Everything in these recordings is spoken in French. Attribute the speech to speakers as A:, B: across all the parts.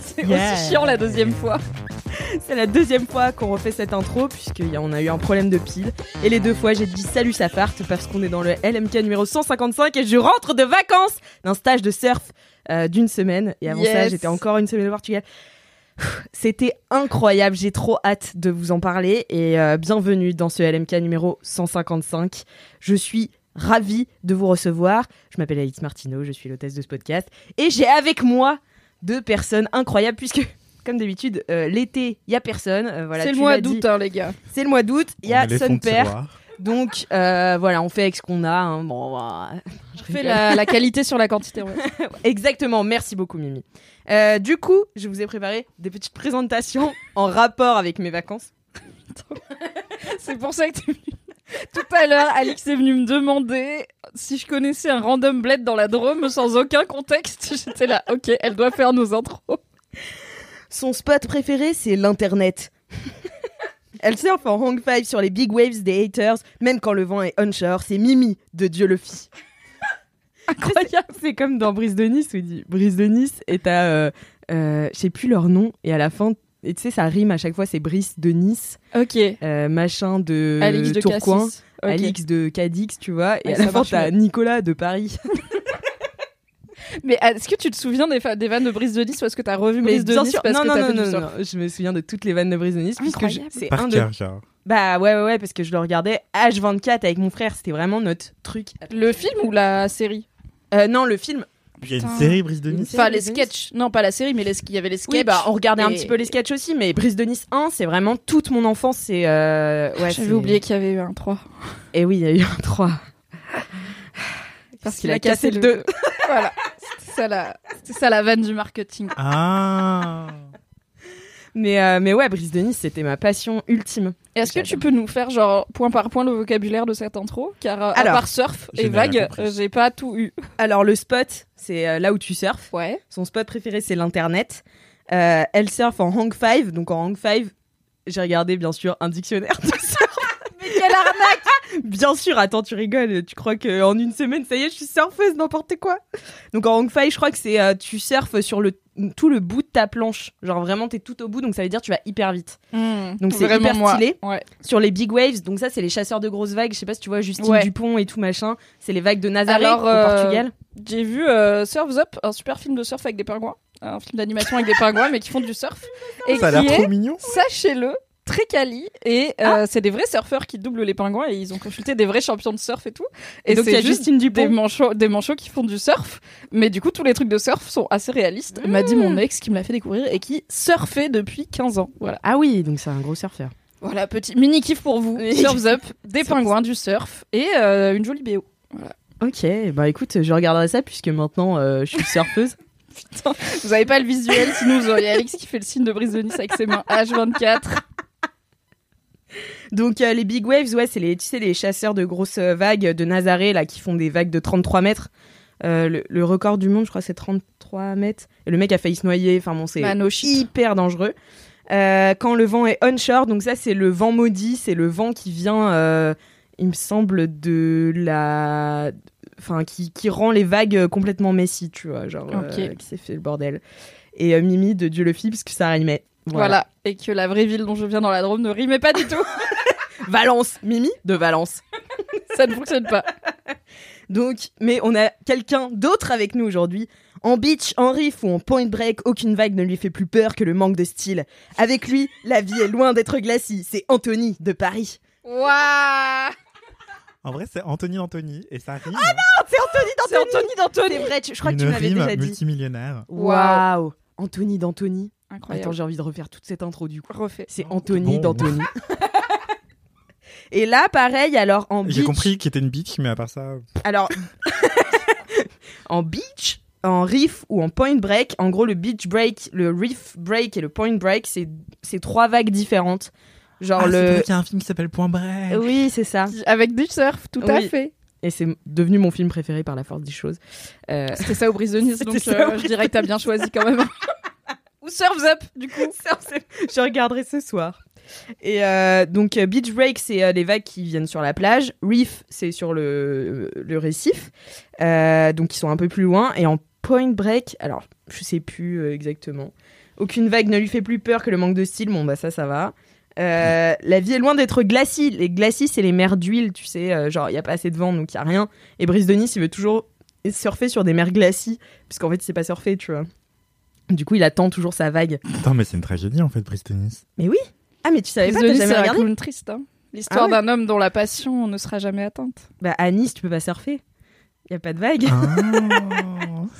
A: C'est
B: Yeah.
A: aussi chiant la deuxième fois.
B: C'est la deuxième fois qu'on refait cette intro puisqu'on a eu un problème de pile. Et les deux fois j'ai dit salut ça part parce qu'on est dans le LMK numéro 155 et je rentre de vacances d'un stage de surf euh, d'une semaine. Et avant ça
A: Yes.
B: j'étais encore une semaine au Portugal. Pff, C'était incroyable, j'ai trop hâte de vous en parler et euh, bienvenue dans ce LMK numéro 155. Je suis ravie de vous recevoir. Je m'appelle Alix Martineau, je suis l'hôtesse de ce podcast et j'ai avec moi deux personnes incroyables puisque comme d'habitude euh, l'été il y a personne Euh, voilà
A: c'est le
B: tu
A: mois
B: l'as dit.
A: d'août, hein, les gars.
B: c'est le mois d'août il y a
C: les fonds
B: son
C: de
B: père
C: tiroir.
B: donc euh, voilà on fait avec ce qu'on a hein. bon bah,
A: Je fais la, la qualité sur la quantité. ouais.
B: exactement merci beaucoup Mimi Euh, du coup je vous ai préparé des petites présentations en rapport avec mes vacances
A: C'est pour ça que t'es venu. Tout à l'heure, Alix est venue me demander si je connaissais un random bled dans la Drôme sans aucun contexte. J'étais là, ok, elle doit faire nos intros.
B: son spot préféré c'est l'internet Elle surfe en hang five sur les big waves des haters, même quand le vent est onshore, c'est Mimi de Dieu le fit.
A: Incroyable.
B: C'est comme dans Brise de Nice où il dit Brise de Nice et t'as, euh, euh, je sais plus leur nom, et à la fin, et tu sais, ça rime à chaque fois, c'est Brice de Nice,
A: Ok.
B: euh, machin de
A: Alix de
B: Tourcoing,
A: Cassis. Ok.
B: Alix de Cadix, tu vois, et
A: Ouais,
B: à la
A: ça
B: fin,
A: marche
B: t'as Nicolas de Paris.
A: Mais ah, est-ce que tu te souviens des, fa- des vannes de Brise de Nice ou est-ce que t'as revu Brise de
B: bien
A: Nice
B: sûr,
A: parce
B: non,
A: que
B: non,
A: t'as
B: non,
A: fait du
B: non,
A: surf
B: non, je me souviens de toutes les vannes de Brise de Nice, puisque je-
A: Incroyable.
B: c'est
C: Par
B: un de.
C: cœur, genre.
B: Bah ouais, ouais, ouais, parce que je le regardais H24 avec mon frère, c'était vraiment notre truc.
A: Le film ou la série
B: Euh, non, le film,
C: Il y a
A: Putain.
C: une série Brise de
B: Une
C: Nice.
B: série
A: Enfin, les
B: Brise de Nice.
A: sketchs. Non, pas la série, mais les- il y avait les sketchs.
B: Oui, bah, on regardait un
A: Et-
B: petit peu les sketchs aussi, mais Brise de Nice 1, c'est vraiment toute mon enfance. C'est. Euh... Ouais,
A: J'avais
B: c'est-
A: oublié qu'il y avait eu un 3.
B: Et oui, il y a eu un 3.
A: Parce
B: qu'il a cassé le deux.
A: voilà. C'était ça, la... c'était ça la vanne du marketing.
C: Ah.
B: Mais, euh, mais ouais, Brise de Nice, c'était ma passion ultime.
A: Et Est-ce que tu peux nous faire, genre, point par point le vocabulaire de cette intro Car euh, à
B: Alors,
A: part surf
C: j'ai
A: et
C: mal
A: vague,
C: compris.
A: euh, j'ai pas tout eu.
B: Alors, le spot, c'est euh, là où tu surfes.
A: Ouais.
B: Son spot préféré, c'est l'Internet. Euh, elle surfe en Hang 5. Donc, en Hang 5, j'ai regardé, bien sûr, un dictionnaire de surf. mais quelle arnaque Bien sûr, attends, tu rigoles. Tu crois qu'en une semaine, ça y est, je suis surfeuse, n'importe quoi. Donc, en Hang 5, je crois que c'est euh, tu surfes sur le, tout le bout de ta planche. Genre, vraiment, t'es tout au bout. Donc, ça veut dire tu vas hyper vite. Donc, c'est
A: Vraiment
B: hyper
A: moi.
B: stylé.
A: Ouais.
B: sur les big waves. Donc ça, c'est les chasseurs de grosses vagues. Je sais pas si tu vois Justine
A: Ouais.
B: Dupont et tout machin. C'est les vagues de Nazaré
A: Alors,
B: au
A: euh,
B: Portugal.
A: J'ai vu euh, Surf's Up, un super film de surf avec des pingouins. Un film d'animation avec des pingouins, mais qui font du surf. Et
C: Ça a
A: qui
C: l'air
A: est,
C: trop mignon.
A: sachez-le, très quali. Et euh, c'est des vrais surfeurs qui doublent les pingouins et ils ont consulté des vrais champions de surf et tout. Et
B: Et donc il
A: c'est
B: y a
A: juste
B: Justine
A: des
B: Dupont.
A: manchots, des manchots qui font du surf, mais du coup tous les trucs de surf sont assez réalistes. Mmh. M'a dit mon ex qui me l'a fait découvrir et qui surfait depuis 15 ans. Voilà,
B: Ah oui, donc c'est un gros surfeur.
A: voilà petit mini kiff pour vous. Surf's up, des pingouins, du surf et euh, une jolie BO.
B: Ok, bah écoute, je regarderai ça puisque maintenant euh, je suis surfeuse.
A: Vous avez pas le visuel, sinon vous auriez Alex qui fait le signe de brise de Nice avec ses mains H24.
B: donc euh, les big waves, ouais, c'est les, tu sais, les chasseurs de grosses euh, vagues de Nazaré là qui font des vagues de 33 mètres. Euh, le, le record du monde, je crois, c'est 33 mètres. Et le mec a failli se noyer. Enfin bon, c'est
A: Manoshi.
B: hyper dangereux. Euh, quand le vent est onshore, donc ça c'est le vent maudit, c'est le vent qui vient, euh, il me semble, de la... Enfin, qui, qui rend les vagues euh, complètement messy, tu vois, genre, euh,
A: Ok.
B: qui s'est fait le bordel. Et euh, Mimi de Dieu le fit, parce que ça rimait.
A: Voilà. et que la vraie ville dont je viens dans la Drôme ne rimait pas du tout.
B: Valence, Mimi de Valence.
A: Ça ne fonctionne pas.
B: Donc, mais on a quelqu'un d'autre avec nous aujourd'hui. En beach, en riff ou en point break, aucune vague ne lui fait plus peur que le manque de style. Avec lui, la vie est loin d'être glacie. C'est Anthony de Paris.
A: Waouh
C: En vrai, c'est Anthony Anthony et ça rime.
B: C'est Anthony
A: C'est Anthony d'Anthony.
B: C'est vrai, tu- Ah je crois
C: une
B: que tu m'avais
C: rime
B: déjà dit.
C: multimillionnaire.
A: Waouh.
B: Waouh. Anthony d'Anthony. Attends,
A: Incroyable.
B: j'ai envie de refaire toute cette intro du coup.
A: Refait.
B: C'est Anthony
C: Bon.
B: d'Anthony. Et là, pareil, alors en
C: J'ai
B: beach.
C: compris qu'il était une bitch, mais à part ça.
B: Alors, en beach, en riff ou en point break, en gros, le beach break, le riff break et le point break, c'est c'est trois vagues différentes.
C: Ah,
B: Genre Oh, le.
C: y a un film qui s'appelle Point Break.
B: Oui, c'est ça.
A: Avec du surf, tout à
B: Oui.
A: fait.
B: Et c'est devenu mon film préféré par la force des choses. Euh,
A: C'était ça au Brise de Nice,
B: C'était
A: donc
B: ça,
A: euh,
B: au Brise
A: je dirais que t'as bien choisi quand même. Ou Surf's Up, du coup.
B: je regarderai ce soir. Et euh, donc euh, beach break, c'est euh, les vagues qui viennent sur la plage. Reef, c'est sur le, le récif, Euh, donc ils sont un peu plus loin. Et en point break, alors je sais plus euh, exactement. Aucune vague ne lui fait plus peur que le manque de style. Bon bah ça, ça va. Euh, la vie est loin d'être glacie. Les glacis, c'est les mers d'huile, tu sais. euh, genre, il n'y a pas assez de vent, donc il n'y a rien. Et Brice de Nice, il veut toujours surfer sur des mers glacis, parce qu'en fait, il sait pas surfer, tu vois. Du coup, il attend toujours sa vague.
C: Attends, mais c'est une tragédie en fait, Bristonis.
B: Mais oui Ah mais tu savais
A: Brise
B: pas, t'as
A: de Nice,
B: jamais
A: c'est un
B: regardé
A: clown triste. hein. L'histoire
B: Ah ouais
A: d'un homme dont la passion ne sera jamais atteinte.
B: Bah à Nice, tu peux pas surfer. Y a pas de vague.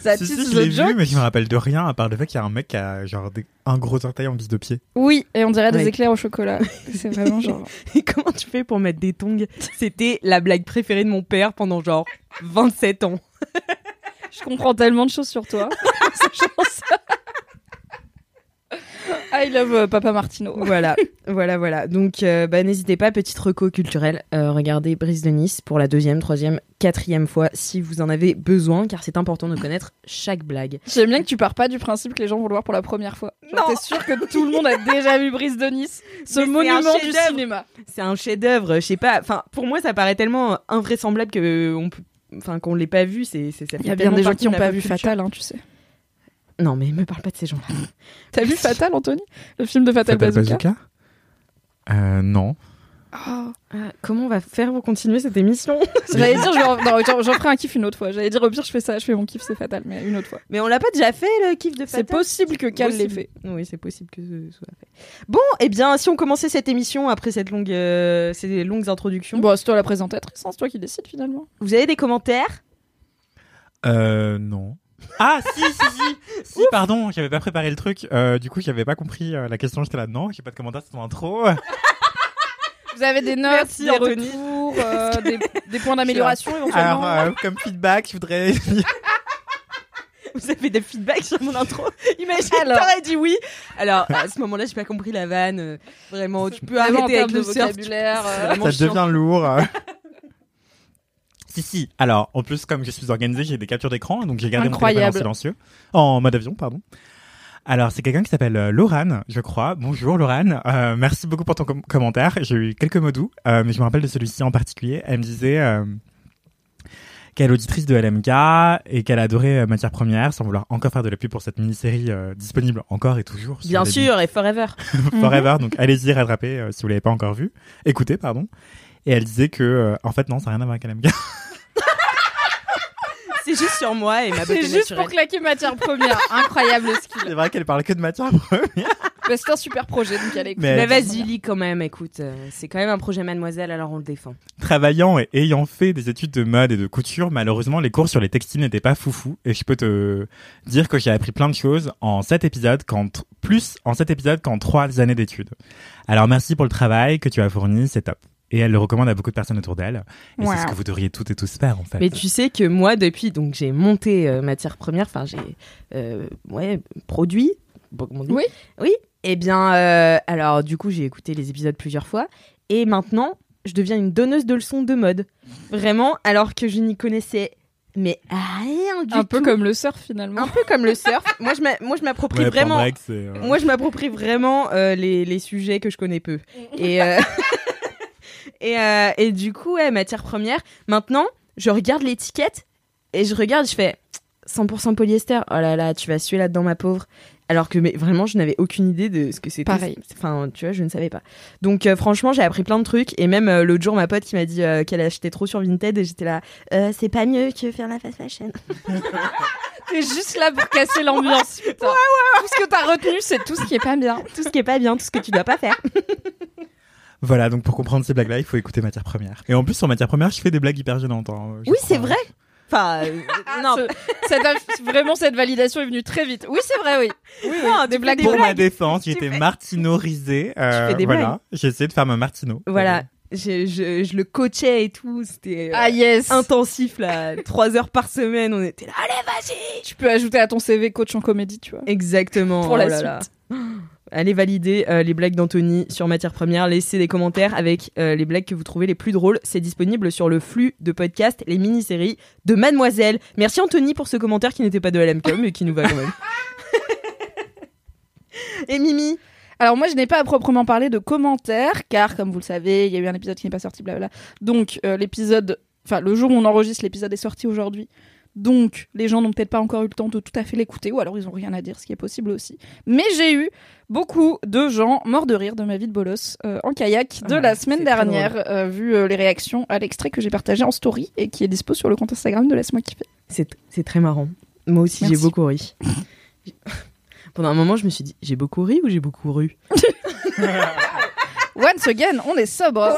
A: Ça
C: Ah. si,
A: tisse
C: si, je
A: le
C: l'ai vu,
A: joke.
C: mais je me rappelle de rien, à part le fait qu'il y a un mec qui a genre des- un gros orteil en guise de pied.
A: Oui, et on dirait des
B: Ouais.
A: éclairs au chocolat. C'est vraiment genre.
B: Et comment tu fais pour mettre des tongs C'était la blague préférée de mon père pendant genre 27 ans.
A: Je comprends tellement de choses sur toi. C'est genre ça. I love euh, Papa Martino.
B: Voilà, voilà, voilà. Donc euh, bah, n'hésitez pas, petite reco culturelle, euh, regardez Brise de Nice pour la deuxième, troisième, quatrième fois si vous en avez besoin, car c'est important de connaître chaque blague.
A: J'aime bien que tu pars pas du principe que les gens vont le voir pour la première fois. Genre,
B: Non.
A: T'es sûr que tout le monde a déjà vu Brise de Nice, ce
B: Mais c'est
A: monument
B: un
A: du
B: chef-d'œuvre.
A: cinéma.
B: C'est un chef-d'œuvre, je sais pas. Enfin, pour moi, ça paraît tellement invraisemblable que on peut- Enfin, qu'on l'ait pas vu, c'est, c'est, ça fait
A: Il y a bien
B: tellement
A: des gens
B: partie
A: qui
B: de
A: n'ont
B: la
A: pas
B: pop
A: vu
B: culture.
A: Fatal, hein, tu sais.
B: Non, mais me parle pas de ces gens.
A: T'as vu Fatal, Anthony Le film de Fatal, Bazooka,
C: Euh, non.
A: Oh.
B: Ah, comment on va faire pour continuer cette émission
A: J'allais dire, genre- non, genre, j'en ferai un kiff une autre fois. J'allais dire, au pire, je fais ça, je fais mon kiff, c'est Fatal, mais une autre fois.
B: Mais on l'a pas déjà fait le kiff de
A: C'est possible que Cal l'ait fait.
B: Oui, c'est possible que ce soit fait. Bon, eh bien, si on commençait cette émission après cette longue, euh, ces longues introductions,
A: Bon, c'est toi la présentatrice, hein, c'est toi qui décides finalement.
B: vous avez des commentaires
C: Euh, non. Ah, si, si, si. si, pardon, j'avais pas préparé le truc. Euh, du coup, j'avais pas compris euh, la question, j'étais là, non, j'ai pas de commentaire sur ton intro.
A: Vous avez des notes,
B: Merci,
A: des
B: Anthony.
A: retours, euh, des, des points d'amélioration éventuellement.
C: Alors, euh, comme feedback, je voudrais.
B: Vous avez des feedbacks sur mon intro Imagine,
A: Alors.
B: t'aurais dit oui. Alors, à ce moment-là, j'ai pas compris la vanne. euh, Vraiment, tu peux
A: Vraiment, en
B: arrêter
A: termes
B: avec
A: de
B: le surf. tu-
A: vocabulaire.
B: c'est
A: euh,
B: vraiment
C: ça
B: chiant.
C: devient lourd. si, si. Alors, en plus, comme je suis organisée, j'ai des captures d'écran, donc j'ai gardé mon
A: Incroyable.
C: téléphone en silencieux. En mode avion, pardon. Alors, c'est quelqu'un qui s'appelle euh, Laurane, je crois. Bonjour Laurane, Euh, merci beaucoup pour ton com- commentaire. J'ai eu quelques mots doux, euh, mais je me rappelle de celui-ci en particulier. Elle me disait euh, qu'elle est auditrice de LMK et qu'elle adorait euh, Matière Première, sans vouloir encore faire de la pub pour cette mini-série euh, disponible encore et toujours. sur
B: Bien
C: les
B: sûr, et forever.
C: Forever, donc allez-y rattraper euh, si vous l'avez pas encore vu. Écoutez, pardon. Et elle disait que, euh, en fait, non, ça n'a rien à voir avec LMK.
B: C'est juste sur moi et ma beauté
A: C'est juste pour
B: naturelle.
A: claquer matière première. Incroyable le skill.
C: C'est vrai qu'elle parle que de matière première.
A: Bah, c'est un super projet, donc allez.
C: Mais-
B: Mais Bah, vas-y, lis quand même, écoute. euh, c'est quand même un projet mademoiselle, alors on le défend.
C: Travaillant et ayant fait des études de mode et de couture, malheureusement, les cours sur les textiles n'étaient pas foufou. Et je peux te dire que j'ai appris plein de choses en sept épisodes, qu'en tr- plus en sept épisodes qu'en trois années d'études. Alors merci pour le travail que tu as fourni, c'est top. Et elle le recommande à beaucoup de personnes autour d'elle. Et c'est ce que vous devriez toutes et tous faire, en fait.
B: Mais tu sais que moi, depuis, donc j'ai monté euh, matière première, enfin j'ai euh, ouais, produit. bon, comment on dit
A: Oui.
B: Oui. Eh bien, euh, alors du coup, j'ai écouté les épisodes plusieurs fois. Et maintenant, je deviens une donneuse de leçons de mode. Vraiment, alors que je n'y connaissais mais rien du
A: Un peu
B: tout.
A: comme le surf finalement.
B: un peu comme le surf. moi, je m'a- moi, je m'approprie
C: Ouais, pour
B: vraiment.
C: Break, c'est, euh,
B: Moi, je m'approprie vraiment euh, les, les sujets que je connais peu.
A: Mm.
B: Et, euh, et, euh, et du coup, ouais, matière première. Maintenant, je regarde l'étiquette et je regarde, je fais 100% polyester. Oh là là, tu vas suer là-dedans, ma pauvre. Alors que mais, vraiment, je n'avais aucune idée de ce que c'était.
A: Pareil.
B: Enfin, tu vois, je ne savais pas. Donc, euh, franchement, j'ai appris plein de trucs. Et même euh, l'autre jour, ma pote qui m'a dit euh, qu'elle achetait trop sur Vinted et j'étais là, Euh, c'est pas mieux que faire la fast fashion.
A: T'es juste là pour casser l'ambiance. putain. Tout ce que t'as retenu, c'est tout ce qui est pas bien.
B: tout ce qui est pas bien, tout ce que tu dois pas faire.
C: Voilà, donc pour comprendre ces blagues-là, il faut écouter Matière Première. Et en plus, sur Matière Première, je fais des blagues hyper gênantes. hein, je
B: Oui,
C: crois.
B: c'est vrai. Enfin, euh, non,
A: Ah, Ce- cette inf- vraiment, cette validation est venue très vite. Oui, c'est vrai, oui.
B: non,
A: des
B: tu fais
A: blagues
C: Pour ma
B: blagues.
C: défense,
B: Tu
C: j'étais
B: fais-
C: martinorisée. euh,
B: Tu fais des blagues.
C: voilà, j'ai essayé de faire ma martino.
B: Voilà, je, je, je le coachais et tout, c'était euh,
A: Ah, yes.
B: intensif là, trois heures par semaine, on était là. Allez, vas-y.
A: Tu peux ajouter à ton CV coach en comédie, tu vois.
B: Exactement.
A: Pour la
B: oh là là. Allez valider euh, les blagues d'Anthony sur matière première. Laissez des commentaires avec euh, les blagues que vous trouvez les plus drôles. C'est disponible sur le flux de podcast, les mini-séries de Mademoiselle. Merci Anthony pour ce commentaire qui n'était pas de LMK mais qui nous va quand même. Et Mimi
A: Alors moi, je n'ai pas à proprement parler de commentaires, car comme vous le savez, il y a eu un épisode qui n'est pas sorti, blablabla. Donc euh, l'épisode, enfin le jour où on enregistre, l'épisode est sorti aujourd'hui. Donc les gens n'ont peut-être pas encore eu le temps de tout à fait l'écouter, ou alors ils n'ont rien à dire, ce qui est possible aussi. Mais j'ai eu beaucoup de gens morts de rire de ma vie de bolos euh, en kayak de
B: Ah,
A: la semaine
B: c'est très
A: dernière, euh, vu euh, les réactions à l'extrait que j'ai partagé en story et qui est dispo sur le compte Instagram de Laisse-moi kiffer.
B: C'est c'est très marrant. Moi aussi, j'ai
A: Merci.
B: beaucoup ri. Pendant un moment, je me suis dit, j'ai beaucoup ri ou j'ai beaucoup ru
A: Once again, on est sobre.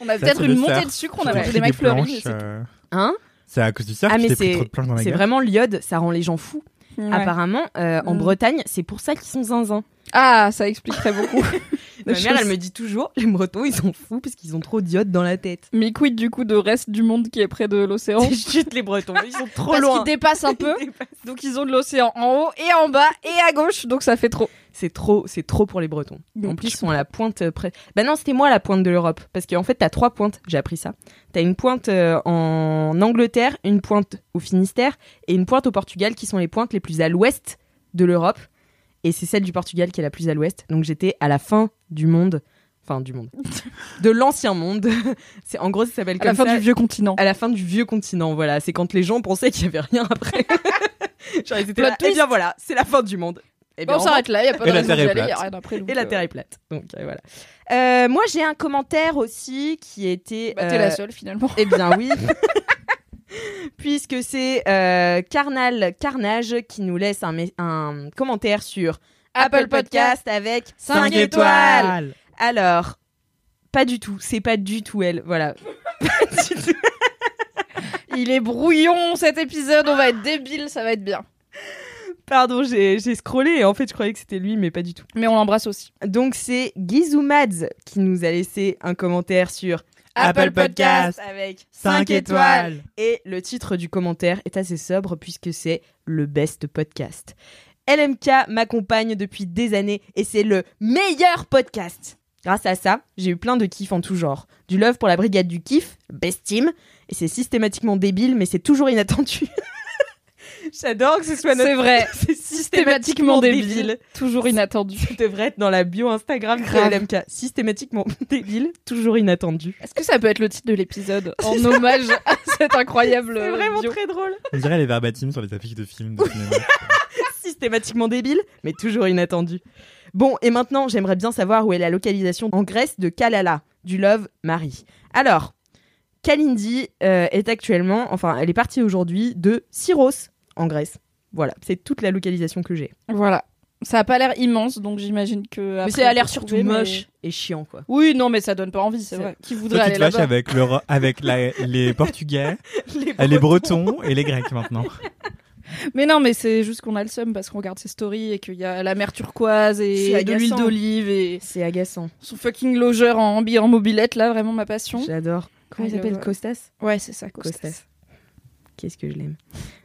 A: on a
C: Ça,
A: peut-être
C: c'est
A: une
C: le
A: montée
C: surf.
A: de sucre, on
C: J'ai
A: a
C: pris
A: mangé des McFlurry.
C: planches,
A: et c'est-
C: euh,
B: Hein
C: C'est à cause du surf
B: Ah,
C: que
B: mais
C: j'ai pris
B: c'est-
C: trop de planches dans la
B: C'est
C: gueule.
B: vraiment l'iode, ça rend les gens fous.
A: Ouais.
B: Apparemment, euh, en
A: Mm.
B: Bretagne, c'est pour ça qu'ils sont zinzins.
A: Ah, ça expliquerait beaucoup.
B: Ma
A: de
B: mère, elle
A: choses.
B: me dit toujours, les Bretons, ils sont fous parce qu'ils ont trop d'iode dans la tête.
A: Mais quid du coup de reste du monde qui est près de l'océan
B: C'est juste les Bretons, ils sont trop
A: Parce
B: loin.
A: qu'ils dépassent un peu, donc ils ont de l'océan en haut et en bas et à gauche, donc ça fait trop.
B: C'est trop, c'est trop pour les Bretons. En
A: Donc,
B: plus,
A: je
B: ils sont à la pointe euh, près. Bah non, c'était moi la pointe de l'Europe. Parce qu'en fait, t'as trois pointes, j'ai appris ça. T'as une pointe euh, en Angleterre, une pointe au Finistère et une pointe au Portugal qui sont les pointes les plus à l'ouest de l'Europe. Et c'est celle du Portugal qui est la plus à l'ouest. Donc j'étais à la fin du monde. Enfin, du monde. De l'ancien monde. C'est En gros, ça s'appelle
A: À la
B: comme
A: fin
B: ça.
A: du vieux continent.
B: à la fin du vieux continent, voilà. C'est quand les gens pensaient qu'il y avait rien après. Genre, ils étaient
A: Plot
B: là, eh bien voilà, c'est la fin du monde. Eh bien,
A: Bon, on
B: au revoir.
A: s'arrête là, il a pas de
C: Et la
A: raison
C: Terre est
A: d'y aller, y a
C: plate.
A: rien après. donc,
B: et la
A: euh,
B: Terre est plate. Donc euh, voilà. Euh, moi, j'ai un commentaire aussi qui était.
A: bah, T'es la
B: euh,
A: seule finalement.
B: Eh bien oui. Puisque c'est euh, Carnal Carnage qui nous laisse un, mé- un commentaire sur Apple Podcast avec
A: Cinq
B: cinq étoiles. Alors, pas du tout. C'est pas du tout elle. Voilà. Pas du tout.
A: Il est brouillon cet épisode, on va être débile, ça va être bien.
B: Pardon, j'ai j'ai scrollé et en fait, je croyais que c'était lui, mais pas du tout.
A: Mais on l'embrasse aussi.
B: Donc, c'est Gizoumads qui nous a laissé un commentaire sur
C: Apple Podcast.
B: avec
C: Cinq
B: cinq
C: étoiles.
B: Et le titre du commentaire est assez sobre puisque c'est le best podcast. LMK m'accompagne depuis des années et c'est le meilleur podcast. Grâce à ça, j'ai eu plein de kiffs en tout genre. Du love pour la brigade du kiff, best team, et c'est systématiquement débile mais c'est toujours inattendu. J'adore que ce soit notre...
A: C'est vrai,
B: C'est
A: systématiquement débile, toujours inattendu.
B: Tu devrais être dans la bio Instagram
A: Grave.
B: de LMK. Systématiquement débile, toujours inattendu.
A: Est-ce que ça peut être le titre de l'épisode en hommage à cet incroyable
B: C'est
A: euh,
B: vraiment
A: bio
B: très drôle.
C: On dirait les verbatims sur les affiches de films de cinéma.
B: systématiquement débile, mais toujours inattendu. Bon, et maintenant, j'aimerais bien savoir où est la localisation en Grèce de Kalala, du Love Marie. Alors, Kalindi euh, est actuellement, enfin, elle est partie aujourd'hui de Syros, en Grèce. Voilà, c'est toute la localisation que j'ai.
A: Voilà. Ça a pas l'air immense, donc j'imagine que.
B: Mais
A: après,
B: c'est
A: on
B: à
A: peut
B: l'air surtout
A: trouver, mais-
B: moche et chiant, quoi.
A: Oui, non, mais ça donne pas envie, c'est
B: C'est-
A: vrai. Qui
C: Toi,
A: voudrait
C: tu
A: aller
C: te lâches
A: là-bas
C: avec, l'Euro- avec la- les Portugais, euh,
B: Les
C: les Bretons et les Grecs maintenant.
A: Mais non, mais c'est juste qu'on a le seum parce qu'on regarde ses stories et qu'il y a la mer turquoise et
B: C'est
A: de l'huile
B: agaçant.
A: d'olive et
B: C'est agaçant,
A: son fucking logeur en ambi en mobilette là, vraiment ma passion.
B: j'adore. Comment il
A: I love
B: s'appelle
A: her.
B: Costas
A: Ouais, c'est ça, Costas.
B: Costas. Qu'est-ce que je l'aime.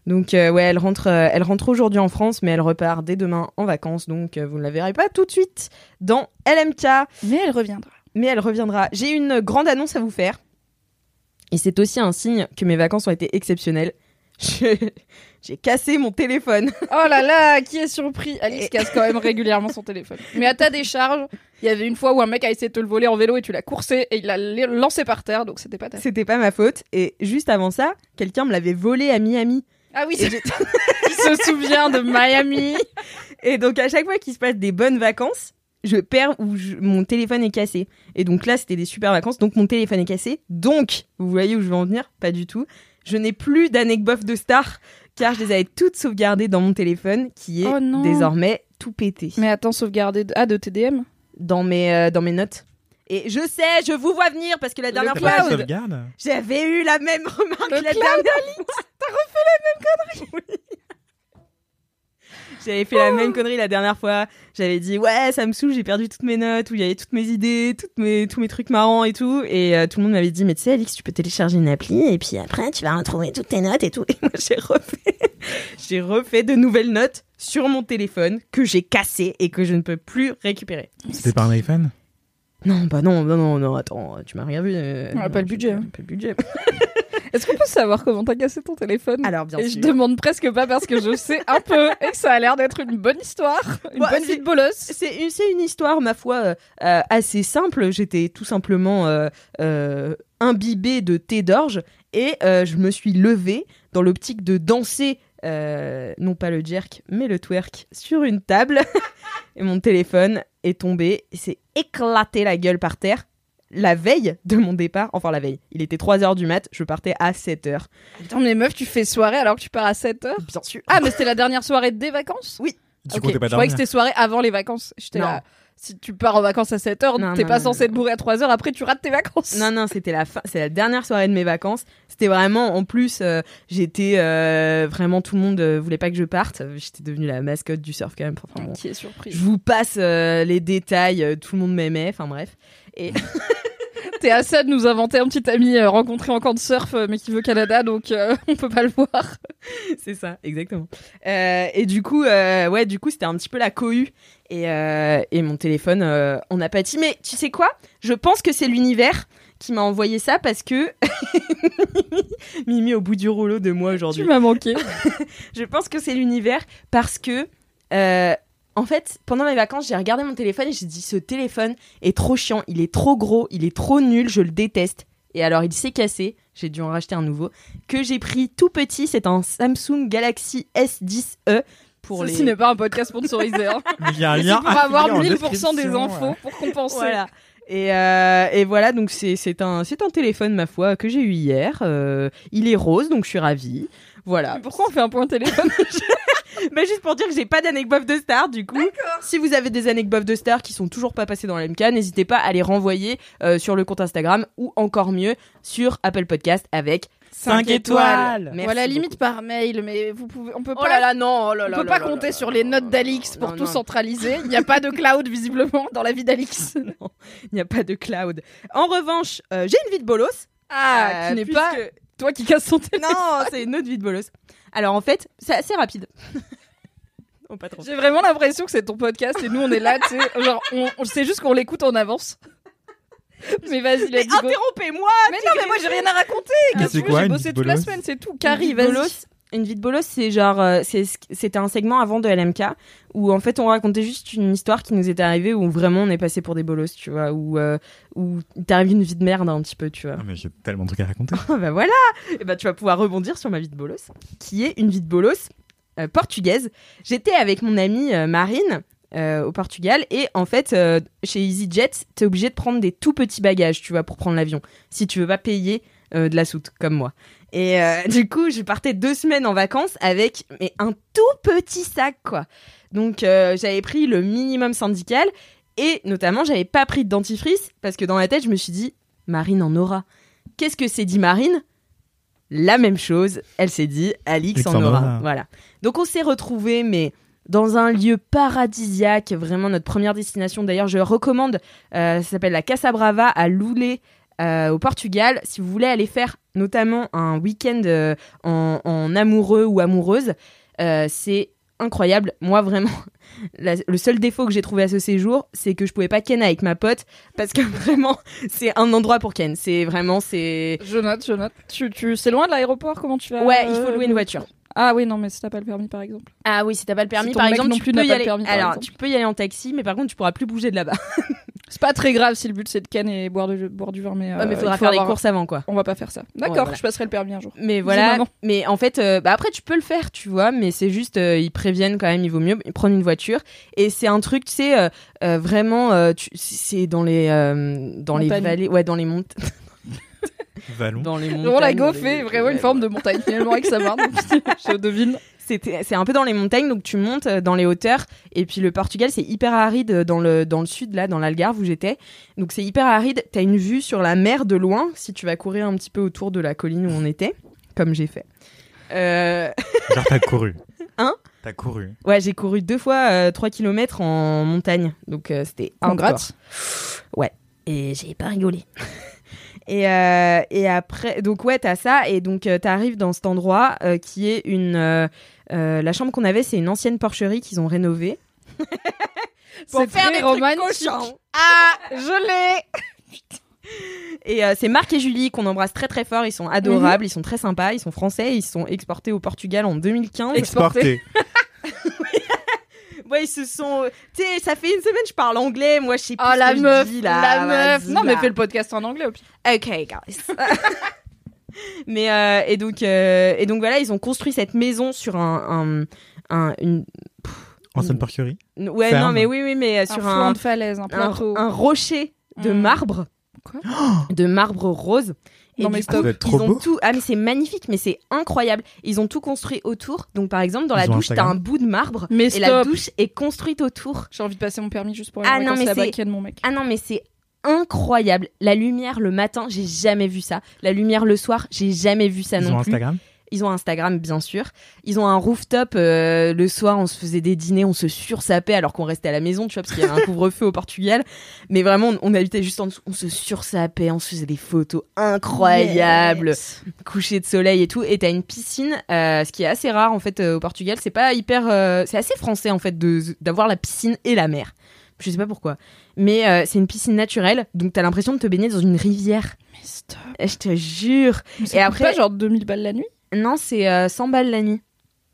B: Donc euh, ouais, elle rentre, euh, elle rentre aujourd'hui en France, mais elle repart dès demain en vacances, donc euh, vous ne la verrez pas tout de suite dans LMK,
A: Mais elle reviendra.
B: mais elle reviendra. J'ai une grande annonce à vous faire, et c'est aussi un signe que mes vacances ont été exceptionnelles. Je- J'ai cassé mon téléphone.
A: Oh là là, qui est surpris Alice casse quand même régulièrement son téléphone. Mais à ta décharge, il y avait une fois où un mec a essayé de te le voler en vélo et tu l'as coursé et il l'a la- lancé par terre, donc c'était pas ta
B: C'était pas ma faute. Et juste avant ça, quelqu'un me l'avait volé à Miami.
A: Ah oui,
B: Et
A: c'est- il se souvient de Miami.
B: Et donc à chaque fois qu'il se passe des bonnes vacances, je perds ou je- mon téléphone est cassé. Et donc là, c'était des super vacances, donc mon téléphone est cassé. Donc, vous voyez où je veux en venir Pas du tout. Je n'ai plus d'anecdotes de star car je les avais toutes sauvegardées dans mon téléphone qui est
A: Oh non.
B: désormais tout pété
A: Mais attends, sauvegarder de... ah de TDM
B: dans mes euh, dans mes notes. Et je sais, je vous vois venir parce que la dernière
C: T'as
B: fois,
C: pas de
B: euh,
C: sauvegarde
B: j'avais eu la même remarque
A: Le
B: la
A: cloud
B: dernière fois. T'as refait la même connerie Oh. J'avais fait la même connerie la dernière fois. J'avais dit ouais, ça me saoule, j'ai perdu toutes mes notes, où il y avait toutes mes idées, toutes mes, tous mes trucs marrants et tout. Et euh, tout le monde m'avait dit mais tu sais Alix, tu peux télécharger une appli et puis après tu vas retrouver toutes tes notes et tout. Et moi j'ai refait, j'ai refait de nouvelles notes sur mon téléphone que j'ai cassé et que je ne peux plus récupérer.
C: C'était pas un iPhone
B: Non, bah non, non, non, non, attends, tu m'as rien vu. euh,
A: On a pas le
B: je-
A: budget, hein.
B: Pas le budget.
A: Est-ce qu'on peut savoir comment t'as cassé ton téléphone
B: Alors, bien
A: Et je
B: sûr.
A: demande presque pas parce que je sais un peu et que ça a l'air d'être une bonne histoire, une
B: Bah,
A: bonne
B: c'est-
A: vie de bolosse.
B: C'est une, c'est une histoire, ma foi, euh, euh, assez simple. J'étais tout simplement euh, euh, imbibée de thé d'orge et euh, je me suis levée dans l'optique de danser, euh, non pas le jerk, mais le twerk, sur une table. et mon téléphone est tombé et s'est éclaté la gueule par terre. La veille de mon départ, enfin la veille, il était 3h du mat, je partais à 7h.
A: Attends, mais meuf, tu fais soirée alors que tu pars à 7h
B: Bien sûr.
A: Ah, mais c'était la dernière soirée des vacances
C: Du
A: Ok,
C: coup, t'es pas
A: Je croyais que
C: dormi
A: c'était soirée avant les vacances. J'étais
B: Non.
A: là. Si tu pars en vacances à 7h,
B: Non,
A: t'es
B: non,
A: pas
B: non,
A: censé te bourrer à 3h, après tu rates tes vacances.
B: Non, non, c'était la fin, c'est la dernière soirée de mes vacances. C'était vraiment, en plus, euh, j'étais euh, vraiment tout le monde euh, voulait pas que je parte. J'étais devenue la mascotte du surf quand même. Enfin, bon.
A: Qui est
B: Je
A: surprise.
B: vous passe euh, les détails. euh, Tout le monde m'aimait. Enfin bref.
A: T'es à ça de nous inventer un petit ami euh, rencontré en camp de surf euh, mais qui veut Canada donc euh, on peut pas le voir.
B: c'est ça, exactement. Euh, et du coup, euh, ouais, du coup, c'était un petit peu la cohue. Et, euh, et mon téléphone euh, en a pâti. Mais tu sais quoi Je pense que c'est l'univers qui m'a envoyé ça parce que Mimi au bout du rouleau de moi aujourd'hui.
A: Tu m'as manqué.
B: Je pense que c'est l'univers parce que, euh, en fait, pendant mes vacances, j'ai regardé mon téléphone et j'ai dit ce téléphone est trop chiant, il est trop gros, il est trop nul, je le déteste. Et alors il s'est cassé, j'ai dû en racheter un nouveau, que j'ai pris tout petit, c'est un Samsung Galaxy S10e pour
A: Ceci
B: les...
A: n'est pas un podcast sponsorisé. Hein.
C: Il y a un
A: C'est
C: lien
A: pour avoir
C: affilié en
A: 1000% des
C: description,
A: infos pour compenser.
B: Voilà. Et, euh, et voilà, donc c'est c'est un, c'est un téléphone, ma foi, que j'ai eu hier. Euh, il est rose, donc je suis ravie. Voilà.
A: Mais Pourquoi on fait un point téléphone
B: Bah juste pour dire que j'ai pas d'anecdote de star du coup. Si vous avez des anecdotes de star qui sont toujours pas passées dans l'MK, n'hésitez pas à les renvoyer euh, sur le compte Instagram ou encore mieux sur Apple Podcast avec
C: Cinq
B: cinq
C: étoiles.
B: Merci
A: Voilà,
B: beaucoup.
A: limite par mail, mais vous pouvez, on peut
B: Oh
A: pas,
B: là là non, oh là
A: on
B: là
A: peut
B: là
A: pas
B: là
A: compter
B: là
A: sur
B: là
A: les
B: là
A: notes
B: là
A: d'Alix
B: là
A: pour
B: là
A: tout
B: là.
A: centraliser. Il n'y a pas de cloud visiblement dans la vie d'Alix.
B: Non, Il n'y a pas de cloud. En revanche, euh, j'ai une vie de bolos.
A: Ah,
B: Euh,
A: qui n'est
B: puisque-
A: pas Ah. toi qui casse son téléphone.
B: Non, c'est une autre vie de bolos. Alors en fait, c'est assez rapide. oh, pas trop.
A: J'ai vraiment l'impression que c'est ton podcast et nous on est là, tu sais, genre on, on sait juste qu'on l'écoute en avance. Mais vas-y,
B: Mais
A: let's go.
B: interrompez-moi
A: Mais non, mais moi j'ai rien à raconter.
C: Mais
A: Qu'est-ce
C: c'est
A: que
C: quoi,
A: J'ai
C: une
A: bossé
C: petite
A: toute la
C: bolosse
A: semaine, c'est tout.
B: Carrie,
A: Carrie, vas-y.
B: bolos. Une vie de bolos, c'est genre, euh, c'est ce- c'était un segment avant de LMK où en fait on racontait juste une histoire qui nous était arrivée où vraiment on est passé pour des bolos, tu vois, où euh, où t'arrive une vie de merde un petit peu, tu vois.
C: Ah, mais j'ai tellement de trucs à raconter.
B: Ah bah voilà, et bah tu vas pouvoir rebondir sur ma vie de bolos, qui est une vie de bolos euh, portugaise. J'étais avec mon amie euh, Marine. euh, au Portugal et en fait euh, chez EasyJet t'es obligé de prendre des tout petits bagages tu vois pour prendre l'avion si tu veux pas payer euh, de la soute comme moi et euh, du coup je partais deux semaines en vacances avec mais un tout petit sac quoi donc euh, j'avais pris le minimum syndical et notamment j'avais pas pris de dentifrice parce que dans la tête je me suis dit Marine en aura qu'est-ce que s'est dit Marine La même chose, elle s'est dit Alix en
C: Alexandra.
B: aura. Voilà. Donc on s'est retrouvés, mais dans un lieu paradisiaque, vraiment notre première destination. D'ailleurs, je recommande, euh, ça s'appelle la Casa Brava à Loulé. euh, au Portugal, si vous voulez aller faire notamment un week-end euh, en, en amoureux ou amoureuse, euh, c'est incroyable. Moi, vraiment, la- le seul défaut que j'ai trouvé à ce séjour, c'est que je pouvais pas ken avec ma pote parce que vraiment, c'est un endroit pour ken. C'est vraiment, c'est.
A: Je note, je note. Tu, tu, c'est loin de l'aéroport, comment tu vas
B: Ouais,
A: euh,
B: il faut louer une voiture.
A: Ah oui, non, mais si t'as pas le permis par exemple.
B: Ah oui, si t'as pas le permis,
A: Si ton
B: par
A: mec
B: exemple,
A: non
B: tu
A: plus
B: peux
A: n'a
B: y
A: pas le
B: aller.
A: permis, par
B: Alors,
A: exemple.
B: tu peux y aller en taxi, mais par contre, tu pourras plus bouger de là-bas.
A: C'est pas très grave si le but c'est de canne et boire, du- boire du vin, mais,
B: Ouais,
A: euh,
B: mais faudra
A: il faut
B: faire
A: avoir-
B: les courses avant, quoi.
A: On va pas faire ça. D'accord,
B: Ouais, voilà.
A: je passerai le permis un jour.
B: Mais
A: Dis
B: voilà.
A: maman.
B: Mais en fait, euh, bah après, tu peux le faire, tu vois. Mais c'est juste, euh, ils préviennent quand même, il vaut mieux prendre une voiture. Et c'est un truc, tu sais, euh, euh, vraiment, euh, tu- c'est dans les, euh, dans les
A: Montagne.
B: vallées, ouais, dans les montes,
C: Vallon.
B: dans les montagnes.
A: On la
B: dans
A: gaufre
B: les-
A: est vraiment une forme de montagne finalement avec sa main, donc je devine.
B: C'était- C'est un peu dans les montagnes, donc tu montes euh, dans les hauteurs. Et puis le Portugal, c'est hyper aride euh, dans le, dans le sud, là, dans l'Algarve où j'étais. Donc c'est hyper aride. T'as une vue sur la mer de loin si tu vas courir un petit peu autour de la colline où on était, comme j'ai fait. Euh,
C: Genre, t'as couru.
B: Hein
C: T'as couru.
B: ouais, j'ai couru deux fois 3 km en montagne. Donc euh, c'était
A: En
B: hardcore.
A: gratte.
B: et j'ai pas rigolé. et, euh, et après, donc ouais, t'as ça, et donc euh, t'arrives dans cet endroit euh, qui est une. euh, euh, la chambre qu'on avait, c'est une ancienne porcherie qu'ils ont rénovée.
A: C'est très romantique.
B: Ah, je l'ai Et euh, c'est Marc et Julie qu'on embrasse très très fort, ils sont adorables,
A: Mhm.
B: ils sont très sympas, ils sont français, ils sont exportés au Portugal en 2015.
A: Exporté.
C: Exporté.
B: Ouais, ils se sont... Tu sais, ça fait une semaine je parle anglais, moi je sais plus
A: Ah
B: ce
A: la
B: que je
A: meuf,
B: dis, là,
A: la meuf.
B: vas-y, bah.
A: Non mais
B: là.
A: fais le podcast en anglais. au pire.
B: Okay, guys. Mais euh, et donc euh, et donc voilà, ils ont construit cette maison sur un, un, un- une
C: Ancienne porcherie.
B: n- ouais
C: Ferme.
B: non mais oui oui mais euh, sur
A: flanc
B: un
A: de falaise, un
B: un,
A: plateau.
B: un rocher de
A: Mm.
B: marbre
A: Quoi
B: de marbre rose.
A: Non,
B: du
A: mais
B: coup,
C: stop. Ça doit être trop
B: ils ont
C: beau.
B: tout. Ah mais c'est magnifique, mais c'est incroyable. Ils ont tout construit autour. Donc par exemple dans la
C: Ils ont
B: douche, t'as
C: Instagram.
B: un bout de marbre
A: Mais
B: et la
A: stop.
B: douche est construite autour.
A: J'ai envie de passer mon permis juste pour aller
B: Ah
A: en
B: non,
A: vacances
B: mais
A: là-bas
B: c'est-
A: ken mon mec.
B: Ah non, mais c'est incroyable. La lumière le matin, j'ai jamais vu ça. La lumière le soir, j'ai jamais vu ça
C: Ils
B: non
C: ont
B: plus.
C: Instagram.
B: Ils ont Instagram, bien sûr. Ils ont un rooftop. euh, le soir, on se faisait des dîners, on se sursapait alors qu'on restait à la maison, tu vois, parce qu'il y avait un couvre-feu au Portugal. Mais vraiment, on, on habitait juste en dessous. On se sursapait, on se faisait des photos incroyables, coucher de soleil et tout. Et t'as une piscine, euh, ce qui est assez rare en fait euh, au Portugal. C'est pas hyper. euh, c'est assez français en fait de- d'avoir la piscine et la mer. Je sais pas pourquoi. Mais euh, c'est une piscine naturelle, donc t'as l'impression de te baigner dans une rivière.
A: Mais stop.
B: Eh, Je te jure.
A: Mais ça coûte
B: après-
A: pas genre 2000 balles la nuit.
B: Non, c'est euh, 100 balles la nuit.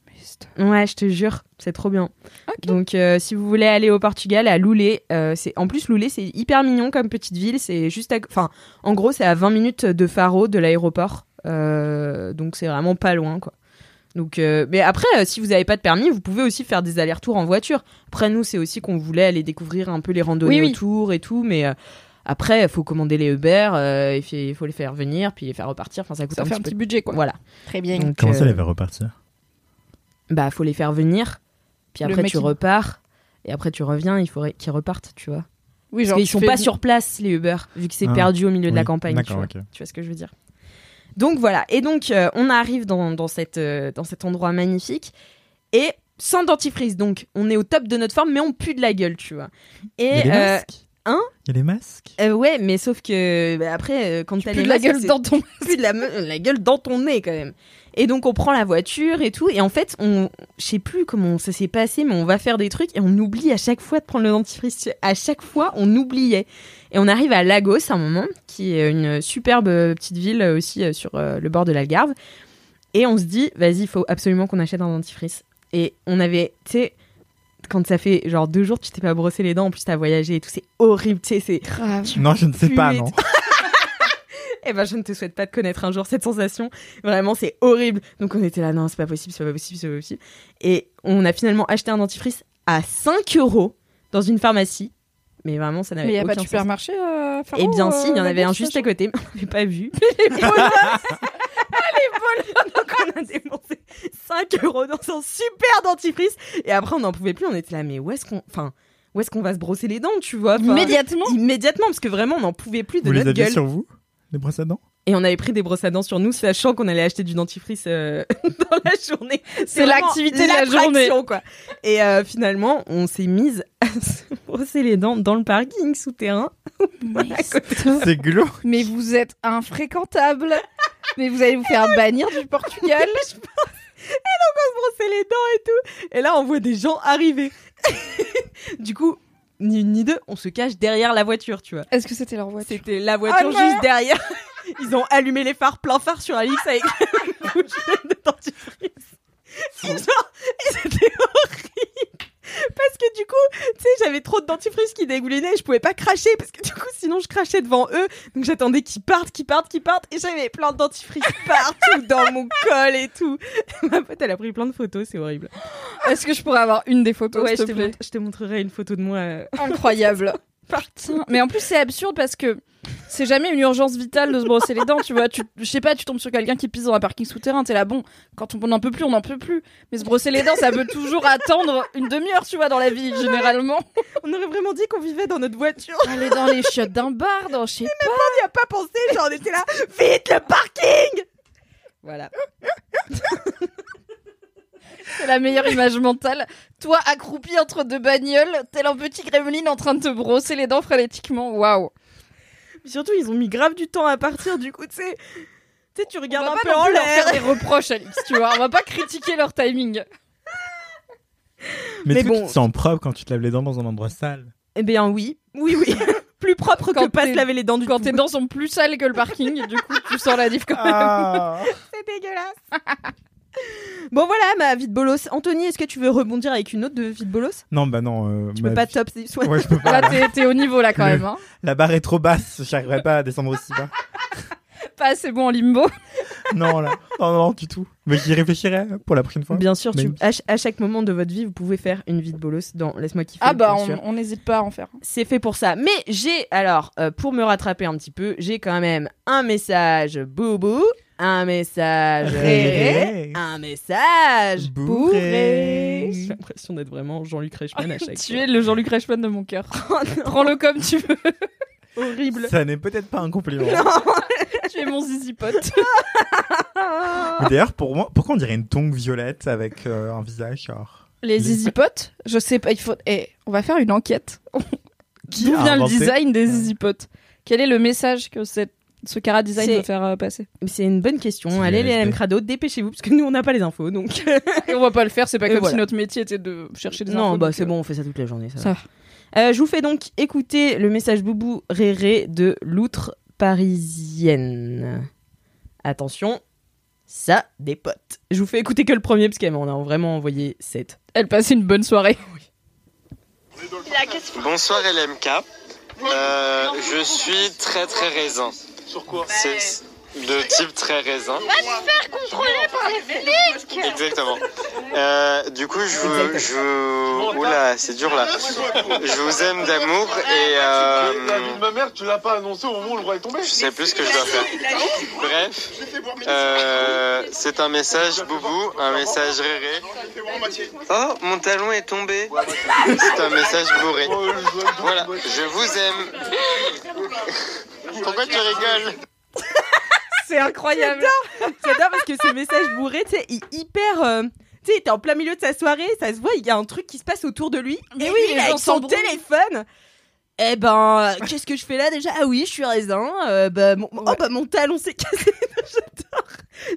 A: Mais stop.
B: Ouais, je te jure, c'est trop bien.
A: Ok.
B: Donc, euh, si vous voulez aller au Portugal, à Loulé, euh, c'est en plus Loulé, c'est hyper mignon comme petite ville. C'est juste, à... enfin, en gros, c'est à 20 minutes de Faro, de l'aéroport. Euh, donc, c'est vraiment pas loin, quoi. Donc, euh, mais après, euh, si vous n'avez pas de permis, vous pouvez aussi faire des allers-retours en voiture. Après, nous, c'est aussi qu'on voulait aller découvrir un peu les randonnées
A: Oui, oui.
B: autour et tout, mais. euh, après, il faut commander les Uber, euh, il fait- il faut les faire venir, puis les faire repartir. Enfin, ça coûte
A: Ça
B: un,
A: fait
B: petit,
A: un petit
B: peu.
A: budget quoi. Mm.
B: Voilà.
A: Très bien.
B: Donc,
C: Comment
B: euh,
C: ça, elle va repartir
B: bah faut les faire venir puis
A: Le
B: après
A: mec,
B: tu
A: il-
B: repars et après tu reviens il faudrait qu'ils repartent tu vois
A: Oui,
B: parce qu'ils
A: tu
B: sont
A: fais-
B: pas sur place les Uber vu que c'est
C: Ah,
B: perdu au milieu de la
C: oui,
B: campagne tu
C: d'accord,
B: vois.
C: ok.
B: Tu vois ce que je veux dire donc voilà et donc euh, on arrive dans, dans cette euh, dans cet endroit magnifique et sans dentifrice donc on est au top de notre forme mais on pue de la gueule tu vois
C: Il y a
B: et
C: des
B: euh,
C: masques
B: hein
C: Il y a des masques
B: euh, ouais mais sauf que bah, après euh, quand t'as
A: plus
B: les
A: de la
B: masques,
A: gueule
B: c'est-
A: dans ton.
B: plus de la, me- la gueule dans ton nez quand même. Et donc on prend la voiture et tout, et en fait on, je sais plus comment ça s'est passé, mais on va faire des trucs et on oublie à chaque fois de prendre le dentifrice. À chaque fois on oubliait. Et on arrive à Lagos à un moment, qui est une superbe petite ville euh, aussi euh, sur euh, le bord de l'Algarve, et on se dit vas-y il faut absolument qu'on achète un dentifrice. Et on avait, tu sais, quand ça fait genre deux jours que tu t'es pas brossé les dents, en plus t'as voyagé et tout, c'est horrible, tu sais, c'est
A: Grave.
C: Non, je ne sais pas,
B: puer,
C: non.
B: eh ben, je ne te souhaite pas de connaître un jour cette sensation. Vraiment, c'est horrible. Donc, on était là, non, c'est pas possible, c'est pas possible, c'est pas possible. Et on a finalement acheté un dentifrice à 5 euros dans une pharmacie. Mais vraiment, ça n'avait
A: Mais il y a
B: aucun
A: pas de
B: sens.
A: supermarché à Faro,
B: Eh bien, si, il y en
A: euh,
B: avait un
A: là-bas,
B: juste
A: ça,
B: à côté, mais on n'avait pas vu. Donc, on a dépensé 5 euros dans un super dentifrice. Et après, on n'en pouvait plus. On était là, mais où est-ce qu'on. Enfin, où est-ce qu'on va se brosser les dents, tu vois
A: je-
B: Enfin,
A: Immédiatement.
B: Immédiatement, parce que vraiment, on n'en pouvait plus de
C: Vous les
B: notre
C: aviez
B: gueule.
C: sur vous Les brosses à dents
B: Et on avait pris des brosses à dents sur nous, sachant qu'on allait acheter du dentifrice euh, dans la journée.
A: C'est
B: vraiment
A: l'activité de la
B: l'attraction,
A: journée.
B: quoi. Et euh, finalement, on s'est mise à se brosser les dents dans le parking souterrain.
A: Mais
C: C'est glauque.
A: Mais vous êtes infréquentable. Mais vous allez vous faire bannir du Portugal.
B: se brosser les dents et tout. Et là, on voit des gens arriver. du coup, ni une ni deux, on se cache derrière la voiture, tu vois.
A: Est-ce que c'était leur voiture
B: C'était la voiture
A: Oh non
B: juste derrière. Ils ont allumé les phares, plein phare sur Alix avec la bouche de dentifrice. Et genre, et c'était horrible. Parce que du coup, tu sais, j'avais trop de dentifrice qui dégoulinait et je pouvais pas cracher parce que du coup, sinon je crachais devant eux. Donc j'attendais qu'ils partent, qu'ils partent, qu'ils partent et j'avais plein de dentifrice partout dans mon col et tout. Ma pote, elle a pris plein de photos, c'est horrible.
A: Est-ce que je pourrais avoir une des photos,
B: Ouais, je
A: s'il
B: te,
A: te plaît
B: montre- je te montrerai une photo de moi. euh,
A: Incroyable. Putain. Mais en plus, c'est absurde parce que c'est jamais une urgence vitale de se brosser les dents, tu vois. Tu, je sais pas, tu tombes sur quelqu'un qui pisse dans un parking souterrain, t'es là, bon, quand on n'en peut plus, on n'en peut plus. Mais se brosser les dents, ça peut toujours attendre une demi-heure, tu vois, dans la vie, généralement.
B: On aurait vraiment dit qu'on vivait dans notre voiture.
A: Aller dans les chiottes d'un bar, dans je sais pas.
B: On n'y a pas pensé. Genre, on était là. Vite, le parking Voilà.
A: C'est la meilleure image mentale. Toi, accroupi entre deux bagnoles, tel un petit gremlin en train de te brosser les dents frénétiquement. Waouh.
B: Mais surtout, ils ont mis grave du temps à partir. Du coup, tu sais, tu sais, tu
A: On
B: regardes
A: va
B: un
A: pas
B: peu
A: non
B: en
A: plus leur
B: l'air.
A: faire des reproches, Alix, tu vois. On va pas critiquer leur timing.
B: Mais
C: Mais, est-ce que
B: bon.
C: tu te sens propre quand tu te laves les dents dans un endroit sale.
B: Eh bien, oui. Oui, oui. Plus propre
A: Quand
B: que pas
A: t'es-
B: se laver les dents du
A: Quand
B: tout.
A: tes dents sont plus sales que le parking, du coup, tu sens la diff quand même.
B: C'est dégueulasse. bon, voilà ma vie de bolos. Anthony, est-ce que tu veux rebondir avec une autre de vie de bolos
C: non, bah non. euh,
B: Tu
C: ma
B: peux pas
C: vie-
B: top. c'est- soit-
C: Ouais, je peux pas.
A: Là, t'es- t'es au niveau, là, quand
C: Le-
A: même. hein.
C: La barre est trop basse, j'arriverai pas à descendre aussi bas.
A: Pas assez bon en limbo.
C: Non, là. Non, non, du tout. Mais j'y réfléchirai pour la prochaine fois.
B: Bien sûr, tu-
C: Mais-
B: à, ch- à chaque moment de votre vie, vous pouvez faire une vie de bolos dans Laisse-moi kiffer.
A: Ah bah,
B: bien
A: on
B: sûr.
A: on n'hésite pas à en faire.
B: C'est fait pour ça. Mais j'ai, alors, euh, pour me rattraper un petit peu, j'ai quand même un message boubou, un message réré,
C: Réré.
B: un message
C: Bourré.
B: bourré. J'ai l'impression d'être vraiment Jean-Luc Reichmann à chaque
A: Tu es le Jean-Luc Reichmann de mon cœur. Prends-le comme tu veux.
B: horrible.
C: Ça n'est peut-être pas un compliment.
A: tu es mon zizi pote.
C: Mais D'ailleurs, pour moi, pourquoi on dirait une tongue violette avec euh, un visage genre
A: Les zizi potes, je sais pas, il faut. Eh, on va faire une enquête. D'où
C: a
A: vient le
C: inventé
A: design des zizi potes Quel est le message que cette- ce cara design
B: C'est-
A: veut faire euh, passer
B: Mais C'est une bonne question.
C: C'est
B: Allez,
C: du
B: les
C: LSD.
B: LM Crado, dépêchez-vous, parce que nous, on n'a pas les infos. Donc,
A: Et on va pas le faire, c'est pas
B: Et
A: comme si
B: voilà.
A: notre métier était de chercher des infos,
B: non, bah
A: donc,
B: c'est
A: euh,
B: bon, on fait ça toute la journée. Ça va.
A: Ça va.
B: Euh, je vous fais donc écouter le message boubou réré de l'outre parisienne. Attention, ça dépote. Je vous fais écouter que le premier parce qu'elle m'en a vraiment envoyé 7.
A: Elle passe une bonne soirée.
D: Bonsoir LMK. Euh, je suis très très raisin. Sur quoi C'est de type très raisin. Exactement. Euh, du coup, je vous. Je... vous-
E: bah,
D: Oula, c'est dur là. Je vous aime d'amour et. euh,
E: Mais La vie de ma mère, tu l'as pas annoncé au moment où le roi est tombé.
D: je sais plus ce que je dois faire. Bref, euh, c'est un message boubou, un message réré. Oh, mon talon est tombé. C'est un message bourré. Voilà, je vous aime. Pourquoi tu rigoles
A: C'est incroyable.
B: J'adore parce que ce message bourré, tu sais, il est hyper. euh, Tu sais, il est en plein milieu de sa soirée, ça se voit, il y a un truc qui se passe autour de lui.
A: Mais
B: et
A: oui,
B: oui,
A: les
B: il est
A: gens
B: avec son
A: s'embrouillent.
B: téléphone. Eh ben, euh, qu'est-ce que je fais là déjà Ah oui, je suis raisin. euh, bah, mon, oh,
A: Ouais.
B: bah, mon talon s'est cassé. J'adore.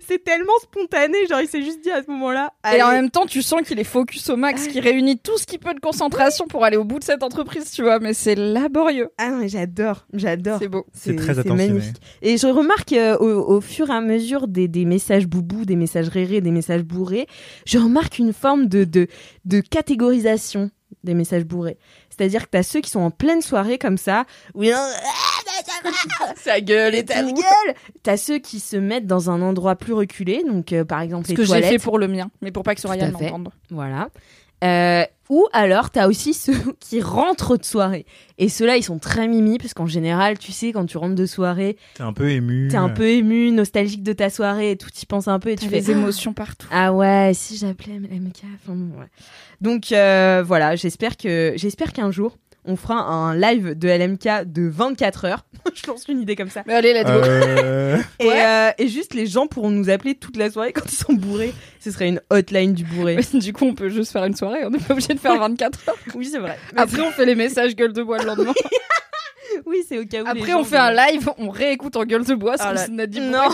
B: C'est tellement spontané, genre, il s'est juste dit à ce moment-là.
A: Et en
B: allez,
A: même temps, tu sens qu'il est focus au max, qu'il réunit tout ce qu'il peut de concentration pour aller au bout de cette entreprise, tu vois. Mais c'est laborieux.
B: Ah non, mais j'adore, j'adore.
A: C'est beau.
C: C'est très attentionné.
B: magnifique. Et je remarque euh, au, au fur et à mesure des, des messages boubou, des messages rérés, des messages bourrés, je remarque une forme de, de, de catégorisation des messages bourrés. C'est-à-dire que t'as ceux qui sont en pleine soirée comme ça, où ils ont, Ah, bah, ça va
A: Sa gueule
B: Et ta gueule T'as ceux qui se mettent dans un endroit plus reculé, donc euh, par exemple
A: Ce
B: les
A: que j'ai
B: toilettes.
A: fait pour le mien, mais pour pas que
B: Tout
A: Soraya
B: à fait.
A: l'entende.
B: Voilà. Euh, ou alors, t'as aussi ceux qui rentrent de soirée. Et ceux-là, ils sont très mimi, parce qu'en général, tu sais, quand tu rentres de soirée,
C: T'es un peu ému.
B: t'es un peu ému, nostalgique de ta soirée, et tout, t'y penses un peu, et
A: T'as
B: tu fais...
A: les émotions partout.
B: Ah ouais, si j'appelais MK, enfin bon, ouais. Donc euh, voilà, j'espère que j'espère qu'un jour on fera un live de LMK de 24 heures. Je lance une idée comme ça.
A: Mais allez, let's go.
C: Euh,
B: Et, euh, et juste les gens pourront nous appeler toute la soirée quand ils sont bourrés. Ce serait une hotline du bourré.
A: Mais Du coup, on peut juste faire une soirée, on n'est pas obligé de faire 24 heures.
B: oui, c'est vrai. Mais
A: Après, on fait les messages gueule de bois le lendemain.
B: c'est- oui, c'est au cas où. les
A: Après,
B: gens
A: on fait un
B: vont-
A: live, on réécoute en gueule de bois ce
B: Ah
A: qu'on
B: là.
A: s'en a dit. pour-
B: Non,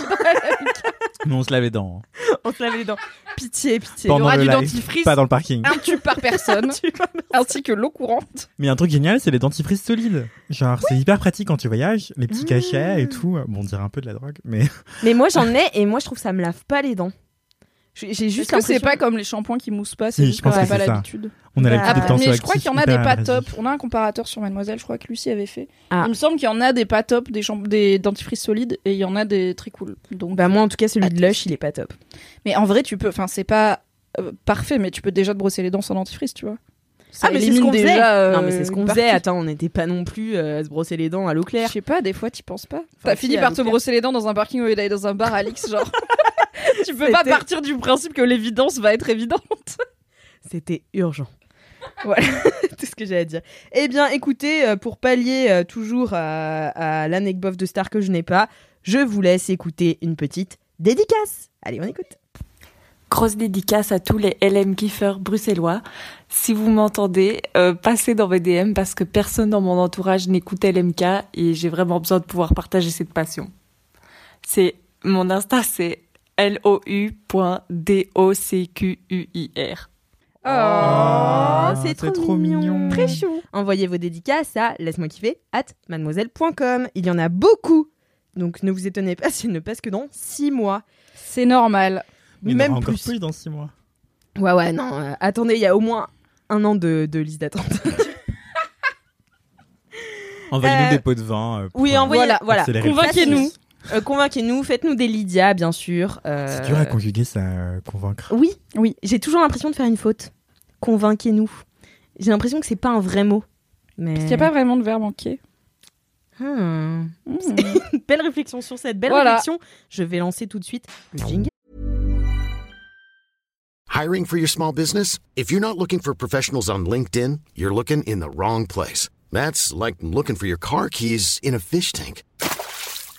C: mais on se lave les dents.
B: on se lave les dents. Pitié, pitié.
A: Il y
C: Pendant
A: aura
C: le
A: du
C: live,
A: dentifrice,
C: Pas dans le parking.
A: un tube par personne,
B: Tu vois,
A: ainsi que l'eau courante.
C: Mais un truc génial, c'est les dentifrices solides. Genre, c'est hyper pratique quand tu voyages, les petits cachets et tout. Bon, on dirait un peu de la drogue, mais
B: Mais moi j'en ai et moi je trouve que ça me lave pas les dents. J'ai j'ai
A: Juste
B: juste
A: que c'est
B: l'impression.
A: pas comme les shampoings qui moussent pas, c'est
C: Si,
A: juste
C: je pense
A: qu'on n'a
C: que
A: pas
C: c'est ça.
A: l'habitude.
C: on a
B: Bah,
C: l'habitude
B: Hyper
A: Ah, Mais je crois qu'il y en a des pas top. On a un comparateur sur Mademoiselle, je crois que Lucie avait fait.
B: Ah.
A: Il me semble qu'il y en a des pas top, des, champ- des dentifrices solides et il y en a des très cool. Donc,
B: Bah moi en tout cas celui de Lush il est pas top.
A: mais en vrai, tu peux. Enfin, c'est pas euh, parfait, mais tu peux déjà te brosser les dents sans dentifrice, tu vois.
B: Ah,
A: ça
B: mais c'est ce
A: élimine
B: qu'on faisait.
A: déjà, euh,
B: non, mais c'est ce qu'on
A: une
B: faisait.
A: partie.
B: Attends, on n'était pas non plus euh, à se brosser les dents à l'eau
A: Je
B: claire.
A: sais pas, des fois t'y penses pas. T'as
B: si,
A: fini
B: à
A: par
B: l'eau
A: te
B: claire.
A: brosser les dents dans un parking au lieu d'aller dans un bar, Alix, genre. tu peux pas
B: C'était-
A: partir du principe que l'évidence va être évidente.
B: C'était urgent. Voilà, tout ce que j'ai à dire. Eh bien, écoutez, euh, pour pallier euh, toujours à, à l'anecdote de star que je n'ai pas, je vous laisse écouter une petite dédicace. Allez, on écoute.
F: Grosse dédicace à tous les LM kiffeurs bruxellois. Si vous m'entendez, euh, passez dans mes DM parce que personne dans mon entourage n'écoute LMK et j'ai vraiment besoin de pouvoir partager cette passion. C'est mon Insta, c'est lou.docqir.
B: Oh,
C: c'est trop mignon.
B: Très chou. Envoyez vos dédicaces à laisse-moi kiffer at mademoiselle.com. Il y en a beaucoup. Donc ne vous étonnez pas si elles ne passent que dans 6 mois.
A: C'est normal.
C: Mais il y en
B: même
C: aura encore
B: plus.
C: plus dans 6 mois.
B: Ouais, ouais, non. euh, attendez, il y a au moins un an de, de liste d'attente.
C: Envoyez-nous
B: Euh,
C: des pots de vin. euh, pour,
B: Oui,
C: euh,
B: envoyez. Voilà, voilà.
C: accélérer le
B: Convainquez-nous.
C: processus.
B: Euh, Convainquez-nous. Faites-nous des Lydia, bien sûr. euh,
C: C'est dur à conjuguer ça, euh, convaincre.
B: Oui, oui. J'ai toujours l'impression de faire une faute. Convainquez-nous. J'ai l'impression que c'est pas un vrai mot. Mais.
A: Parce qu'il y a pas vraiment de verbe manqué.
B: Hmm. Belle réflexion sur cette belle
A: Voilà.
B: réflexion. Je vais lancer tout de suite le jingle.
G: Hiring for your small business? If you're not looking for professionals on LinkedIn, you're looking in the wrong place. That's like looking for your car keys in a fish tank.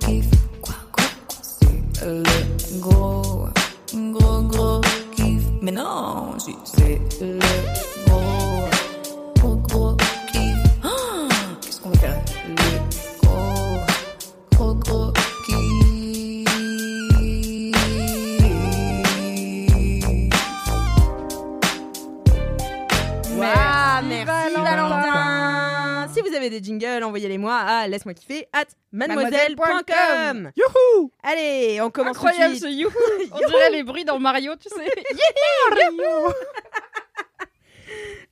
H: kiff. Quoi, quoi, quoi. C'est les gros, gros, gros kiff. Mais non, je- c'est les gros, gros, gros kiff. Ah, Qu'est-ce qu'on va faire? Les gros, gros, gros kiff.
B: Waouh, merci, Valentin. Si vous avez des jingles, envoyez-les-moi à laisse-moi kiffer at mademoiselle.com.
C: Youhou
B: Allez, on commence tout de
A: Incroyable
B: suite.
A: ce youhou On dirait les bruits dans Mario, tu sais.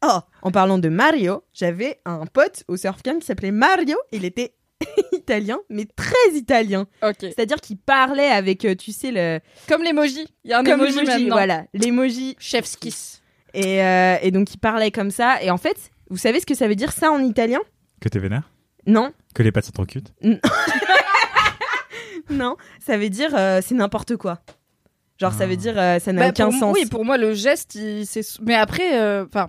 B: Oh, en parlant de Mario, j'avais un pote au surfcamp qui s'appelait Mario. Il était italien, mais très italien.
A: ok.
B: C'est-à-dire qu'il parlait avec, euh, tu sais, le
A: Comme l'emoji. Il y a un
B: comme
A: emoji,
B: l'emoji,
A: maintenant.
B: voilà, l'emoji.
A: Chef's kiss.
B: Et, euh, et donc il parlait comme ça. Et en fait, vous savez ce que ça veut dire ça en italien
C: Que t'es vénère
B: Non,
C: Que les pattes sont trop cutes
B: non, ça veut dire euh, c'est n'importe quoi. Genre ça
C: Ah.
B: veut dire euh, ça n'a
A: Bah,
B: aucun
A: pour-
B: sens.
A: Oui, pour moi, le geste, il, c'est... Mais après, euh, enfin,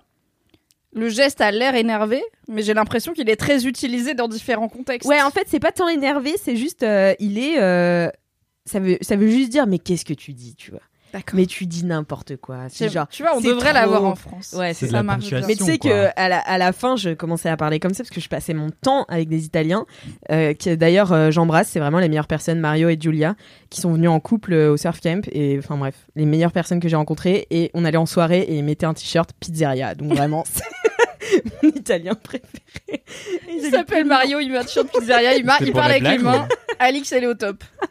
A: le geste a l'air énervé, mais j'ai l'impression qu'il est très utilisé dans différents contextes.
B: Ouais, en fait, c'est pas tant énervé, c'est juste euh, il est euh, ça veut ça veut juste dire mais qu'est-ce que tu dis, tu vois
A: D'accord.
B: Mais tu dis n'importe quoi, c'est
A: C'est-
B: genre
A: tu vois, on
B: c'est
A: devrait
B: trop-
A: l'avoir en France.
B: Ouais, c'est
C: de
A: ça
C: la
A: marche bien.
C: ponctuation.
B: Mais tu sais
C: quoi.
B: que à la, à la fin, je commençais à parler comme ça parce que je passais mon temps avec des Italiens. euh, qui D'ailleurs, euh, j'embrasse, c'est vraiment les meilleures personnes, Mario et Giulia, qui sont venus en couple euh, au surf camp. Et enfin bref, les meilleures personnes que j'ai rencontrées. Et on allait en soirée et ils mettaient un t-shirt pizzeria. Donc vraiment, c'est mon Italien préféré. Et
A: Il
B: j'ai
A: s'appelle Mario, il met un t-shirt pizzeria, il, mar-
C: C'était
A: il
C: pour
A: parle
C: la
A: avec les
C: blague,
A: mains. Alix, elle est au top.
B: vu-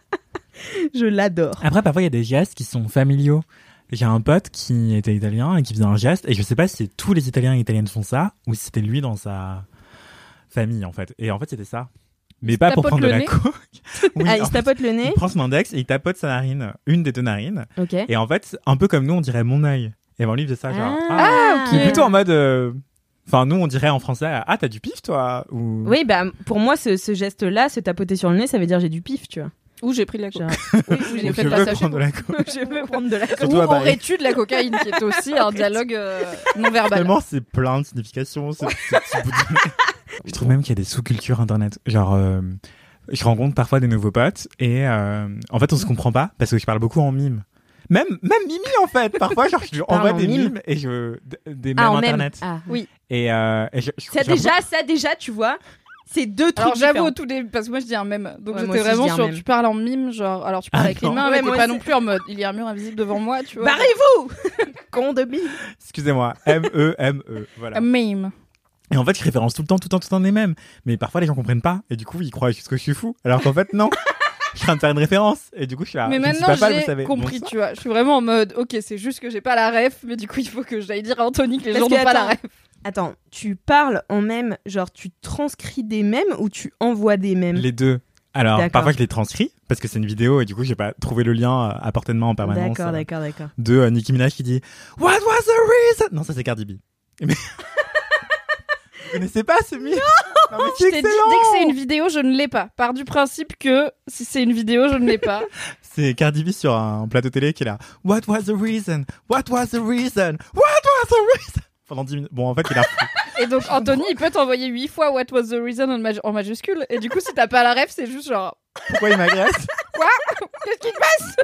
B: Je l'adore.
C: Après, parfois, il y a des gestes qui sont familiaux. J'ai un pote qui était italien et qui faisait un geste, et je sais pas si tous les Italiens et Italiennes font ça, ou si c'était lui dans sa famille, en fait. Et en fait, c'était ça. Mais pas pour
A: tapote
C: prendre de
A: le
C: la
A: nez
C: coke. Oui,
B: Ah, il
C: en
B: se
C: fait,
B: tapote le nez.
C: il prend son index et il tapote sa narine, une des deux narines.
B: Ok.
C: Et en fait, c'est un peu comme nous, on dirait mon œil. Et avant, lui, il faisait ça, genre. Ah,
B: Ah,
C: Mais plutôt en mode. euh, Enfin, nous, on dirait en français, ah, t'as du pif, toi ou...
B: Oui, bah pour moi, ce, ce geste-là, se tapoter sur le nez, ça veut dire j'ai du pif, tu vois.
A: Ou j'ai pris de la
B: Genre,
A: cocaïne.
C: Ou
A: j'ai
C: je
A: fait
C: veux
A: pas ça chez
C: prendre de
A: moi.
C: la coke.
B: je veux prendre de la
C: Surtout
A: Ou
C: à Paris.
A: aurais-tu de la cocaïne, qui est aussi un dialogue euh, non
B: Bah,
A: verbal.
C: Vraiment, c'est plein de significations. ce- ce petit bout de- je trouve même qu'il y a des sous-cultures internet. Genre, euh, je rencontre parfois des nouveaux potes et euh, en fait, on se comprend pas parce que je parle beaucoup en mime. Même, même Mimi en fait. Parfois, genre, je envoie
B: en
C: des
B: mime
C: mimes et je d- des mèmes
B: Ah, on aime.
C: internet.
B: Ah.
C: Et, euh, et je- je-
B: Ça
C: j'ai l'impression-
B: déjà, ça déjà, tu vois, c'est deux trucs
A: Alors j'avoue
B: différents.
A: au tout début, parce que moi je dis un mème. Donc
B: Ouais, moi
A: j'étais
B: aussi, je
A: vraiment
B: dis un
A: sur
B: mème.
A: tu parles en mime, genre alors tu parles
C: Ah,
A: avec les
C: non.
B: Ouais,
A: mains, mais
B: moi
A: t'es pas
B: aussi. Bah,
A: non plus en mode il y a un mur invisible devant moi, tu vois.
B: Barrez-vous Con de bille.
C: Excusez-moi. M E M E. Voilà.
A: Un mime.
C: Et en fait, je référence tout le temps, tout le temps, tout le temps les mêmes. Mais parfois, les gens comprennent pas. Et du coup, ils croient juste que je suis fou. Alors qu'en fait, non. je suis en train de faire une référence. Et du coup, je
B: Ah,
C: suis là.
A: Mais
C: je ne suis
A: maintenant,
C: pas pâle, vous
A: j'ai
C: savez.
A: compris,
C: Bonsoir.
A: tu vois. Je suis vraiment en mode, ok, c'est juste que j'ai pas la ref, mais du coup, il faut que j'aille dire à Anthony que les
B: Parce
A: gens
B: que,
A: n'ont pas la
B: attends,
A: ref.
B: Attends, tu parles en même, genre tu transcris des mèmes ou tu envoies des mèmes
C: Les deux. Alors,
B: D'accord.
C: parfois, je les transcris parce que c'est une vidéo. Et du coup, j'ai pas trouvé le lien euh, à portée de main en permanence.
B: D'accord,
C: euh,
B: d'accord, d'accord.
C: De euh, Nicki Minaj qui dit What was the reason? Non, ça, c'est Cardi B. Mais- Vous connaissez pas ce mythe? Non, mais
A: Je
C: c'est
A: t'ai dit, dès
C: excellent!
A: que c'est une vidéo, je ne l'ai pas. Par du principe que si c'est une vidéo, je ne l'ai pas.
C: C'est Cardi B sur un plateau télé qui est là. What was the reason? What was the reason? What was the reason? Pendant 10 minutes. Bon, en fait, il a.
A: Et donc, Anthony, il peut t'envoyer huit fois What was the reason en, maj- en majuscule. Et du coup, si t'as pas la ref, c'est juste genre,
C: Pourquoi il m'agresse?
A: qu'est-ce qui te passe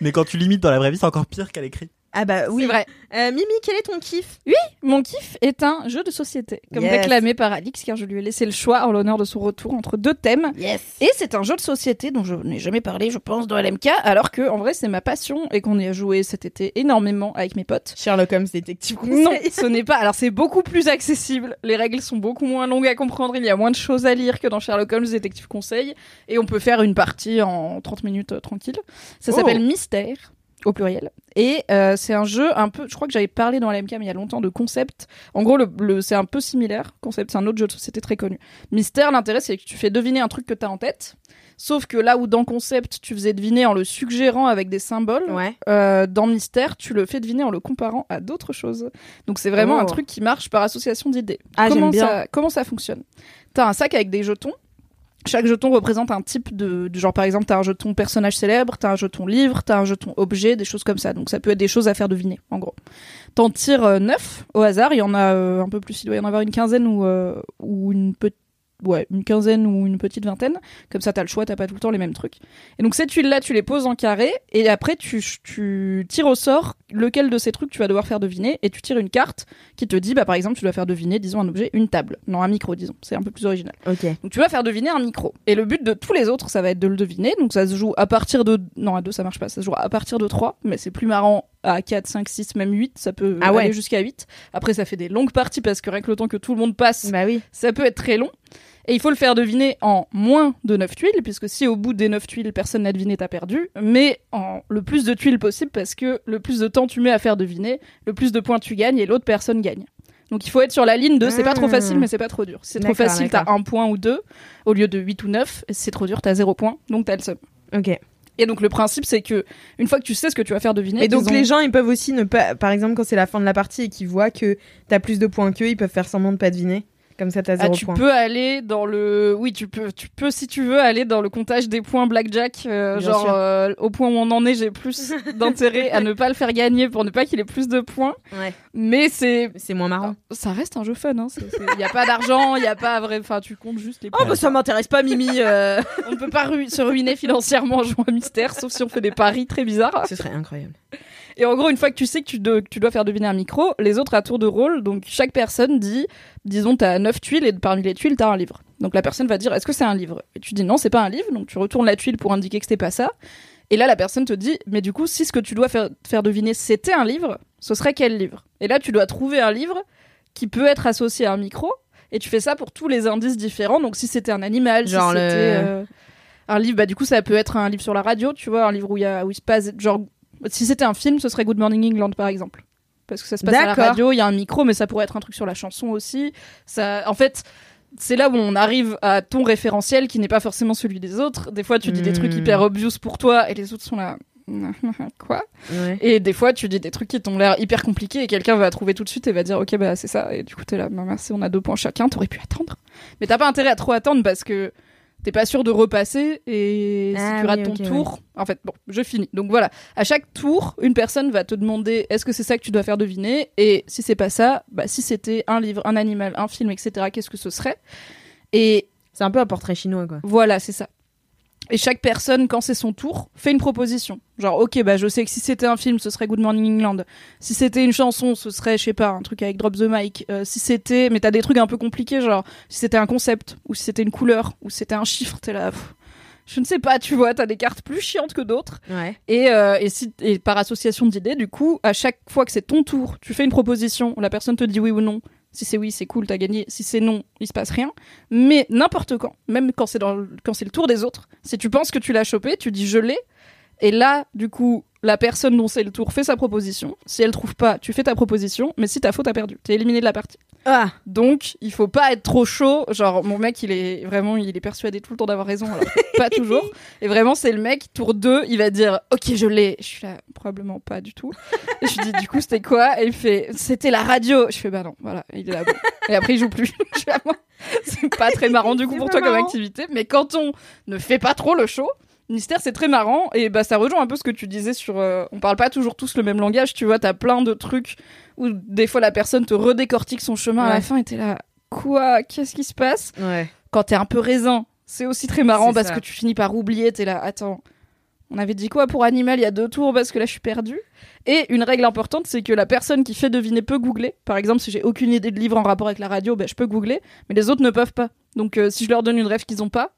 C: Mais quand tu limites dans la vraie vie, c'est encore pire qu'à l'écrit.
B: Ah bah oui.
A: C'est vrai.
B: Euh, Mimi, quel est ton kiff
A: Mon kiff est un jeu de société, comme
B: Yes.
A: réclamé par Alix, car je lui ai laissé le choix en l'honneur de son retour entre deux thèmes.
B: Yes.
A: Et c'est un jeu de société dont je n'ai jamais parlé, je pense, dans LMK, alors que en vrai, c'est ma passion et qu'on y a joué cet été énormément avec mes potes.
B: Sherlock Holmes, détective
A: Non,
B: conseil.
A: ce n'est pas. Alors, c'est beaucoup plus accessible. Les règles sont beaucoup moins longues à comprendre. Il y a moins de choses à lire que dans Sherlock Holmes Détective Conseil. Et on peut faire une partie en 30 minutes euh, tranquille. Ça
B: Oh.
A: s'appelle Mystère, au pluriel. Et euh, c'est un jeu un peu. Je crois que j'avais parlé dans la MK, mais il y a longtemps, de concept. En gros, le, le- c'est un peu similaire. Concept, c'est un autre jeu de société très connu. Mystère, l'intérêt, c'est que tu fais deviner un truc que tu as en tête. Sauf que là où dans Concept, tu faisais deviner en le suggérant avec des symboles.
B: Ouais.
A: Euh, dans Mystère, tu le fais deviner en le comparant à d'autres choses. Donc c'est vraiment
B: Oh.
A: un truc qui marche par association d'idées.
B: Ah, j'aime
A: comment,
B: bien.
A: ça, comment ça fonctionne T'as un sac avec des jetons. Chaque jeton représente un type de, de genre par exemple t'as un jeton personnage célèbre, t'as un jeton livre, t'as un jeton objet, des choses comme ça. Donc ça peut être des choses à faire deviner en gros. T'en tires euh, neuf au hasard, il y en a euh, un peu plus, il doit y en avoir une quinzaine ou euh, ou une petite ouais une quinzaine ou une petite vingtaine. Comme ça t'as le choix, t'as pas tout le temps les mêmes trucs. Et donc ces tuiles-là, tu les poses en carré, et après tu, tu tires au sort lequel de ces trucs tu vas devoir faire deviner, et tu tires une carte qui te dit, bah par exemple, tu dois faire deviner, disons un objet, une table, non un micro, disons, c'est un peu plus original.
B: Ok.
A: Donc tu vas faire deviner un micro. Et le but de tous les autres, ça va être de le deviner. Donc ça se joue à partir de... Non, à deux, ça marche pas. Ça se joue à partir de 3. Mais c'est plus marrant à 4, 5, 6, même 8. Ça peut
B: Ah ouais.
A: aller jusqu'à 8. Après, ça fait des longues parties parce que rien que le temps que tout le monde passe,
B: Bah oui.
A: ça peut être très long. Et il faut le faire deviner en moins de 9 tuiles, puisque si au bout des 9 tuiles, personne n'a deviné, t'as perdu. Mais en le plus de tuiles possible, parce que le plus de temps tu mets à faire deviner, le plus de points tu gagnes et l'autre personne gagne. Donc il faut être sur la ligne de c'est pas trop
B: Mmh.
A: facile, mais c'est pas trop dur. Si c'est trop
B: D'accord,
A: facile, t'as
B: d'accord.
A: un point ou deux, au lieu de 8 ou 9. Et si c'est trop dur, t'as 0 point, donc t'as le seum.
B: Ok.
A: Et donc le principe, c'est que une fois que tu sais ce que tu vas faire deviner,
B: Et donc
A: disons-
B: les gens, ils peuvent aussi ne pas. Par exemple, quand c'est la fin de la partie et qu'ils voient que t'as plus de points qu'eux, ils peuvent faire semblant de pas deviner. Comme ça, t'as
A: Ah,
B: zéro
A: tu
B: point.
A: peux aller dans le. Oui, tu peux, tu peux, si tu veux, aller dans le comptage des points Blackjack. euh,
B: Bien
A: genre,
B: sûr.
A: euh, au point où on en est, j'ai plus d'intérêt à ne pas le faire gagner pour ne pas qu'il ait plus de points.
B: Ouais. Ah.
A: Mais c'est. ah,
B: C'est moins marrant.
A: Ça reste un jeu fun, hein. Il n'y a pas d'argent, il n'y a pas vrai. Enfin, tu comptes juste les points.
B: bah ça m'intéresse pas, Mimi. euh.
A: on ne peut pas ru- se ruiner financièrement en jouant à mystère, sauf si on fait des paris très bizarres.
B: Ce serait incroyable.
A: Et en gros, une fois que tu sais que tu, de- que tu dois faire deviner un micro, les autres à tour de rôle, donc chaque personne dit, disons, t'as neuf tuiles et parmi les tuiles, t'as un livre. Donc la personne va dire, est-ce que c'est un livre Et tu dis non, c'est pas un livre, donc tu retournes la tuile pour indiquer que c'était pas ça. Et là, la personne te dit, mais du coup, si ce que tu dois faire, faire deviner c'était un livre, ce serait quel livre Et là, tu dois trouver un livre qui peut être associé à un micro, et tu fais ça pour tous les indices différents. Donc si c'était un animal,
B: Genre
A: si
B: le-
A: c'était euh, un livre, bah du coup, ça peut être un livre sur la radio, tu vois, un livre où il y a- où il se passe, genre si c'était un film, ce serait Good Morning England, par exemple. Parce que ça se passe à la
B: D'accord.
A: radio, il y a un micro, mais ça pourrait être un truc sur la chanson aussi. Ça, en fait, c'est là où on arrive à ton référentiel qui n'est pas forcément celui des autres. Des fois, tu dis des
B: Hmm.
A: trucs hyper obvious pour toi et les autres sont là. Quoi
B: Ouais.
A: Et des fois, tu dis des trucs qui t'ont l'air hyper compliqués et quelqu'un va trouver tout de suite et va dire Ok, bah c'est ça. Et du coup, t'es là, bah, merci, on a deux points chacun, t'aurais pu attendre. Mais t'as pas intérêt à trop attendre parce que t'es pas sûr de repasser et si
B: Ah
A: tu rates
B: oui,
A: ton
B: ok, ouais.
A: tour, en fait, bon, je finis. Donc voilà, à chaque tour, une personne va te demander Est-ce que c'est ça que tu dois faire deviner Et si c'est pas ça, bah si c'était un livre, un animal, un film, etc., qu'est-ce que ce serait Et
B: C'est un peu un portrait chinois, quoi.
A: voilà, c'est ça. Et chaque personne, quand c'est son tour, fait une proposition. Genre, ok, bah je sais que si c'était un film, ce serait Good Morning England. Si c'était une chanson, ce serait, je sais pas, un truc avec Drop the Mic. Euh, si c'était, mais t'as des trucs un peu compliqués, genre si c'était un concept, ou si c'était une couleur, ou si c'était un chiffre, t'es là. pff, je ne sais pas, tu vois, t'as des cartes plus chiantes que d'autres.
B: Ouais.
A: Et, euh, et, si, et par association d'idées, du coup, à chaque fois que c'est ton tour, tu fais une proposition, la personne te dit oui ou non. Si c'est oui, c'est cool, t'as gagné. Si c'est non, il se passe rien. Mais n'importe quand, même quand c'est dans le- quand c'est le tour des autres, si tu penses que tu l'as chopé, tu dis je l'ai. Et là, du coup, la personne dont c'est le tour fait sa proposition. Si elle trouve pas, tu fais ta proposition. Mais si t'as faux, t'as perdu. T'es éliminé de la partie.
B: Ah.
A: Donc, il faut pas être trop chaud. Genre, mon mec, il est vraiment, il est persuadé tout le temps d'avoir raison. Alors, que pas toujours. Et vraiment, c'est le mec, tour 2, il va dire Ok, je l'ai. Je suis là, probablement pas du tout. Et je lui dis Du coup, c'était quoi Et il fait C'était la radio. Je fais Bah non, voilà, il est là. bon. Et après, il joue plus. Je suis là, Bon, c'est pas très marrant du coup
B: C'est
A: pour
B: pas
A: toi comme
B: marrant.
A: activité. Mais quand on ne fait pas trop le show. Mystère, c'est très marrant et bah ça rejoint un peu ce que tu disais sur. euh, on parle pas toujours tous le même langage, tu vois. T'as plein de trucs où des fois la personne te redécortique son chemin à la
B: Ouais.
A: fin et t'es là, quoi Qu'est-ce qui se passe
B: Ouais.
A: Quand t'es un peu raisin, c'est aussi très marrant
B: C'est
A: parce
B: ça.
A: que tu finis par oublier, t'es là, attends. On avait dit quoi pour animal il y a deux tours parce que là je suis perdue. Et une règle importante, c'est que la personne qui fait deviner peut googler. Par exemple, si j'ai aucune idée de livre en rapport avec la radio, ben, je peux googler, mais les autres ne peuvent pas. Donc euh, si je leur donne une rêve qu'ils n'ont pas,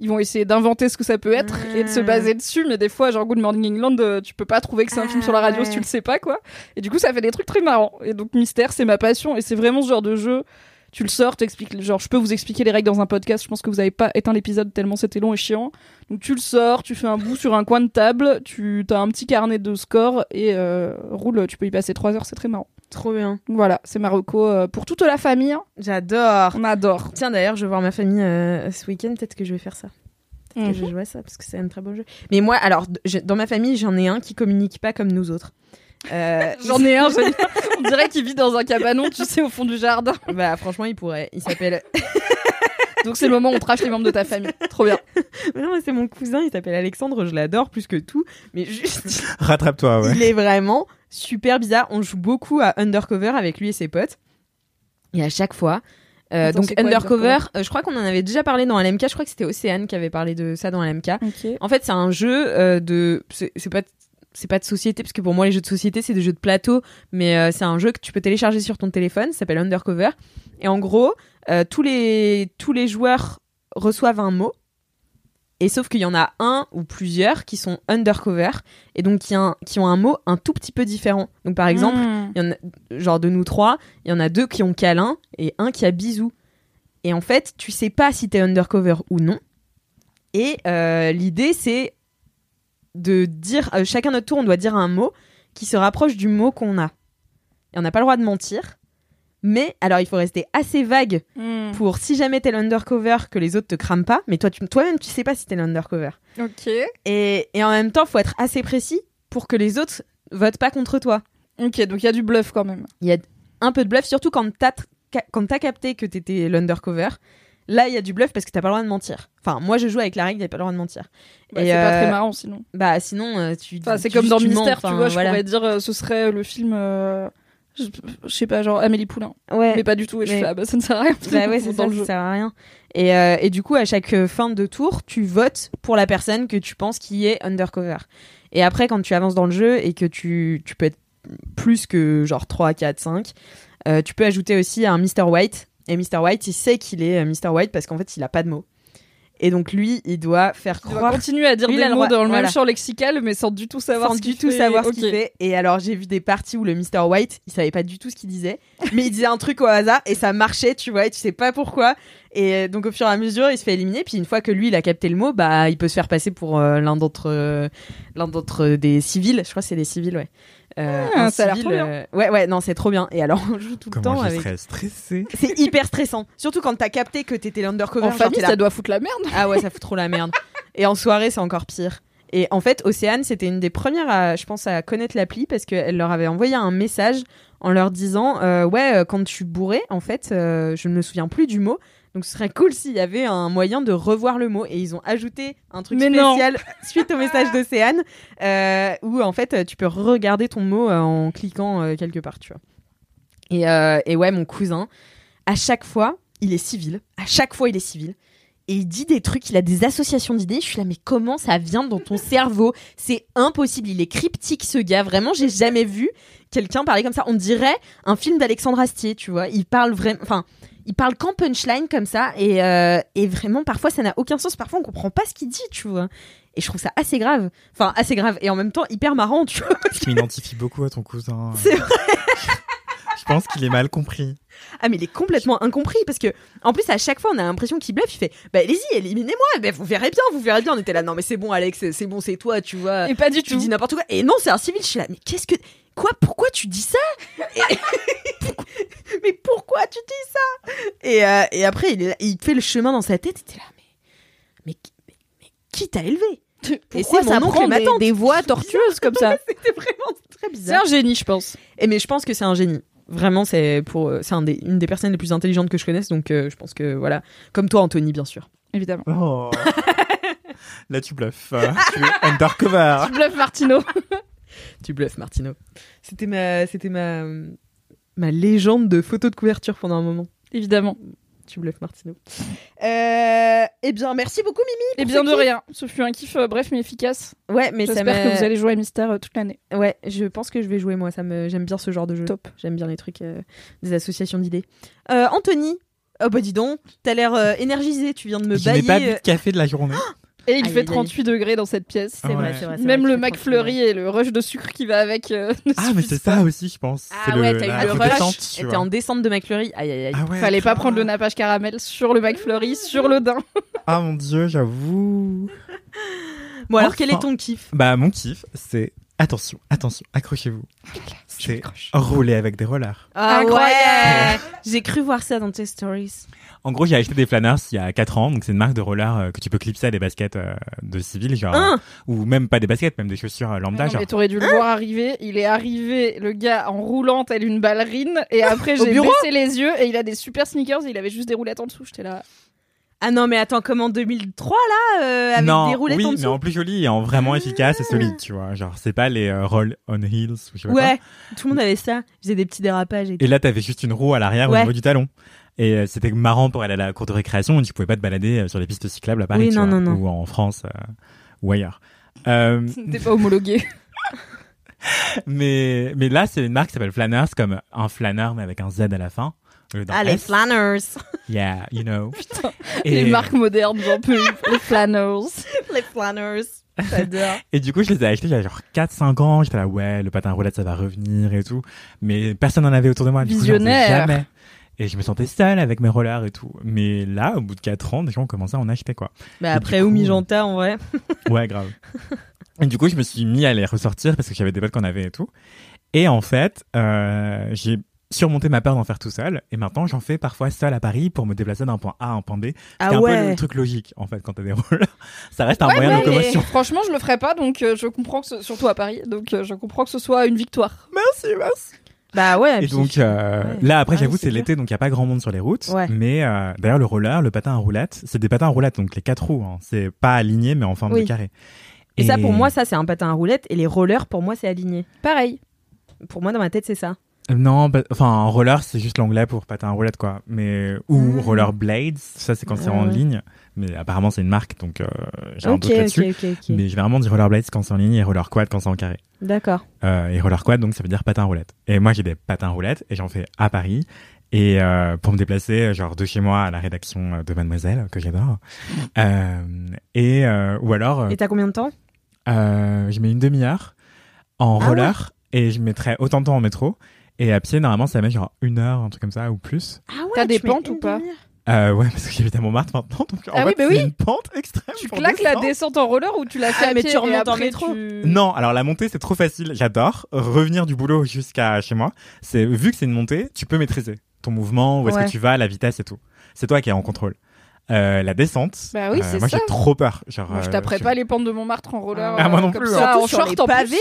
A: ils vont essayer d'inventer ce que ça peut être et de
B: Mmh.
A: se baser dessus. Mais des fois, genre Good Morning England, euh, tu peux pas trouver que c'est un film sur la radio si tu le sais pas, quoi. Et du coup, ça fait des trucs très marrants. Et donc Mystère, c'est ma passion et c'est vraiment ce genre de jeu. Tu le sors, t'expliques, genre je peux vous expliquer les règles dans un podcast. Je pense que vous avez pas éteint l'épisode tellement c'était long et chiant. Donc tu le sors, tu fais un bout sur un coin de table, tu as un petit carnet de score et euh, roule, tu peux y passer 3 heures, c'est très marrant.
B: Trop bien.
A: Voilà, c'est Marocco euh, pour toute la famille, hein.
B: J'adore.
A: on adore.
B: Tiens, d'ailleurs, je vais voir ma famille euh, ce week-end. Peut-être que je vais faire ça. Peut-être que je
A: Mhm.
B: vais jouer à ça parce que c'est un très bon jeu. Mais moi, alors, d- j'ai- dans ma famille, j'en ai un qui communique pas comme nous autres. Euh,
A: J'en ai un, j'en ai un. on dirait qu'il vit dans un cabanon, tu sais, au fond du jardin.
B: bah, franchement, il pourrait. Il s'appelle.
A: Donc c'est le moment où on trash les membres de ta famille. Trop bien.
B: Mais non, mais c'est mon cousin. Il s'appelle Alexandre. Je l'adore plus que tout. Mais juste,
C: Rattrape-toi, ouais.
B: Il est vraiment super bizarre. On joue beaucoup à Undercover avec lui et ses potes. Et à chaque fois. euh,
A: Attends,
B: donc
A: c'est quoi
B: Undercover,
A: Undercover
B: euh, je crois qu'on en avait déjà parlé dans LMK, je crois que c'était Océane qui avait parlé de ça dans LMK.
A: Ok.
B: En fait, c'est un jeu euh, de. C'est c'est pas. C'est pas de société, parce que pour moi, les jeux de société, c'est des jeux de plateau, mais euh, c'est un jeu que tu peux télécharger sur ton téléphone, ça s'appelle Undercover. Et en gros, euh, tous, les, tous les joueurs reçoivent un mot, et sauf qu'il y en a un ou plusieurs qui sont undercover, et donc qui, un- qui ont un mot un tout petit peu différent. Donc par exemple,
A: Hmm.
B: il y en a, genre de nous trois, il y en a deux qui ont câlin et un qui a bisou. Et en fait, tu sais pas si t'es undercover ou non. Et euh, l'idée, c'est de dire, euh, chacun notre tour, on doit dire un mot qui se rapproche du mot qu'on a. Et on n'a pas le droit de mentir. Mais alors, il faut rester assez vague
A: Hmm. Mm.
B: pour si jamais t'es l'undercover, que les autres te crament pas. Mais toi, tu- toi-même, tu sais pas si t'es l'undercover.
A: Ok.
B: Et, et en même temps, faut être assez précis pour que les autres votent pas contre toi
A: Ok, donc il y a du bluff quand même.
B: il y a un peu de bluff, surtout quand t'as ca- quand t'as capté que t'étais l'undercover. Là, il y a du bluff parce que t'as pas le droit de mentir. Enfin, moi, je joue avec la règle, t'as pas le droit de mentir.
A: Bah,
B: Et,
A: c'est pas
B: euh,
A: très marrant sinon.
B: Bah, sinon, euh, tu.
A: Enfin, c'est
B: tu-
A: comme dans
B: tu mens,
A: Mystère, tu
B: enfin,
A: vois, je
B: voilà.
A: pourrais dire euh, ce serait le film, euh, je, je sais pas, genre Amélie Poulain.
B: Ouais.
A: Mais pas du tout, et je
B: Mais-
A: fais, ah bah ça ne sert à rien.
B: Bah ouais, c'est
A: dans
B: ça,
A: le
B: ça
A: jeu.
B: sert à rien. Et, euh, et du coup, à chaque euh, fin de tour, tu votes pour la personne que tu penses qui est undercover. Et après, quand tu avances dans le jeu et que tu, tu peux être plus que genre 3, 4, 5, euh, tu peux ajouter aussi un Mr. White. Et Mr. White, il sait qu'il est euh, Mr. White parce qu'en fait, il a pas de mots. Et donc, lui, il doit faire
A: Tu dois
B: croire
A: continuer à dire
B: Lui, il
A: des
B: a le
A: mots
B: droit-
A: dans le
B: voilà.
A: même champ lexical, mais sans du tout savoir
B: sans
A: ce
B: du
A: qu'il
B: tout
A: fait.
B: savoir ce
A: Ok.
B: qu'il fait. Et alors, j'ai vu des parties où le Mr. White, il savait pas du tout ce qu'il disait, mais il disait un truc au hasard et ça marchait, tu vois, et tu sais pas pourquoi. Et euh, donc, au fur et à mesure, il se fait éliminer. Puis, une fois que lui, il a capté le mot, bah, il peut se faire passer pour euh, l'un d'entre euh, l'un d'entre euh, des civils. Je crois que c'est des civils, ouais. Euh,
A: Ah,
B: un
A: ça a l'air
B: civil,
A: trop bien.
B: euh, Ouais, ouais, non, c'est trop bien. Et alors, on joue tout le
C: Comment
B: temps
C: je
B: avec.
C: serais stressée
B: C'est hyper stressant. Surtout quand t'as capté que t'étais l'undercover.
A: En
B: genre,
A: famille,
B: t'es là,
A: ça doit foutre la merde.
B: ah ouais, ça fout trop la merde. Et en soirée, c'est encore pire. Et en fait, Océane, c'était une des premières, à, je pense, à connaître l'appli parce qu'elle leur avait envoyé un message en leur disant euh, Ouais, euh, quand je suis bourrée, en fait, euh, je ne me souviens plus du mot. Donc ce serait cool s'il y avait un moyen de revoir le mot. Et ils ont ajouté un truc
A: Mais non.
B: spécial suite au message d'Océane euh, où en fait, euh, tu peux regarder ton mot euh, en cliquant euh, quelque part, tu vois. Et, euh, et ouais, mon cousin, à chaque fois, il est civil. À chaque fois, il est civil. Et il dit des trucs, il a des associations d'idées. Je suis là, mais comment ça vient dans ton cerveau C'est impossible. Il est cryptique, ce gars. Vraiment, j'ai jamais vu quelqu'un parler comme ça. On dirait un film d'Alexandre Astier, tu vois. Il parle vraiment. Enfin, il parle qu'en punchline comme ça. Et, euh, et vraiment, parfois, ça n'a aucun sens. Parfois, on comprend pas ce qu'il dit, tu vois. Et je trouve ça assez grave. Enfin, assez grave. Et en même temps, hyper marrant, tu vois.
C: Je m'identifie beaucoup à ton cousin.
B: C'est
C: vrai. Je, je pense qu'il est mal compris.
B: Ah mais il est complètement incompris parce que en plus à chaque fois on a l'impression qu'il bluffe, il fait bah allez-y éliminez-moi, bah, vous verrez bien, vous verrez bien. On était là non mais c'est bon Alex, c'est- c'est bon c'est toi tu vois.
A: Et pas du
B: Euh, tu
A: tout.
B: dis n'importe quoi. Et non c'est un civil, je suis là mais qu'est-ce que quoi pourquoi tu dis ça Et- Mais pourquoi tu dis ça et, euh, et après il, est là- il fait le chemin dans sa tête, et t'es là mais mais, qui- mais- mais qui t'a élevé Et
A: Pourquoi
B: c'est
A: ça
B: mon oncle
A: prend
B: et ma
A: des,
B: tante.
A: des voix tortueuses comme ça
B: C'était vraiment très
A: C'est
B: bizarre.
A: un génie, je pense.
B: Et mais je pense que c'est un génie. Vraiment, c'est pour euh, c'est un des- une des personnes les plus intelligentes que je connaisse. Donc euh, je pense que voilà, comme toi, Anthony, bien sûr.
A: Évidemment.
C: Oh. Là, tu bluffes. euh, tu es undercover.
A: Tu bluffes, Martino.
B: Tu bluffes, Martino. C'était ma c'était ma ma légende de photo de couverture pendant un moment.
A: Évidemment.
B: Tu bluffes, Martino. Euh, eh bien, merci beaucoup, Mimi. pour
A: Et Eh bien
B: ce
A: de
B: kiff.
A: rien. Ce fut un kiff euh, bref mais efficace.
B: Ouais, mais ça
A: J'espère
B: m'a-
A: que vous allez jouer à Mystère euh, toute l'année.
B: Ouais, je pense que je vais jouer moi. Ça me j'aime bien ce genre de jeu. Top. J'aime bien les trucs euh, des associations d'idées. Euh, Anthony. Oh bah dis donc, t'as l'air euh, énergisé. Tu viens de me
C: Je n'ai
B: bailler.
C: pas bu de café de la journée.
A: Et il
B: Aïe, aïe,
A: fait
B: aïe.
A: 38 degrés dans cette pièce.
C: C'est vrai, Ouais.
B: c'est vrai, c'est
A: Même
B: vrai,
A: le
B: je fais
A: McFlurry et le rush de sucre qui va avec. euh, ne
C: Ah, mais
A: suffisent
C: c'est
A: pas.
C: ça aussi, je pense.
B: Ah
C: C'est
B: ouais,
C: le,
B: t'as eu
C: la
B: le rush,
C: redescente, tu
B: Et
C: vois.
B: t'es en descente de McFlurry. Aïe, aïe, aïe.
C: Ah ouais,
A: Fallait pas
C: grave.
A: prendre le nappage caramel sur le McFlurry, sur le daim.
C: Ah mon dieu, j'avoue.
B: Bon, alors,
C: Enfin.
B: quel est ton kiff
C: Bah, mon kiff, c'est. Attention, attention, accrochez-vous. C'est rouler avec des rollers.
B: Ah
A: Incroyable.
B: ouais J'ai cru voir ça dans tes stories.
C: En gros, j'ai acheté des Flanners il y a 4 ans, donc c'est une marque de rollers euh, que tu peux clipser à des baskets euh, de civil, genre. euh,
B: Hein
C: ou même pas des baskets, même des chaussures euh, lambda,
A: Non,
C: genre.
A: mais t'aurais dû le voir arriver. Il est arrivé, le gars, en roulant telle une ballerine. Et après,
B: Ah, Au
A: j'ai
B: bureau
A: baissé les yeux et il a des super sneakers. Et il avait juste des roulettes en dessous. J'étais là.
B: Ah non, mais attends, comme en 2003, là euh, Avec
C: non,
B: des roulettes
C: oui,
B: en
C: mais en
B: dessous Ah.
C: plus joli et en vraiment efficace et solide, tu vois. Genre, c'est pas les euh, roll on heels ou je sais pas quoi.
B: Ouais, tout le monde avait ça. Ils faisaient des petits dérapages et tout.
C: Et là, t'avais juste une roue à l'arrière
B: Ouais.
C: au niveau du talon. Et euh, c'était marrant pour aller à la cour de récréation. Tu pouvais pas te balader euh, sur les pistes cyclables à Paris,
B: Oui,
C: tu
B: non, non,
C: vois,
B: non.
C: ou en France euh, ou ailleurs. Euh,
A: T'es pas homologué.
C: mais mais là, c'est une marque qui s'appelle Flanners, comme un flâneur mais avec un Z à la fin. au lieu d'un
B: Ah, les
C: S.
B: flanners
C: Yeah, you know.
A: Putain.
C: Et-
A: Les marques modernes, j'en peux. plus. Les flannels.
B: Les flanners J'adore.
C: Et du coup, je les ai achetés il y a genre 4-5 ans. J'étais là, ouais, le patin à roulettes, ça va revenir et tout. Mais personne n'en avait autour de moi. Du coup, j'en faisais
A: Visionnaire.
C: jamais. Et je me sentais seule avec mes rollers et tout. Mais là, au bout de 4 ans, des gens ont commencé à en acheter, quoi.
B: Bah
C: Et
B: après,
C: du coup,
B: Oumi Janta, en vrai.
C: Ouais, grave. et du coup, je me suis mis à les ressortir parce que j'avais des potes qu'on avait et tout. Et en fait, euh, j'ai surmonté ma peur d'en faire tout seul. Et maintenant, j'en fais parfois seul à Paris pour me déplacer d'un point A à un point B. C'est
B: Ah
C: un peu
B: ouais
C: le truc logique, en fait, quand t'as des rollers. Ça reste un
A: Ouais,
C: moyen
A: ouais,
C: de locomotion.
A: mais Franchement, je le ferais pas. Donc, euh, je comprends que ce- surtout à Paris. Donc, euh, je comprends que ce soit une victoire.
C: Merci, merci.
B: Bah ouais.
C: Et
B: puis-
C: donc euh,
B: ouais.
C: là après
B: Ah
C: j'avoue
B: oui,
C: c'est
B: clair.
C: l'été donc il y a pas grand monde sur les routes
B: Ouais.
C: mais euh, d'ailleurs le roller le patin à roulettes c'est des patins à roulettes donc les quatre roues hein. c'est pas aligné mais en forme
B: Oui.
C: de carré
B: Et ça, pour moi, ça, c'est un patin à roulettes. Et les rollers, pour moi, c'est aligné.
A: Pareil.
B: Pour moi, dans ma tête, c'est ça.
C: non bah, enfin un roller c'est juste l'anglais pour patin à roulettes quoi mais ou roller blades ça c'est quand c'est
B: Ah
C: en
B: ouais.
C: ligne mais apparemment c'est une marque donc euh, j'ai un
B: Ok,
C: doute là-dessus
B: ok, ok, ok.
C: mais généralement on dit roller blades quand c'est en ligne et roller quad quand c'est en carré
B: D'accord.
C: Euh, et roller quad, donc ça veut dire patin à roulette. Et moi, j'ai des patins à roulettes et j'en fais à Paris. Et euh, pour me déplacer, genre de chez moi à la rédaction euh, de Mademoiselle, que j'adore. Euh, et euh, ou alors, euh,
B: Et t'as combien de temps
C: euh, je mets une demi-heure en
B: Ah
C: roller et je mettrais autant de temps en métro. Et à pied, normalement, ça met genre une heure, un truc comme ça, ou plus.
B: Ah ouais,
A: T'as des
B: tu mets
A: pentes ou
B: une
A: pas
B: demi-heure.
C: Euh, ouais, parce que j'habite à Montmartre maintenant, donc en
A: Ah oui,
C: fait,
A: bah
C: c'est
A: oui.
C: une pente extrême.
A: Tu
C: Ah, pour
A: claques la
C: descendre.
A: descente en roller ou Ah, tu la fais à
B: mais
A: pied
B: tu remontes
A: et
B: en
A: après,
B: métro.
A: tu-
C: Non, alors la montée c'est trop facile, j'adore. Revenir du boulot jusqu'à chez moi, c'est vu que c'est une montée, tu peux maîtriser ton mouvement, où est-ce
B: Ouais.
C: que tu vas, la vitesse et tout. C'est toi qui es en contrôle. Euh, la descente,
A: Bah oui, c'est
C: moi
A: ça.
C: j'ai trop peur. Genre,
A: Moi, je
C: euh,
A: taperais
C: je-
A: pas les pentes de Montmartre en roller.
C: Ah, moi
A: euh,
C: non
A: comme
C: plus,
A: ça,
B: hein.
A: en
B: Surtout sur
A: short
B: les
A: en plus.
B: pavés.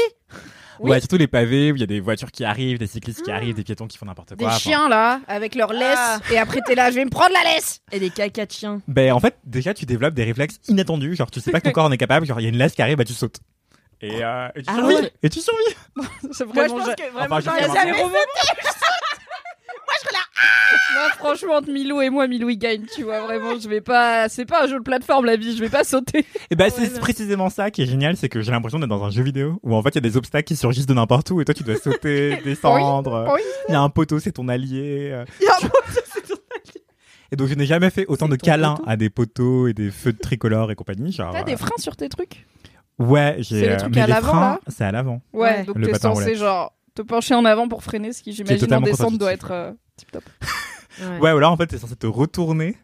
A: oui.
C: Ouais, surtout les pavés où il y a des voitures qui arrivent, des cyclistes qui arrivent, des piétons qui font n'importe
A: Des
C: quoi. enfin.
A: chiens là, avec leur laisse.
B: Ah.
A: Et après, t'es là, je vais me prendre la laisse.
B: Et des caca de chiens.
C: Ben en fait, déjà tu développes des réflexes inattendus, genre tu sais pas que ton corps en est capable, genre il y a une laisse qui arrive, bah tu sautes. Et, euh, et tu
B: Ah
C: survis,
B: ouais.
C: et tu survis.
A: C'est
B: Moi, je
A: vraiment.
B: pense
A: Moi,
B: que vraiment,
C: Enfin,
B: genre,
C: jusqu'à
B: il y a zéro-
C: maintenant.
A: ah franchement, entre Milou et moi, Milou il gagne. Tu vois, vraiment, je vais pas. C'est pas un jeu de plateforme la vie, je vais pas sauter.
C: Et
B: Ah
C: ben c'est précisément ça qui est génial, c'est que j'ai l'impression d'être dans un jeu vidéo où en fait il y a des obstacles qui surgissent de n'importe où et toi tu dois sauter, descendre. euh,
A: boing.
C: Il y a un poteau, c'est ton allié. euh,
B: Il y a un poteau, c'est ton-
C: Et donc je n'ai jamais fait autant
B: C'est
C: de
B: ton
C: câlins
B: poteau.
C: à des poteaux et des feux de tricolore et compagnie. Genre,
A: T'as
C: euh,
A: des freins sur tes trucs
C: Ouais, j'ai.
A: C'est le
C: euh,
A: truc
C: mais
A: à
C: les
A: l'avant,
C: freins,
A: là
C: c'est à l'avant.
A: Ouais,
B: Ouais.
A: donc
C: Le
A: t'es
C: patin
A: censé
C: roulette.
A: genre te pencher en avant pour freiner, ce qui j'imagine en
C: totalement
A: descente doit
C: contre-intuitif.
A: être euh, tip top.
C: Ouais, ou alors en fait, t'es censé te retourner. Et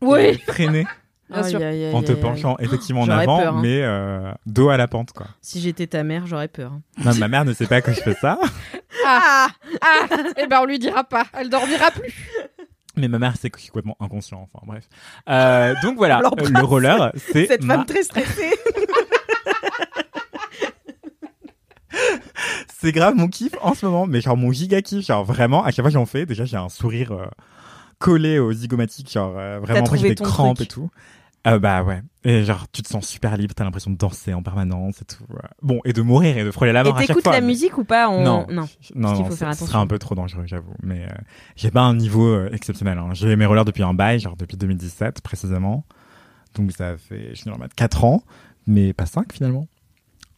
A: Oui.
C: freiner
A: Bien sûr.
C: en
B: euh,
C: te penchant effectivement en avant,
B: hein.
C: mais euh, dos à la pente, quoi.
B: Si j'étais ta mère, j'aurais peur.
C: Non, ma mère ne sait pas que je fais ça,
A: Ah, ah, eh ben on lui dira pas, elle dormira plus.
C: mais ma mère sait que je suis complètement inconscient. Enfin, bref. Euh, donc voilà,
B: On l'embrasse.
C: euh, le roller, c'est.
B: Cette
C: ma-
B: femme très stressée.
C: C'est grave mon kiff en ce moment, mais genre mon giga kiff, genre vraiment, à chaque fois que j'en fais, déjà j'ai un sourire euh, collé aux zygomatiques, genre euh, vraiment, après j'ai
B: trouvé
C: des
B: ton
C: crampes
B: truc.
C: et tout. Euh, bah ouais, et genre tu te sens super libre, t'as l'impression de danser en permanence et tout. ouais. Bon, et de mourir et de frôler la
B: Et
C: mort à chaque
B: t'écoutes
C: fois.
B: la
C: mais-
B: musique ou pas on-
C: Non,
B: Euh, non.
C: je- non,
B: Parce qu'il
C: non,
B: faut faire
C: ce ce
B: attention.
C: serait un peu trop dangereux, j'avoue. Mais euh, j'ai pas un niveau euh, exceptionnel. hein. J'ai mes rollers depuis un bail, genre depuis 2017 précisément. Donc ça fait, je suis dans le mat, 4 ans, mais pas 5 finalement.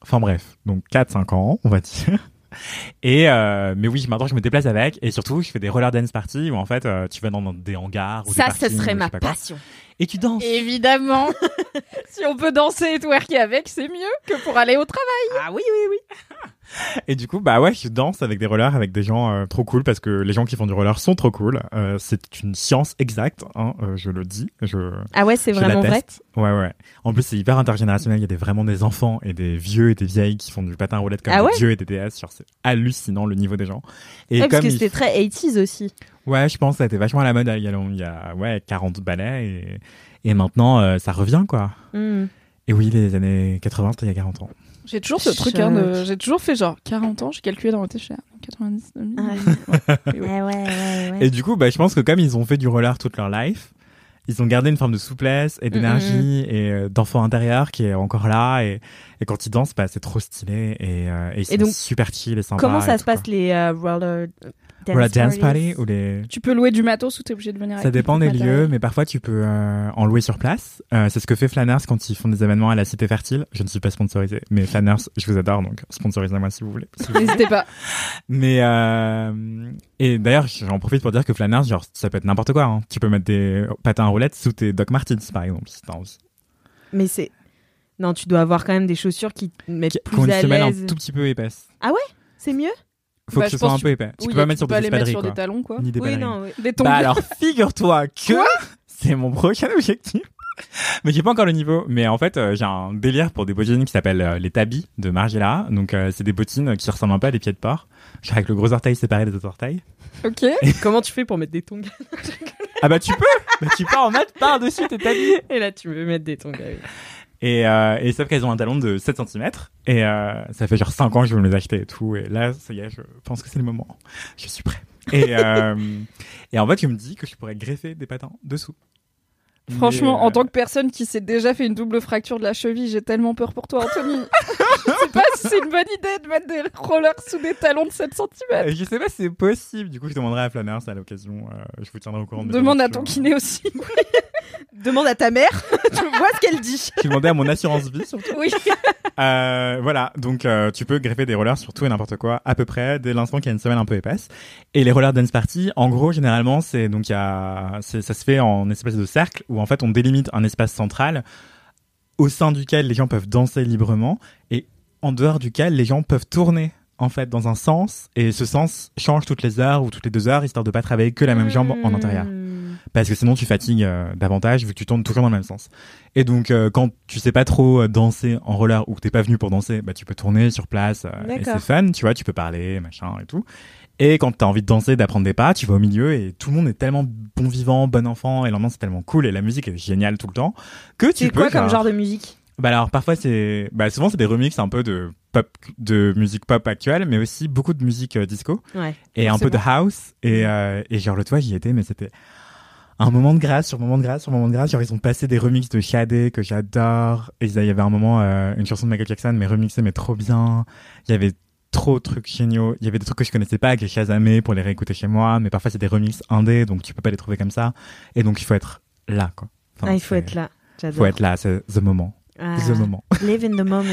C: Enfin bref, donc 4-5 ans, on va dire. Et euh, mais oui, maintenant je me déplace avec et surtout je fais des roller dance parties où en fait euh, tu vas dans, dans des hangars ou
B: Ça,
C: des
B: ce
C: parkings,
B: serait
C: ou je
B: ma
C: sais pas quoi.
B: passion.
C: Et tu danses.
A: Évidemment, si on peut danser et twerker avec, c'est mieux que pour aller au travail.
B: Ah oui, oui, oui.
C: Et du coup, bah ouais, je danse avec des rollers, avec des gens euh, trop cool, parce que les gens qui font du roller sont trop cool. Euh, c'est une science exacte, hein, euh, je le dis. Je,
B: Ah ouais, c'est
C: je
B: vraiment vrai.
C: l'atteste. Ouais, ouais. En plus, c'est hyper intergénérationnel. Il y a des, vraiment des enfants et des vieux et des vieilles qui font du patin à roulette comme
B: Ah
C: des
B: ouais
C: vieux et des déesses. Genre, c'est hallucinant le niveau des gens. Et
B: Ouais, parce que
C: ils-
B: c'était très 80s aussi.
C: Ouais, je pense que ça a été vachement à la mode il y a, long- il y a, ouais, 40 ballets et, et maintenant, euh, ça revient, quoi.
B: Hmm.
C: Et oui, les années 80, c'était il y a 40 ans.
A: J'ai toujours ce truc, hein, de- j'ai toujours fait genre 40 ans, j'ai calculé dans ma tête, je suis à 90 000.
B: Ah
A: Et oui.
B: ouais, ouais, ouais.
C: Et du coup, bah, je pense que comme ils ont fait du roller toute leur life, ils ont gardé une forme de souplesse
B: Mm,
C: et d'énergie et euh, d'enfant intérieur qui est encore là. Et, et quand ils dansent, bah, c'est trop stylé et, euh, et ils sont
B: Et donc,
C: super chill et sympas.
B: Comment ça
C: et
B: se
C: tout,
B: passe
C: quoi.
B: les euh, roller euh, dance,
C: Roller dance
B: parties
C: party ou les...
A: Tu peux louer du matos ou t'es obligé de venir
C: Ça
A: avec
C: dépend
A: ton
C: des
A: matériel.
C: lieux, mais parfois tu peux euh, en louer sur place. Euh, c'est ce que fait Flanners quand ils font des événements à la Cité Fertile. Je ne suis pas sponsorisé, mais Flanners, je vous adore, donc sponsorisez-moi si vous voulez. Si vous
A: N'hésitez pas.
C: Mais euh, et d'ailleurs, j'en profite pour dire que Flanners, genre, ça peut être n'importe quoi. hein. Tu peux mettre des patins à roulettes sous tes Doc Martens, par exemple, si t'as envie.
B: Mais c'est. Non, tu dois avoir quand même des chaussures qui te
C: Qui
B: mettent
C: qui ont
B: plus
C: une
B: à
C: semelle un
B: l'aise.
C: tout petit peu épaisse.
B: C'est mieux
C: Faut
A: Bah,
C: que ce
A: je
C: soit
A: pense
C: un
A: que
C: peu épais. Tu
A: Oui,
C: peux pas mettre sur des
A: les mettre
C: espadrilles,
A: sur
C: quoi.
A: des talons, quoi.
C: Ni des
B: Oui,
C: ballerines.
B: non. oui.
A: Des
C: Bah
A: tongs.
C: alors, figure-toi que c'est mon prochain objectif. Mais j'ai pas encore le niveau. Mais en fait, euh, j'ai un délire pour des bottines qui s'appellent euh, les tabis de Margiela. Donc, euh, c'est des bottines qui ressemblent un peu à des pieds de porc. Genre avec le gros orteil séparé des autres orteils.
A: Ok.
B: Comment tu fais pour mettre des tongs
C: Ah bah, tu peux! Bah, tu peux en mettre par-dessus tes tabis.
B: Et là, tu veux mettre des tongs. ah oui.
C: Et, euh, et sauf qu'elles ont un talon de 7 cm. Et euh, ça fait genre 5 ans que je veux me les acheter et tout. Et là, ça y est, je pense que c'est le moment. Je suis prêt. Et, euh, et en fait, je me dis que je pourrais greffer des patins dessous.
A: Franchement, en tant que personne qui s'est déjà fait une double fracture de la cheville, j'ai tellement peur pour toi, Anthony. je sais pas si c'est une bonne idée de mettre des rollers sous des talons de 7 cm.
C: euh, Je sais pas si c'est possible. Du coup, je demanderai à Flanners à l'occasion. euh, je vous tiendrai au courant. de mes
A: Demande à
C: aventures.
A: ton kiné aussi.
B: Demande à ta mère, tu vois ce qu'elle dit.
C: Je vais demander à mon assurance vie surtout.
A: Oui.
C: Euh, voilà, donc euh, tu peux greffer des rollers sur tout et n'importe quoi à peu près dès l'instant qu'il y a une semaine un peu épaisse. Et les rollers dance party, en gros, généralement, c'est donc il y a, c'est- ça se fait en espèce de cercle où en fait on délimite un espace central au sein duquel les gens peuvent danser librement et en dehors duquel les gens peuvent tourner en fait dans un sens et ce sens change toutes les heures ou toutes les deux heures histoire de pas travailler que la même jambe en
B: Hmm.
C: intérieur parce que sinon tu fatigues euh, davantage vu que tu tournes toujours dans le même sens. Et donc euh, quand tu sais pas trop euh, danser en roller ou que t'es pas venu pour danser, bah tu peux tourner sur place euh, et
B: D'accord.
C: c'est fun, tu vois, tu peux parler, machin et tout. Et quand t'as envie de danser, d'apprendre des pas, tu vas au milieu et tout le monde est tellement bon vivant, bon enfant et l'ambiance est tellement cool et la musique est géniale tout le temps que tu
B: C'est
C: peux
B: quoi comme
C: genre-
B: genre de musique
C: bah alors parfois c'est bah souvent c'est des remixes un peu de pop de musique pop actuelle mais aussi beaucoup de musique euh, disco
B: Ouais.
C: et un peu de house
B: Mm.
C: et euh, et genre le toit j'y étais mais c'était un moment de grâce sur moment de grâce sur moment de grâce genre ils ont passé des remixes de Shadé que j'adore et il y avait un moment euh, une chanson de Michael Jackson mais remixée mais trop bien il y avait trop de trucs géniaux il y avait des trucs que je connaissais pas que j'ai chasamé pour les réécouter chez moi mais parfois c'est des remixes indés donc tu peux pas les trouver comme ça et donc il faut être là quoi Enfin,
B: Ah, il faut
C: c'est-
B: être là. J'adore.
C: faut être là c'est the moment
B: Ah.
C: the moment
B: Live in the moment.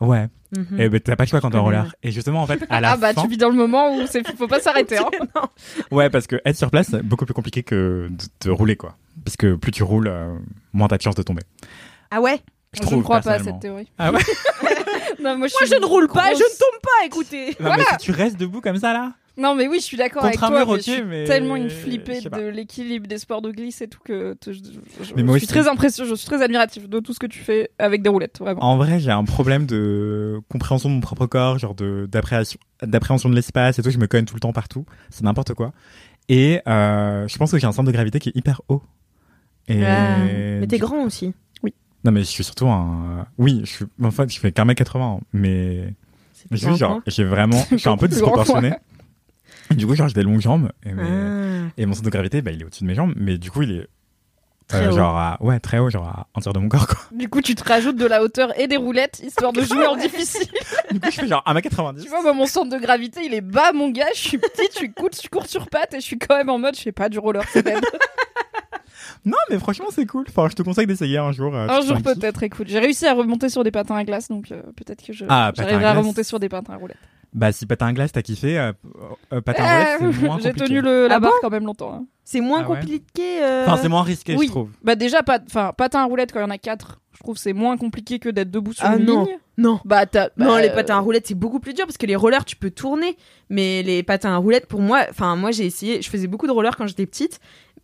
C: Ouais.
B: Mhm.
C: Et ben, t'as pas le choix quand t'es en
B: Ouais,
C: roller. Et justement, en fait, à la
A: Ah bah
C: fin.
A: tu vis dans le moment où c'est faut pas s'arrêter. hein.
C: Ouais, parce que être sur place, c'est beaucoup plus compliqué que de, de rouler, quoi. Parce que plus tu roules, euh, moins t'as de chances de tomber.
B: Ah ouais
C: Je
A: Je
C: trouve,
A: ne crois pas à
C: personnellement.
A: cette théorie.
C: Ah ouais
A: Non, moi, je,
B: Moi,
A: suis
B: je ne roule pas, je
A: grosse-
B: ne tombe pas, écoutez.
C: Non, mais si tu restes debout comme ça là.
A: Non, mais oui, je suis d'accord avec
C: Contre
A: toi.
C: un mur,
A: mais
C: ok,
A: je suis
C: mais
A: tellement une
C: je sais
A: flippée
C: pas.
A: de l'équilibre des sports de glisse et tout que t- je, je- je
C: Mais moi
A: suis
C: aussi.
A: très impressionnée, je suis très admirative de tout ce que tu fais avec des roulettes, vraiment.
C: En vrai, j'ai un problème de compréhension de mon propre corps, genre de d'appréhension d'appréhension de l'espace et tout. Je me cogne tout le temps partout. C'est n'importe quoi. Et euh, je pense que j'ai un centre de gravité qui est hyper haut. Et
B: Mais t'es grand aussi.
C: Non, mais je suis surtout un. Oui, je suis. En fait, je fais qu'un mètre 80, mais.
B: pas
C: Juste, genre,
B: grand.
C: j'ai vraiment. Je suis un peu
A: Plus grand,
C: disproportionné. Et Du coup, genre, j'ai des longues jambes. Et, mes-
B: Ah.
C: et mon centre de gravité, bah, il est au-dessus de mes jambes, mais du coup, il est.
B: Très haut.
C: Genre, à- ouais, très haut, genre, à un tiers de mon corps, quoi.
A: Du coup, tu te rajoutes de la hauteur et des roulettes histoire de jouer en difficile.
C: Du coup, je fais genre 1m90.
A: Tu vois, moi, mon centre de gravité, il est bas, mon gars. Je suis petite, je suis cool, je cours sur pattes et je suis quand même en mode, je fais pas du roller, c'est bête.
C: Non, mais franchement, c'est cool. Enfin, je te conseille d'essayer un jour. euh,
A: Un
C: tu
A: jour
C: te fais kiff.
A: peut-être, écoute. J'ai réussi à remonter sur des patins à glace, donc euh, peut-être que je
C: Ah, patins à
A: j'arriverai à,
C: glace.
A: remonter sur des patins à roulettes.
C: Bah, si patin à glace, t'as kiffé. Euh, euh, patin à
A: Euh,
C: roulette, c'est moins
A: J'ai
C: compliqué.
A: tenu le, la
B: Ah
A: barre
B: bon
A: quand même longtemps. hein.
B: C'est moins
C: Ah ouais.
B: compliqué. euh,
C: Enfin, c'est moins risqué,
A: oui.
C: je trouve.
A: Bah déjà, pas, enfin, patin à roulettes quand il y en a quatre, je trouve que c'est moins compliqué que d'être debout sur
B: Ah
A: une
B: non.
A: ligne.
B: Non.
A: Bah, t'as-
B: non,
A: bah,
B: les patins à roulettes, c'est beaucoup plus dur parce que les rollers, tu peux tourner. Mais les patins à roulettes, pour moi, enfin, moi, j'ai essayé, je faisais beaucoup de rollers quand j'étais petite.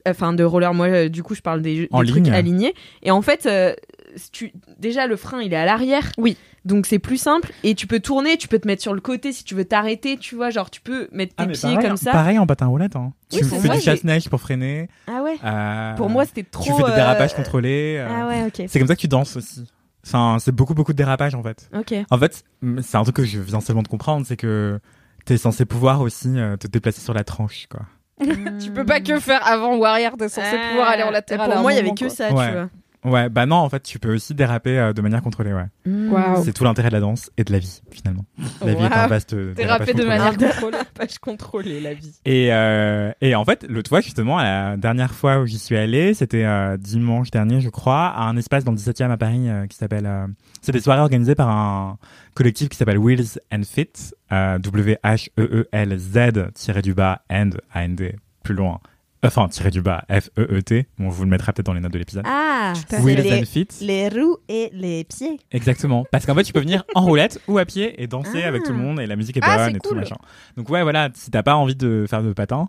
B: Enfin, de rollers, moi, euh, du coup, je parle des,
C: En
B: des
C: ligne.
B: trucs alignés. Et en fait, euh, si tu, déjà, le frein, il est à l'arrière.
A: Oui.
B: Donc, c'est plus simple. Et tu peux tourner, tu peux te mettre sur le côté si tu veux t'arrêter, tu vois. Genre, tu peux mettre tes pieds
C: Ah, pareil, hein.
B: comme ça.
C: pareil en patin à roulette. Hein.
B: Oui,
C: tu
B: pour
C: fais
B: moi,
C: du
B: j'ai-
C: chasse-neige pour freiner.
B: Ah ouais.
C: euh,
B: Pour moi, c'était trop.
C: tu fais des
B: euh,
C: dérapages contrôlés. euh,
B: Ah ouais, ok.
C: C'est comme ça que tu danses aussi. Enfin, c'est beaucoup, beaucoup de dérapages en fait.
B: Ok.
C: En fait, mm, c'est un truc que je viens seulement de comprendre, c'est que t'es censé pouvoir aussi euh, te déplacer sur la tranche, quoi.
A: Tu peux pas que faire avant ou arrière, t'es censé
B: Hmm. Ah.
A: pouvoir aller en latéral.
B: Pour
A: à un
B: moi, il y avait
A: moment,
B: que
A: quoi.
B: ça,
C: Ouais.
B: tu vois.
C: Ouais, bah non, en fait, tu peux aussi déraper euh, de manière contrôlée, ouais.
B: Oh.
A: Waouh.
C: C'est tout l'intérêt de la danse et de la vie, finalement. La vie est un
A: Waouh.
C: vaste dérapage
A: Déraper de
C: contrôlé.
A: manière contrôlée.
B: Page contrôlée, la vie.
C: Et, euh, et en fait, le toit, justement, la dernière fois où j'y suis allé, c'était euh, dimanche dernier, je crois, à un espace dans le 17e à Paris euh, qui s'appelle... euh, c'est des soirées organisées par un collectif qui s'appelle Wheels and Fit, euh, E W-H-E-E-L-Z, du bas, and, A-N-D, plus loin, enfin, tiré du bas, F-E-E-T, bon, je vous le mettrai peut-être dans les notes de l'épisode.
B: Ah,
C: Wheels and Fit.
B: les roues et les pieds.
C: Exactement, parce qu'en fait tu peux venir en roulette ou à pied et danser avec tout le monde et la musique est
A: Ah,
C: bonne
A: c'est
C: et tout
A: cool.
C: machin. Donc ouais voilà, si t'as pas envie de faire de patin,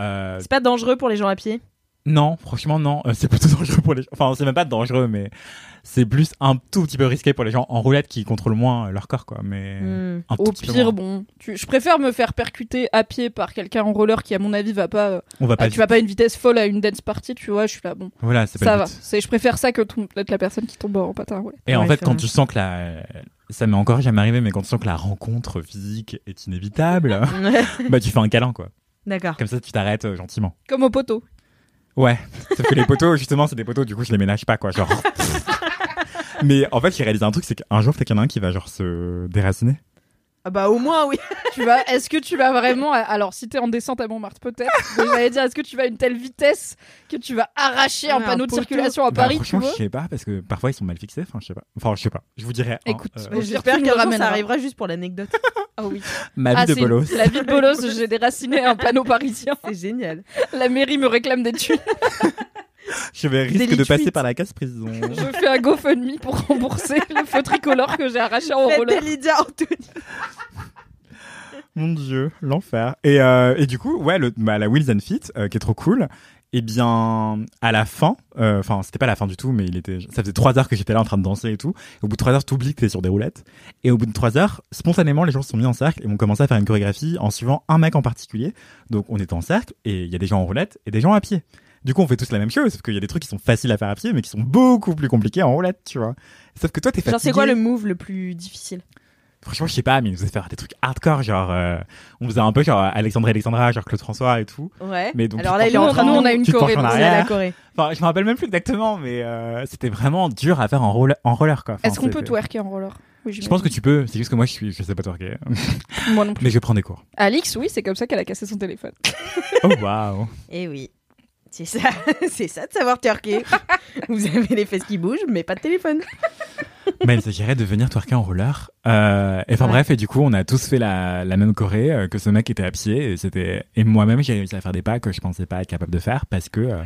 C: euh,
B: C'est pas dangereux pour les gens à pied.
C: non franchement non, Euh, c'est plutôt dangereux pour les gens. Enfin c'est même pas dangereux mais c'est plus un tout petit peu risqué pour les gens en roulette qui contrôlent moins euh, leur corps quoi. Mais
B: Hmm.
C: un
A: Au
C: tout petit peu
A: pire,
C: moins.
A: bon, tu- je préfère me faire percuter à pied par quelqu'un en roller qui, à mon avis, va pas. euh,
C: on va
A: ah,
C: pas.
A: tu vas pas à une vitesse folle à une dance party, tu vois. Je suis là, bon,
C: Voilà c'est pas
A: ça
C: le
A: va.
C: but.
A: C'est, je préfère ça que ton- être la personne qui tombe en patin à roulettes.
C: Et en
B: Ouais,
C: fait
B: c'est
C: quand
B: vrai.
C: tu sens que la ça m'est encore jamais arrivé, mais quand tu sens que la rencontre physique est inévitable, bah tu fais un câlin quoi.
B: D'accord.
C: Comme ça tu t'arrêtes euh, gentiment.
A: Comme au poteau.
C: Ouais, sauf que les poteaux, justement, c'est des poteaux, du coup, je les ménage pas, quoi, genre. Mais en fait, j'ai réalisé un truc, c'est qu'un jour, peut-être qu'il y en a un qui va, genre, se déraciner.
B: Ah bah au moins oui.
A: tu vas, est-ce que tu vas vraiment, à- alors si t'es en descente à Montmartre peut-être, mais j'allais dire, est-ce que tu vas à une telle vitesse que tu vas arracher un
B: Ouais, un
A: panneau de
B: poteau.
A: circulation à
C: Bah,
A: Paris, tu
C: franchement,
A: vois
C: je sais pas, parce que parfois, ils sont mal fixés, enfin, je sais pas. Enfin, je sais pas, je vous dirai. hein,
A: Écoute,
C: euh,
B: J'espère
A: mais- J'espère
B: qu'un
A: qu'un
B: jour
A: jour,
B: ça
A: ça
B: arrivera juste pour l'anecdote.
A: Ah oui.
C: ma vie
A: Ah,
C: de
A: c'est-
C: bolos.
A: La vie de bolos, j'ai déraciné un panneau parisien.
B: C'est génial.
A: La mairie me réclame des thunes.
C: Je vais risque
B: Délit
C: de passer
B: huit.
C: par la case prison.
A: Je fais un GoFundMe pour rembourser le feu tricolore que j'ai arraché en
B: Faites
A: roller.
B: Lydia Anthony.
C: Mon dieu, l'enfer. Et, euh, et du coup, ouais, le, bah, la Wheels and Fit, euh, qui est trop cool, et bien, à la fin, euh, enfin, c'était pas la fin du tout, mais il était, ça faisait trois heures que j'étais là en train de danser et tout. Au bout de trois heures, t'oublies que t'es sur des roulettes. Et au bout de trois heures, spontanément, les gens se sont mis en cercle et ont commencé à faire une chorégraphie en suivant un mec en particulier. Donc, on était en cercle et il y a des gens en roulette et des gens à pied. Du coup, on fait tous la même chose, sauf qu'il y a des trucs qui sont faciles à faire à pied, mais qui sont beaucoup plus compliqués en roulette, tu vois. Sauf que toi, t'es fatigué.
B: Genre c'est quoi le move le plus difficile
C: Franchement, je sais pas, mais ils nous faisaient faire des trucs hardcore, genre, euh, on faisait un peu genre Alexandre et Alexandra, genre Claude François et tout.
B: Ouais.
C: Mais donc,
B: Alors
C: tu
B: là
C: te
B: il est
A: Nous,
B: en
C: penches
B: train
A: nous,
B: de
C: en-
A: on a une
C: tu te penches
A: choré
C: en
A: de-
B: poser à la
C: arrière.
B: Corée.
C: Enfin, je me rappelle même plus exactement, mais euh, c'était vraiment dur à faire en roller, en roller quoi. Enfin,
A: Est-ce qu'on peut
C: c'était-
A: twerker en roller Oui,
C: Je pense que tu peux, c'est juste que moi je suis, je sais pas twerker,
A: j'imagine. Moi non plus.
C: mais je prends des cours.
A: Alix, oui, c'est comme ça qu'elle a cassé son téléphone.
C: Oh waouh!
B: Eh oui. C'est ça, c'est ça de savoir turquer. Vous avez les fesses qui bougent, mais pas de téléphone.
C: Mais il s'agirait de venir twerker en roller. Euh, et enfin
B: Ouais.
C: bref, et du coup, on a tous fait la, la même choré euh, que ce mec était à pied. Et c'était et moi-même, j'ai réussi à faire des pas que je pensais pas être capable de faire parce que euh,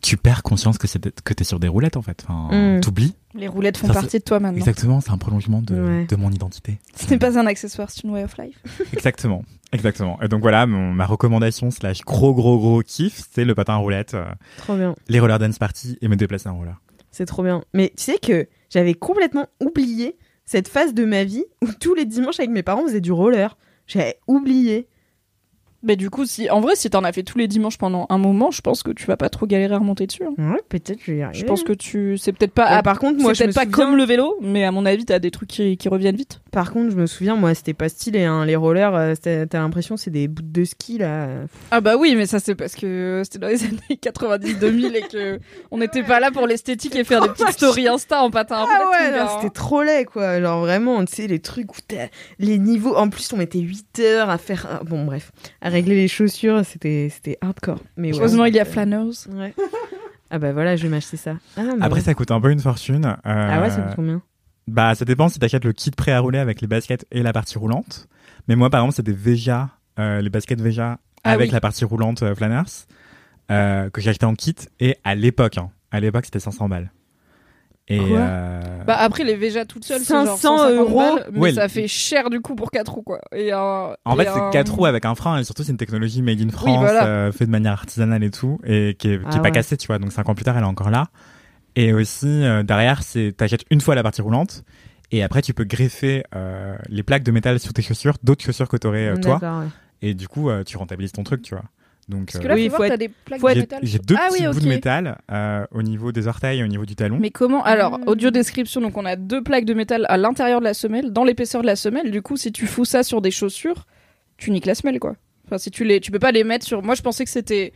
C: tu perds conscience que c'est que t'es sur des roulettes en fait. Enfin,
A: Mm.
C: t'oublies.
A: Les roulettes font
C: Ça, c'est-
A: partie de toi maintenant.
C: Exactement, c'est un prolongement de,
A: Ouais.
C: de mon identité.
A: Ce n'est pas un accessoire, c'est une way of life.
C: Exactement, exactement. Et donc voilà, mon- ma recommandation slash gros gros gros kiff, c'est le patin à roulettes, euh,
B: Trop bien.
C: les roller dance party et me déplacer en roller.
B: C'est trop bien. Mais tu sais que j'avais complètement oublié cette phase de ma vie où tous les dimanches avec mes parents on faisait du roller. J'avais oublié.
A: Mais du coup, si en vrai, si t'en as fait tous les dimanches pendant un moment, je pense que tu vas pas trop galérer à remonter dessus. hein.
B: Ouais, peut-être je vais y
A: Je
B: arriver.
A: pense que tu, c'est peut-être pas.
B: Ouais,
A: à-
B: par contre, moi,
A: c'est
B: je me
A: peut-être pas
B: souviens-
A: comme le vélo, mais à mon avis, t'as des trucs qui, qui reviennent vite.
B: Par contre, je me souviens, moi, c'était pas stylé. hein. Les rollers, euh, c'était- t'as l'impression que c'est des bouts de ski là.
A: Ah bah oui, mais ça c'est parce que c'était dans les années 90-2000 et que on n'était pas là pour l'esthétique et faire des petites stories Insta en patin à
B: Ah ouais,
A: roulettes, les
B: non,
A: gars, hein.
B: c'était trop laid quoi. Genre vraiment, tu sais, les trucs où t'as les niveaux. En plus, on mettait 8 heures à faire. ah, Bon, bref, à régler les chaussures, c'était c'était hardcore. Mais ouais.
A: Heureusement, il y a Flanneuse.
B: Ouais. Ah bah voilà, je vais m'acheter ça. Ah, mais
C: Après,
B: ouais.
C: ça coûte un peu une fortune. euh,
B: Ah ouais, ça coûte combien
C: Bah, ça dépend si t'achètes le kit prêt à rouler avec les baskets et la partie roulante. Mais moi, par exemple, c'était Veja, euh, les baskets Veja
A: Ah
C: avec
A: oui.
C: la partie roulante euh, Flanners, euh, que j'ai acheté en kit. Et à l'époque, hein, à l'époque, c'était 500 balles. Et
B: Quoi
C: euh,
A: Bah après, les Véja toutes seules, c'est
B: 500
A: genre 150
B: euros.
A: balles, mais
C: Ouais,
A: ça
C: le-
A: fait cher du coup pour 4 roues quoi. Et un-
C: en
A: et
C: fait,
A: un-
C: c'est 4 roues avec un frein. Et surtout, c'est une technologie made in France,
A: voilà.
C: euh, faite de manière artisanale et tout, et qui est, qui est
B: Ah
C: pas
B: ouais.
C: cassée, tu vois. Donc, 5 ans plus tard, elle est encore là. Et aussi, euh, derrière, c'est t'achètes une fois la partie roulante. Et après, tu peux greffer euh, les plaques de métal sur tes chaussures, d'autres chaussures que t'aurais euh, toi.
B: D'accord, ouais.
C: et du coup euh, tu rentabilises ton truc tu vois donc
A: Parce
C: euh,
A: que là,
B: Oui,
A: faut
B: faut
A: voir,
B: être-
A: t'as des plaques
B: faut
A: de
B: être-
A: métal.
C: j'ai deux
A: Ah oui,
C: petits bouts de
A: ok.
C: métal euh, au niveau des orteils et au niveau du talon
A: Mais comment Alors, audio description, donc on a deux plaques de métal à l'intérieur de la semelle, dans l'épaisseur de la semelle. Du coup, si tu fous ça sur des chaussures, tu niques la semelle, quoi. Enfin, si tu les, tu peux pas les mettre sur. Moi, je pensais que c'était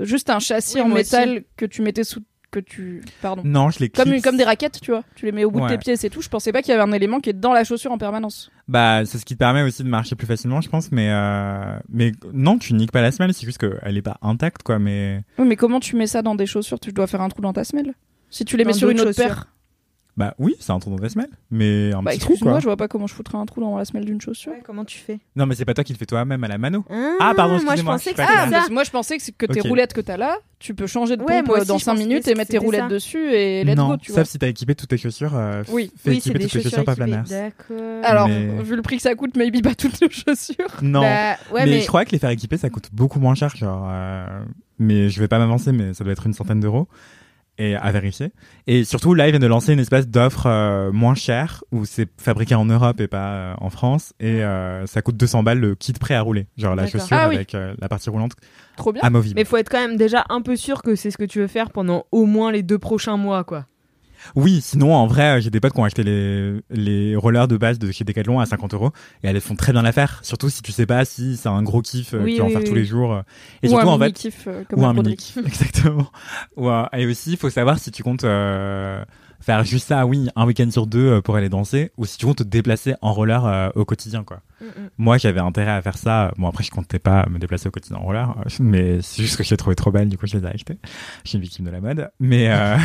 A: juste un châssis
B: Oui,
A: en
B: moi
A: métal que tu mettais sous, que tu, pardon,
C: non je les
A: comme
C: clipse.
A: comme des raquettes, tu vois. Tu les mets au bout de
C: Ouais.
A: tes pieds, c'est tout. Je pensais pas qu'il y avait un élément qui est dans la chaussure en permanence.
C: bah c'est ce qui te permet aussi de marcher plus facilement je pense mais euh, mais non tu niques pas la semelle c'est juste qu'elle est pas intacte quoi mais
A: Oui, mais comment tu mets ça dans des chaussures Tu dois faire un trou dans ta semelle. Si tu les
B: Dans
A: mets sur une
B: d'autres
A: autre
B: chaussures.
A: paire,
C: bah oui c'est un trou dans ta semelle mais un
A: bah
C: petit trou
A: excuse-moi,
C: quoi
A: je vois pas comment je foutrais un trou dans la semelle d'une chaussure.
B: Ouais, comment tu fais
C: non mais c'est pas toi qui le fais toi-même à la mano Ah, pardon,
B: moi je
C: excusez-moi,
B: pensais
C: je
B: que
C: suis pas
B: c'était
A: Ah,
C: claire.
B: ça.
A: parce que moi je pensais que, c'est- que tes
C: Ok.
A: roulettes que t'as là, tu peux changer de pompe
B: Ouais, moi
A: euh,
B: aussi,
A: dans
B: je
A: 5
B: pensais
A: minutes
B: que
A: et mettre tes
B: c'était
A: roulettes
B: ça.
A: dessus et let's
C: non
A: go, tu vois.
C: sauf si t'as équipé toutes tes chaussures euh,
A: Oui.
C: fais
B: Oui, c'est
C: équiper
B: des
C: toutes tes
B: chaussures,
C: chaussures pas
B: équipées.
C: Flaners.
B: D'accord.
A: Alors,
C: Mais-
A: vu le prix que ça coûte, maybe pas toutes nos chaussures.
C: non
B: Bah, ouais,
C: mais,
B: mais,
C: je crois que les faire équiper, ça coûte beaucoup moins cher. Genre, euh, mais je vais pas m'avancer, mais ça doit être une centaine d'euros. Et à vérifier. Et surtout, là, ils viennent de lancer une espèce d'offre euh, moins chère où c'est fabriqué en Europe et pas euh, en France. Et euh, ça coûte 200 balles le kit prêt à rouler. Genre la
B: D'accord. Ah,
C: chaussure
A: Ah oui.
C: avec euh, la partie roulante
A: Trop bien.
C: amovible.
B: mais faut être quand même déjà un peu sûr que c'est ce que tu veux faire pendant au moins les deux prochains mois, quoi.
C: Oui, sinon, en vrai, euh, j'ai des potes qui ont acheté les, les rollers de base de chez Decathlon à 50 euros et elles font très bien l'affaire. Surtout si tu sais pas si c'est un gros kiff, euh,
B: Oui,
C: tu vas en
B: oui,
C: faire
B: oui.
C: tous les jours. euh. Et
A: Ou
C: surtout,
A: un
C: en fait,
A: mini-kiff euh, comme
C: ou
A: un
C: un
A: Rodri.
C: mini exactement Ou un- et aussi il faut savoir si tu comptes euh, faire juste ça oui un week-end sur deux euh, pour aller danser ou si tu comptes te déplacer en roller euh, au quotidien quoi
A: Mm,
C: moi j'avais intérêt à faire ça bon après je comptais pas me déplacer au quotidien en roller euh, mais c'est juste que je l'ai trouvé trop belle du coup je les ai achetés je suis une victime de la mode mais euh,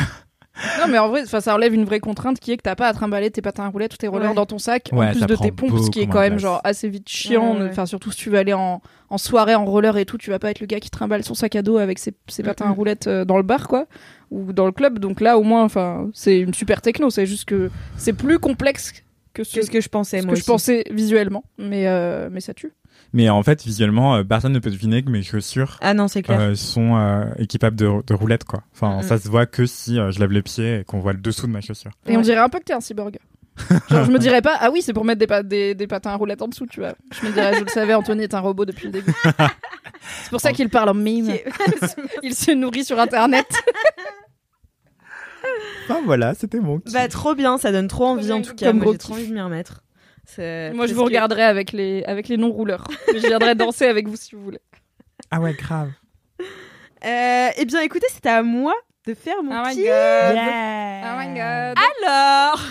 A: Non, mais en vrai, enfin, ça enlève une vraie contrainte qui est que t'as pas à trimballer tes patins à roulettes ou tes rollers
B: Ouais.
A: dans ton sac,
C: Ouais,
A: en plus
C: ça
A: de
C: prend
A: tes pompes, ce qui est
C: beaucoup
A: quand
C: moins de
A: même
C: place.
A: genre assez vite chiant.
B: Ouais, ouais, ouais.
A: Enfin, surtout si tu veux aller en, en soirée en roller et tout, tu vas pas être le gars qui trimballe son sac à dos avec ses, ses patins à
B: Mhm.
A: roulettes euh, dans le bar, quoi, ou dans le club. Donc là, au moins, enfin, c'est une super techno. C'est juste que c'est plus complexe que ce,
B: Qu'est-ce que je pensais,
A: ce
B: moi
A: que je
B: aussi.
A: pensais visuellement, mais euh, mais ça tue.
C: mais en fait visuellement euh, personne ne peut deviner que mes chaussures
B: Ah non, c'est clair.
C: euh, sont euh, équipables de, de roulettes quoi enfin
B: Mhm.
C: ça se voit que si euh, je lave les pieds et qu'on voit le dessous de ma chaussure
A: Et on dirait un peu que t'es un cyborg. Genre, je me dirais pas, ah oui, c'est pour mettre des, pa- des, des patins à roulettes en dessous, tu vois. Je me dirais, je le savais, Anthony est un robot depuis le début. c'est pour ça qu'il parle en mime. Il se nourrit sur Internet.
C: enfin voilà c'était mon kiff.
B: Bah trop bien, ça donne trop envie
A: bien,
B: en tout cas.
A: comme
B: Moi
A: gros
B: j'ai trop
A: kiff.
B: envie de m'y remettre. C'est-
A: Moi, je
B: parce
A: vous
B: que-
A: regarderai avec les, avec les non-rouleurs. Je viendrai danser avec vous si vous voulez.
C: ah ouais grave
B: Euh, eh bien écoutez, c'était à moi de faire mon kiff.
A: Oh my god.
B: Alors,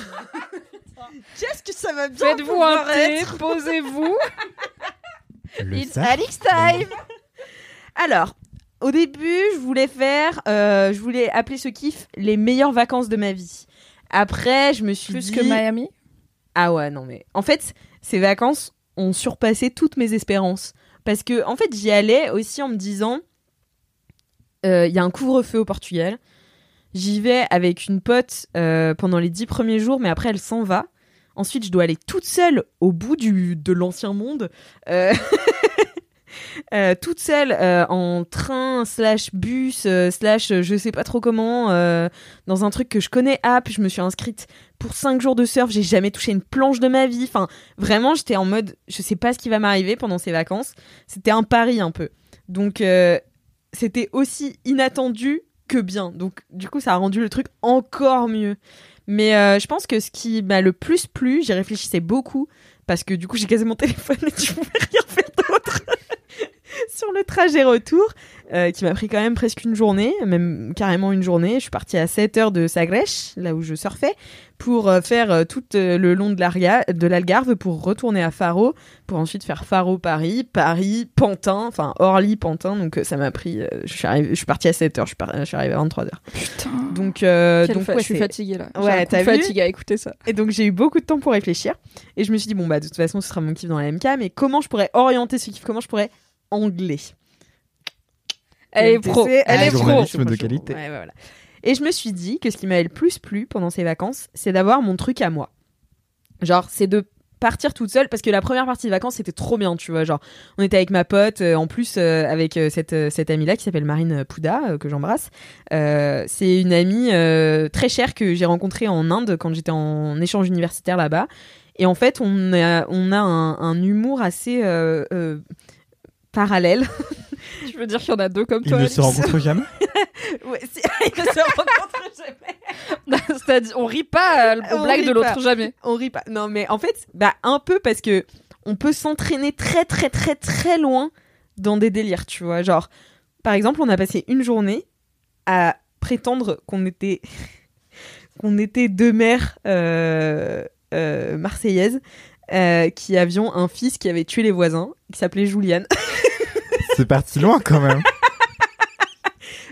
B: qu'est-ce que ça va bien
A: Faites-vous un
B: pouvoir
A: thé,
B: être
A: posez-vous.
C: Le
A: It's
C: sac.
B: time Alors, au début, je voulais faire, euh, je voulais appeler ce kiff les meilleures vacances de ma vie. Après, je me suis
A: Plus
B: dit,
A: que Miami.
B: ah ouais, non mais en fait, ces vacances ont surpassé toutes mes espérances parce que en fait, j'y allais aussi en me disant euh, il y a un couvre-feu au Portugal. J'y vais avec une pote euh, pendant les dix premiers jours, mais après elle s'en va. Ensuite, je dois aller toute seule au bout du, de l'ancien monde. Euh, euh, toute seule euh, en train slash bus euh, slash euh, je sais pas trop comment euh, dans un truc que je connais app je me suis inscrite pour 5 jours de surf j'ai jamais touché une planche de ma vie enfin vraiment j'étais en mode je sais pas ce qui va m'arriver pendant ces vacances c'était un pari un peu donc euh, c'était aussi inattendu que bien donc du coup ça a rendu le truc encore mieux mais euh, je pense que ce qui m'a le plus plu j'y réfléchissais beaucoup parce que du coup j'ai quasiment mon téléphone et je pouvais rien faire d'autre sur le trajet retour, euh, qui m'a pris quand même presque une journée, même carrément une journée. Je suis partie à 7 heures de Sagres, là où je surfais, pour euh, faire euh, tout euh, le long de l'Arga- de l'Algarve, pour retourner à Faro, pour ensuite faire Faro-Paris, Paris, Pantin, enfin Orly-Pantin. Donc euh, ça m'a pris. euh, je, suis arrivée- je suis partie à 7 heures, je suis, par- je suis arrivée à 23 heures.
A: Putain.
B: Donc, euh,
A: Quelle
B: donc
A: fois,
B: ouais,
A: je suis
B: c'est-
A: fatiguée là.
B: Ouais,
A: Ouais,
B: t'as
A: t'as
B: vu
A: fatiguée à écouter ça.
B: et donc j'ai eu beaucoup de temps pour réfléchir. Et je me suis dit, bon, bah de toute façon, ce sera mon kiff dans la MK, mais comment je pourrais orienter ce kiff Comment je pourrais angler
A: Elle est
B: TMTC,
A: pro. Elle est pro.
B: franchement,
C: de qualité.
B: ouais, ouais, voilà. Et je me suis dit que ce qui m'avait le plus plu pendant ces vacances, c'est d'avoir mon truc à moi. Genre, c'est de partir toute seule parce que la première partie de vacances c'était trop bien tu vois genre on était avec ma pote euh, en plus euh, avec euh, cette euh, cette amie là qui s'appelle Marine Pouda euh, que j'embrasse Euh, c'est une amie euh, très chère que j'ai rencontrée en Inde quand j'étais en échange universitaire là-bas et en fait on a on a un, un humour assez euh, euh, parallèle
A: Tu veux dire qu'il y en a deux comme
C: Ils
A: toi
C: ne se
A: Alex
C: rencontrent jamais.
B: ouais, c'est- ils ne se rencontrent jamais
A: Bah, C'est-à-dire, on rit pas euh, aux
B: On
A: blagues
B: rit
A: de
B: pas.
A: l'autre jamais.
B: on rit pas. Non, mais en fait, bah un peu parce que on peut s'entraîner très très très très loin dans des délires, tu vois. Genre, par exemple, on a passé une journée à prétendre qu'on était qu'on était deux mères euh, euh, marseillaises euh, qui avions un fils qui avait tué les voisins, qui s'appelait Julian.
C: C'est parti loin quand même.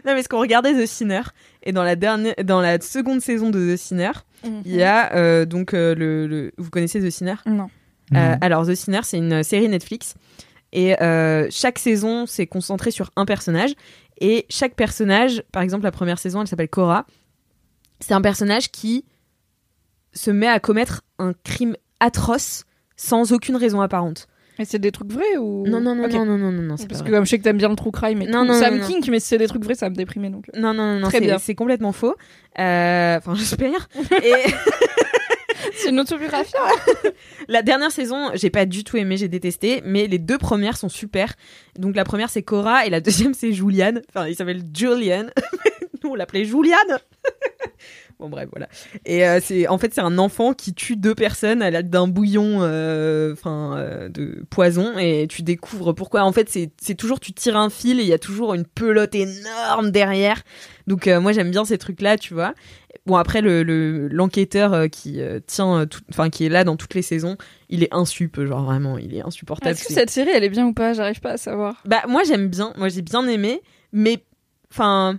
B: non, mais ce qu'on regardait The Sinner et dans la dernière, dans la seconde saison de The Sinner,
A: Mm-hmm.
B: il y a euh, donc euh, le, le, vous connaissez The Sinner
A: Non.
B: Euh,
C: Mm.
B: alors, The Sinner, c'est une euh, série Netflix. Et euh, chaque saison, c'est concentré sur un personnage. Et chaque personnage, par exemple, la première saison, elle s'appelle Cora. C'est un personnage qui se met à commettre un crime atroce sans aucune raison apparente.
A: Mais c'est des trucs vrais ou
B: Non, non, non,
A: Ok.
B: non, non, non, non, non, c'est pas
A: Parce que
B: vrai.
A: comme je sais que t'aimes bien le true crime et
B: Non,
A: tout,
B: non,
A: ça
B: non,
A: me
B: non.
A: kink, mais si c'est des trucs vrais, ça me déprime donc. euh.
B: Non, non, non, non,
A: Très
B: c'est-
A: bien.
B: c'est complètement faux. Euh, Enfin, j'espère. Et.
A: C'est une autobiographie.
B: La dernière saison, j'ai pas du tout aimé, j'ai détesté, mais les deux premières sont super. Donc la première c'est Cora et la deuxième c'est Julianne. Enfin, il s'appelle Julian. Nous on l'appelait Julianne. bon bref, voilà. Et euh, c'est en fait c'est un enfant qui tue deux personnes à l'aide d'un bouillon euh, enfin euh, de poison et tu découvres pourquoi. En fait, c'est c'est toujours tu tires un fil et il y a toujours une pelote énorme derrière. Donc euh, moi j'aime bien ces trucs-là, tu vois. Bon après le- le l'enquêteur euh, qui euh, tient euh, tout- enfin qui est là dans toutes les saisons, il est insup genre vraiment, il est insupportable.
A: Est-ce que
B: C'est-
A: cette série, elle est bien ou pas J'arrive pas à savoir.
B: Bah moi j'aime bien, moi j'ai bien aimé, mais enfin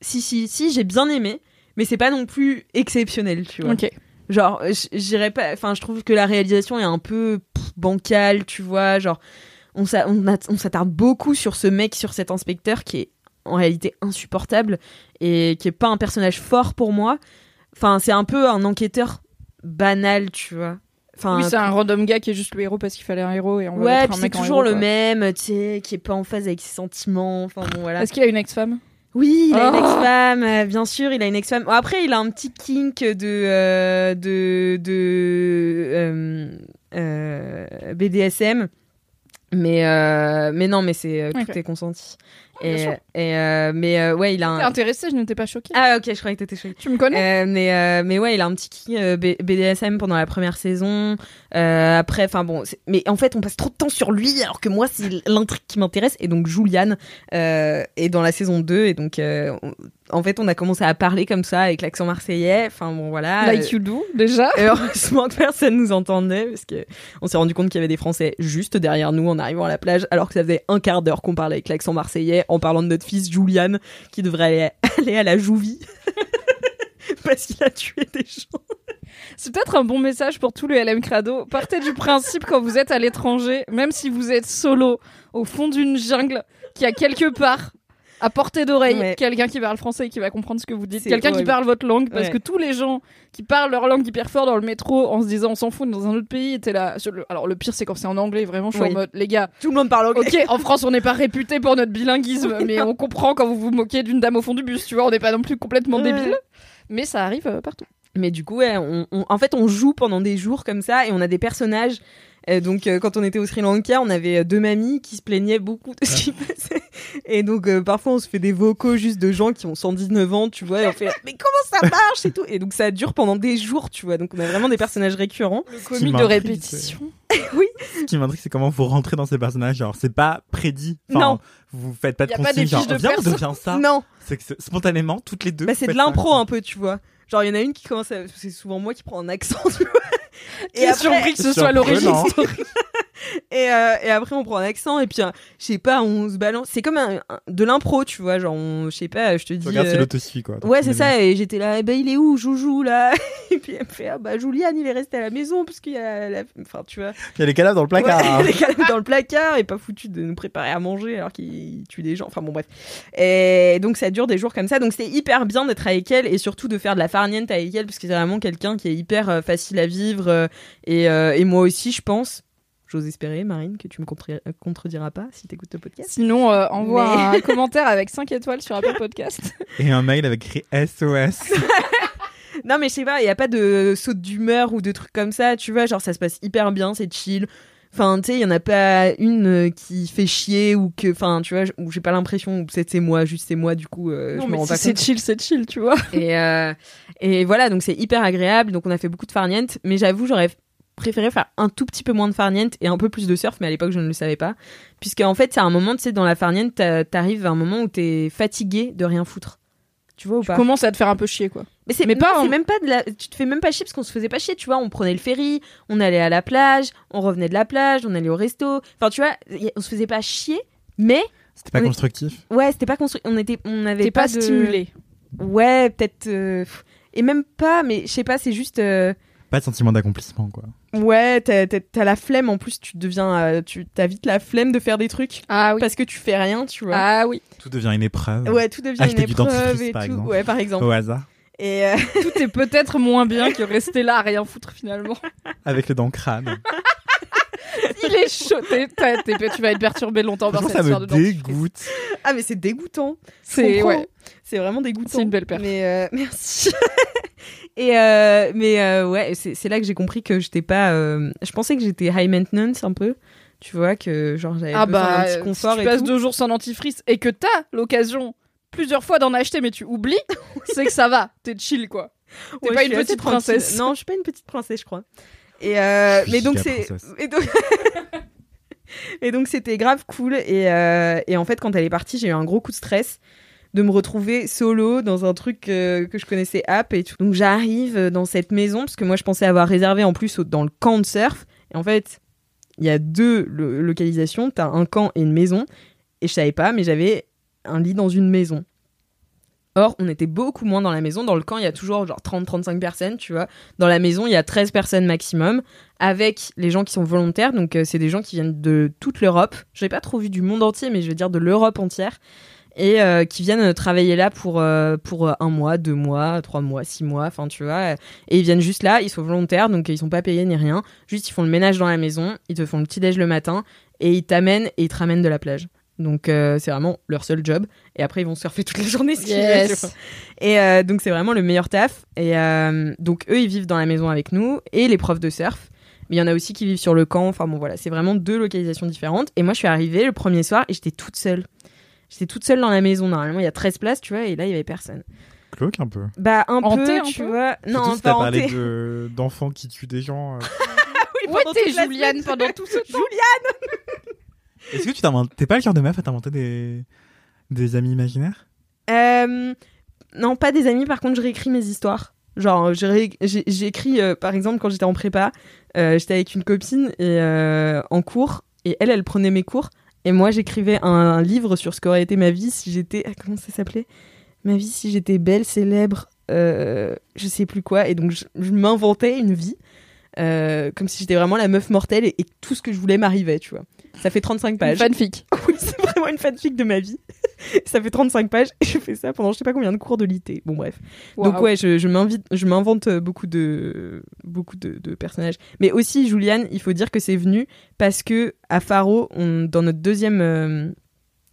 B: si si si, j'ai bien aimé, mais c'est pas non plus exceptionnel, tu vois.
A: Ok.
B: Genre, euh, j- j'irais pas. Enfin, je trouve que la réalisation est un peu pff, bancale, tu vois. Genre, on s'a- on a- on s'attarde beaucoup sur ce mec, sur cet inspecteur qui est en réalité insupportable et qui est pas un personnage fort pour moi. Enfin, c'est un peu un enquêteur banal, tu vois. Enfin,
A: Oui, c'est un random gars qui est juste le héros parce qu'il fallait un héros et on va
B: ouais,
A: mettre
B: puis
A: un
B: c'est
A: mec en
B: toujours
A: héros,
B: le
A: quoi.
B: même, tu sais, qui est pas en phase avec ses sentiments. Enfin, bon, voilà.
A: Est-ce qu'il a une ex-femme
B: Oui, il a une
A: Oh.
B: ex-femme, euh, bien sûr, il a une ex-femme. Bon, Après, il a un petit kink de euh, de, de euh, euh, BDSM, mais euh, mais non, mais c'est euh, tout
A: Ok.
B: est consenti.
A: bien
B: Et,
A: sûr.
B: et, euh, mais euh, ouais, il a
A: T'es
B: un.
A: intéressée, je n'étais pas choquée.
B: Ah ok, je croyais que t'étais chouette.
A: Tu me connais
B: Euh, mais euh, mais ouais, il a un petit kink euh, B- BDSM pendant la première saison. Euh, après, enfin bon, c'est- mais en fait, on passe trop de temps sur lui alors que moi c'est l'intrigue qui m'intéresse. Et donc Julianne euh, est dans la saison 2 et donc euh, on- en fait, on a commencé à parler comme ça avec l'accent marseillais. Enfin bon, voilà.
A: Like you do, déjà.
B: Euh, Heureusement que personne nous entendait parce que on s'est rendu compte qu'il y avait des Français juste derrière nous en arrivant à la plage, alors que ça faisait un quart d'heure qu'on parlait avec l'accent marseillais en parlant de notre fils Julian qui devrait aller, aller à la Jouvie parce qu'il a tué des gens.
A: C'est peut-être un bon message pour tous les LM Crado. Partez du principe quand vous êtes à l'étranger, même si vous êtes solo, au fond d'une jungle, qu'il y a quelque part à portée d'oreille
B: Ouais.
A: quelqu'un qui parle français et qui va comprendre ce que vous dites,
B: C'est
A: quelqu'un qui
B: horrible.
A: parle votre langue, parce
B: Ouais.
A: que tous les gens qui parlent leur langue hyper fort dans le métro en se disant on s'en fout on est dans un autre pays, et t'es là. sur le- Alors le pire c'est quand c'est en anglais, vraiment je suis
B: Oui.
A: en mode les gars,
B: Tout le monde parle anglais.
A: ok en France on n'est pas réputé pour notre bilinguisme, mais on comprend quand vous vous moquez d'une dame au fond du bus, tu vois, on n'est pas non plus complètement
B: Ouais.
A: débile, mais ça arrive euh, partout.
B: Mais du coup, ouais, on, on- en fait, on joue pendant des jours comme ça et on a des personnages. Euh, donc, euh, quand on était au Sri Lanka, on avait euh, deux mamies qui se plaignaient beaucoup de ce qui passait. Et donc, euh, parfois, on se fait des vocaux juste de gens qui ont 119 ans, tu vois, et on fait « Mais comment ça marche ?» et tout. Et donc, ça dure pendant des jours, tu vois. Donc, on a vraiment des personnages récurrents.
A: Le
C: qui
A: comique de
C: m'intrigue,
A: répétition.
C: Ce qui m'intrigue, c'est comment vous rentrez dans ces personnages. Genre, c'est pas prédit. Enfin,
B: Non.
C: Vous faites pas de
A: Y a pas des
C: consignes. Genre,
A: fiches de
C: viens, on
A: perso.
C: devient ça.
B: Non,
C: C'est que c'est- spontanément, toutes les deux.
B: bah,
C: vous
B: c'est de
C: faites ça.
B: l'impro un peu, tu vois. Genre, il y en a une qui commence à... C'est souvent moi qui prends un accent, tu vois.
A: Et
B: après-
A: surpris que ce soit
C: Surprenant.
A: l'origine.
B: Et, euh, et après, on prend un accent, et puis, euh, je sais pas, on se balance. C'est comme un- un- de l'impro, tu vois. Genre, on- je sais pas, je te dis.
C: Tu regardes,
B: euh,
C: c'est hein, l'autosuffit, quoi.
B: Ouais, c'est ça, et j'étais là, eh ben il est où, Joujou, là Et puis elle me fait, ah bah Juliane, il est resté à la maison, parce qu'il y a la... Enfin, tu vois,
C: Il y a les cadavres dans le placard. hein.
B: Ouais, il est calme dans le placard, et pas foutu de nous préparer à manger alors qu'il tue des gens, enfin bon, bref. Et donc ça dure des jours comme ça, donc c'était hyper bien d'être avec elle, et surtout de faire de la farniente avec elle, parce que c'est vraiment quelqu'un qui est hyper euh, facile à vivre, euh, et, euh, et moi aussi, je pense... J'ose espérer, Marine, que tu me contre- contrediras pas si t'écoutes le podcast.
A: Sinon, euh, envoie
B: Mais-
A: un commentaire avec 5 étoiles sur Apple Podcast.
C: hein. Et un mail avec écrit SOS.
B: Non, mais je sais pas, il n'y a pas de saut d'humeur ou de trucs comme ça, tu vois. Genre, ça se passe hyper bien, c'est chill. Enfin, tu sais, il n'y en a pas une euh, qui fait chier ou que. Enfin, tu vois, j- ou j'ai pas l'impression, ou c'est c'est moi, juste c'est moi, du coup, euh,
A: Non,
B: je me
A: mais
B: rends
A: si
B: pas
A: c'est
B: compte.
A: chill, c'est chill, tu vois.
B: Et, euh, et voilà, donc c'est hyper agréable. Donc, on a fait beaucoup de farniente, mais j'avoue, j'aurais préféré faire un tout petit peu moins de farniente et un peu plus de surf, mais à l'époque, je ne le savais pas. Puisque, en fait, c'est un moment, tu sais, dans la farniente, t'a- t'arrives à un moment où t'es fatigué de rien foutre. Tu vois ou pas
A: Commence à te faire un peu chier, quoi.
B: mais c'est
A: Mais
B: mais
A: pas
B: pas
A: en-
B: même pas de la tu te fais même pas chier parce qu'on se faisait pas chier, tu vois, on prenait le ferry, on allait à la plage, on revenait de la plage, on allait au resto. Enfin, tu vois, y- on se faisait pas chier, mais
C: C'était pas
B: Oui.
C: constructif.
B: ouais, c'était pas construit, on était on avait
A: T'es pas,
B: de-
A: stimulé.
B: Ouais, peut-être euh, pff, et même pas mais je sais pas, c'est juste euh,
C: Pas de sentiment d'accomplissement, quoi.
B: ouais, t'as t'as- t'as la flemme en plus, tu deviens euh, tu t'as vite la flemme de faire des trucs
A: Ah oui.
B: parce que tu fais rien, tu vois.
A: Ah oui.
C: Tout devient une épreuve.
B: Ouais, tout devient
C: Acheter
B: une
C: Ah, du
B: épreuve
C: dentifrice,
B: et
C: par
B: tout.
C: exemple.
B: Ouais, par exemple.
C: Au hasard.
B: Et euh,
A: Tout est peut-être moins bien que rester là à rien foutre finalement.
C: Avec les dents crânes.
A: Il est chaud. T'es- t'as- t'es- tu vas être perturbé longtemps par
C: Franchement,
A: cette
C: ça
A: histoire
C: me
A: de dentifrice.
C: dégoûte.
B: ah mais c'est dégoûtant.
A: C'est
B: comprends.
A: ouais.
B: C'est vraiment dégoûtant.
A: C'est une belle perf.
B: Mais euh, merci. Et euh, mais euh, ouais, c'est c'est là que j'ai compris que j'étais pas. euh, je pensais que j'étais high maintenance un peu. Tu vois que genre j'avais
A: Ah
B: besoin
A: bah,
B: d'un petit
A: euh, si
B: confort
A: tu
B: et
A: passes
B: tout.
A: deux jours sans dentifrice et que t'as l'occasion plusieurs fois d'en acheter mais tu oublies, c'est que ça va. T'es chill, quoi. T'es
B: Ouais,
A: pas
B: je
A: une
B: suis assez
A: petite
B: tranquille.
A: princesse.
B: Non, je suis pas une petite princesse, je crois. Et euh,
C: Je suis
B: mais donc
C: giga
B: c'est
C: princesse.
B: et donc et donc c'était grave cool et euh, et en fait quand elle est partie j'ai eu un gros coup de stress de me retrouver solo dans un truc euh, que je connaissais app et tout. Donc j'arrive dans cette maison parce que moi je pensais avoir réservé en plus au- dans le camp de surf et en fait il y a deux lo- localisations, t'as un camp et une maison et je savais pas mais j'avais un lit dans une maison. Or, on était beaucoup moins dans la maison. Dans le camp, il y a toujours genre 30-35 personnes, tu vois. Dans la maison, il y a 13 personnes maximum, avec les gens qui sont volontaires. Donc, euh, c'est des gens qui viennent de toute l'Europe. Je n'ai pas trop vu du monde entier, mais je vais dire de l'Europe entière. Et euh, qui viennent euh, travailler là pour, euh, pour euh, un mois, deux mois, trois mois, six mois, enfin, tu vois. Et ils viennent juste là, ils sont volontaires, donc euh, ils sont pas payés ni rien. Juste, ils font le ménage dans la maison, ils te font le petit-déj le matin, et ils t'amènent et ils te ramènent de la plage. Donc, euh, c'est vraiment leur seul job. Et après, ils vont surfer toute la journée, ce qu'ils veulent, tu vois.
A: Yes.
B: Et euh, donc c'est vraiment le meilleur taf. Et euh, donc eux, ils vivent dans la maison avec nous et les profs de surf. Mais il y en a aussi qui vivent sur le camp. Enfin bon voilà, c'est vraiment deux localisations différentes. Et moi, je suis arrivée le premier soir et j'étais toute seule. J'étais toute seule dans la maison. Normalement, il y a 13 places, tu vois, et là, il y avait personne.
C: Glauque, un peu.
B: Bah un
A: Hantée,
B: peu,
A: un
B: tu
A: peu
B: vois.
C: Surtout
B: Non,
C: si
B: pas
C: t'as
B: hanté.
C: parlé de- d'enfants qui tuent des gens. euh.
A: Où était Juliane pendant tout ce temps
C: Est-ce que tu t'inventes T'es pas le genre de meuf à t'inventer des... des amis imaginaires
B: Euh, non, pas des amis. Par contre, je réécris mes histoires. Genre, je ré- j'ai- j'écris, euh, par exemple, quand j'étais en prépa, euh, j'étais avec une copine et euh, en cours, et elle, elle prenait mes cours, et moi, j'écrivais un, un livre sur ce qu'aurait été ma vie si j'étais. ah, comment ça s'appelait Ma vie si j'étais belle, célèbre, euh, je sais plus quoi. Et donc, je, je m'inventais une vie, euh, comme si j'étais vraiment la meuf mortelle et, et tout ce que je voulais m'arrivait, tu vois. Ça fait 35 pages.
A: fanfic.
B: Oui, c'est vraiment une fanfic de ma vie. ça fait 35 pages et je fais ça pendant je sais pas combien de cours de l'IT. Bon, bref. Donc,
A: Waouh.
B: ouais, je, je m'invite, je m'invente euh, beaucoup de, beaucoup de, de personnages. Mais aussi, Juliane, il faut dire que c'est venu parce que à Faro, on, dans notre deuxième euh,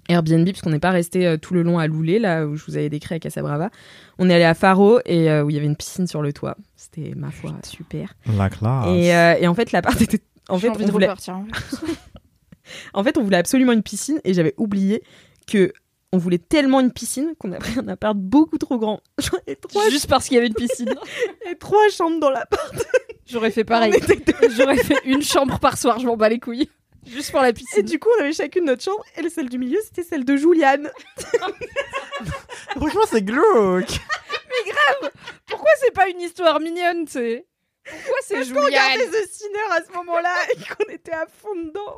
B: Airbnb, puisqu'on n'est pas resté euh, tout le long à Loulé, là où je vous avais décrit à Casabrava, on est allé à Faro et euh, où il y avait une piscine sur le toit. C'était, ma foi, super.
C: La classe.
B: Et, euh, et en fait, l'appart était. En fait,
A: Ah, J'ai
B: on
A: envie de
B: voulait-
A: repartir. en fait.
B: en fait, on voulait absolument une piscine et j'avais oublié que on voulait tellement une piscine qu'on a pris un appart beaucoup trop grand. Et trois,
A: Juste parce qu'il y avait une piscine.
B: et trois chambres dans l'appart.
A: J'aurais fait pareil.
B: On était deux.
A: J'aurais fait une chambre par soir, je m'en bats les couilles. Juste pour la
B: Et
A: piscine.
B: du coup, on avait chacune notre chambre et celle du milieu, c'était celle de Juliane.
C: Franchement, c'est glauque.
A: Pourquoi c'est pas une histoire mignonne, tu sais Pourquoi c'est
B: On
A: Juliane
B: regardait The Sinner à ce moment-là et qu'on était à fond dedans.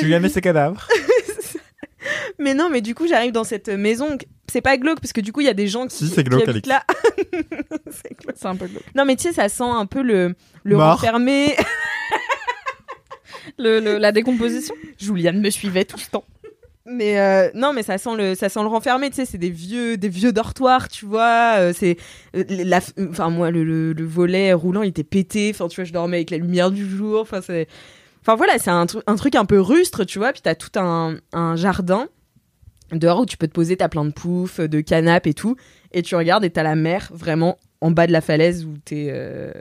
C: Je lui ai mis ses cadavres.
B: Mais non, mais du coup, j'arrive dans cette maison. C'est pas glauque parce que du coup, il y a des gens qui,
C: Si, c'est
B: qui
C: glauque,
B: habitent
C: Alex.
B: là. C'est glauque.
A: C'est un peu glauque.
B: Non, mais tu sais, ça sent un peu le, le
C: Mort.
B: renfermé.
A: Le- le- la décomposition
B: Juliane me suivait tout le temps. Mais euh, non, mais ça sent le, ça sent le renfermé. Tu sais, c'est des vieux, des vieux dortoirs, tu vois. euh, c'est euh, la, enfin moi le, le- le volet roulant, il était pété. Enfin tu vois, je dormais avec la lumière du jour. Enfin c'est, enfin voilà, c'est un, tru- un truc un peu rustre, tu vois. Puis t'as tout un, un jardin dehors où tu peux te poser, t'as plein de poufs, de canapes et tout, et tu regardes et t'as la mer vraiment en bas de la falaise où t'es. euh,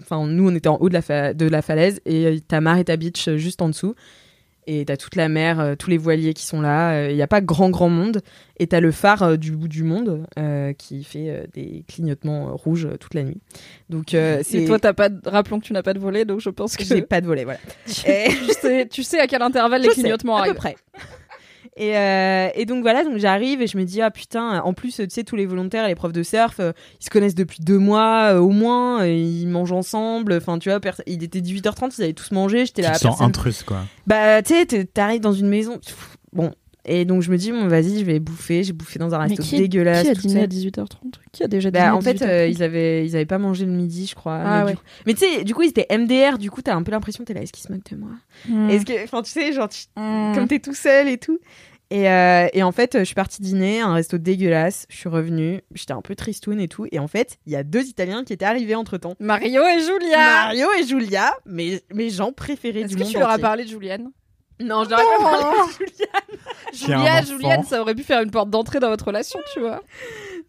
B: Enfin, nous, on était en haut de la, fa- de la falaise et euh, t'as Marita Beach euh, juste en dessous. Et t'as toute la mer, euh, tous les voiliers qui sont là. Il n'y a pas grand, grand monde. Et t'as le phare euh, du bout du monde euh, qui fait euh, des clignotements euh, rouges euh, toute la nuit. Donc, euh, c'est.
A: Et toi, t'as pas. de- Rappelons que tu n'as pas de volet, donc je pense que.
B: j'ai pas de volet, voilà.
A: tu,
B: Et-
A: tu sais, tu Eh. sais à quel intervalle les
B: Je sais,
A: clignotements
B: à peu
A: arrivent.
B: près. Et, euh, et donc voilà, donc j'arrive et je me dis ah putain, en plus tu sais tous les volontaires, et les profs de surf, euh, ils se connaissent depuis deux mois euh, au moins, et ils mangent ensemble, enfin tu vois, pers- il était 18h30, ils avaient tous mangé, j'étais
C: Tu
B: là.
C: te sens
B: personne-
C: intrus, quoi.
B: Bah tu sais, t'es- t'arrives dans une maison, pff, bon. Et donc je me dis bon vas-y, je vais bouffer, j'ai bouffé dans un resto dégueulasse. tout seul.
A: 18h30 Qui a déjà
B: Bah, en fait, euh, ils avaient ils avaient pas mangé le midi, je crois.
A: Ah
B: mais
A: ouais.
B: du coup- mais tu sais, du coup ils étaient MDR, du coup t'as un peu l'impression t'es là, est-ce qu'ils se moquent de moi
A: Hmm.
B: Est-ce que, enfin tu sais, genre tu- comme t'es tout seul et tout. Et, euh, et en fait, je suis partie dîner à un resto dégueulasse. Je suis revenue, j'étais un peu tristoune et tout. Et en fait, il y a deux Italiens qui étaient arrivés entre temps.
A: Mario et Julia
B: Mario et Julia, mes, mes gens préférés
A: Est-ce
B: du
A: que
B: monde.
A: tu leur as
B: entier.
A: parlé de Juliane
B: Non, je leur ai pas parlé.
C: J'ai Oh. un
A: Julia,
C: enfant.
A: Juliane, ça aurait pu faire une porte d'entrée dans votre relation, tu vois.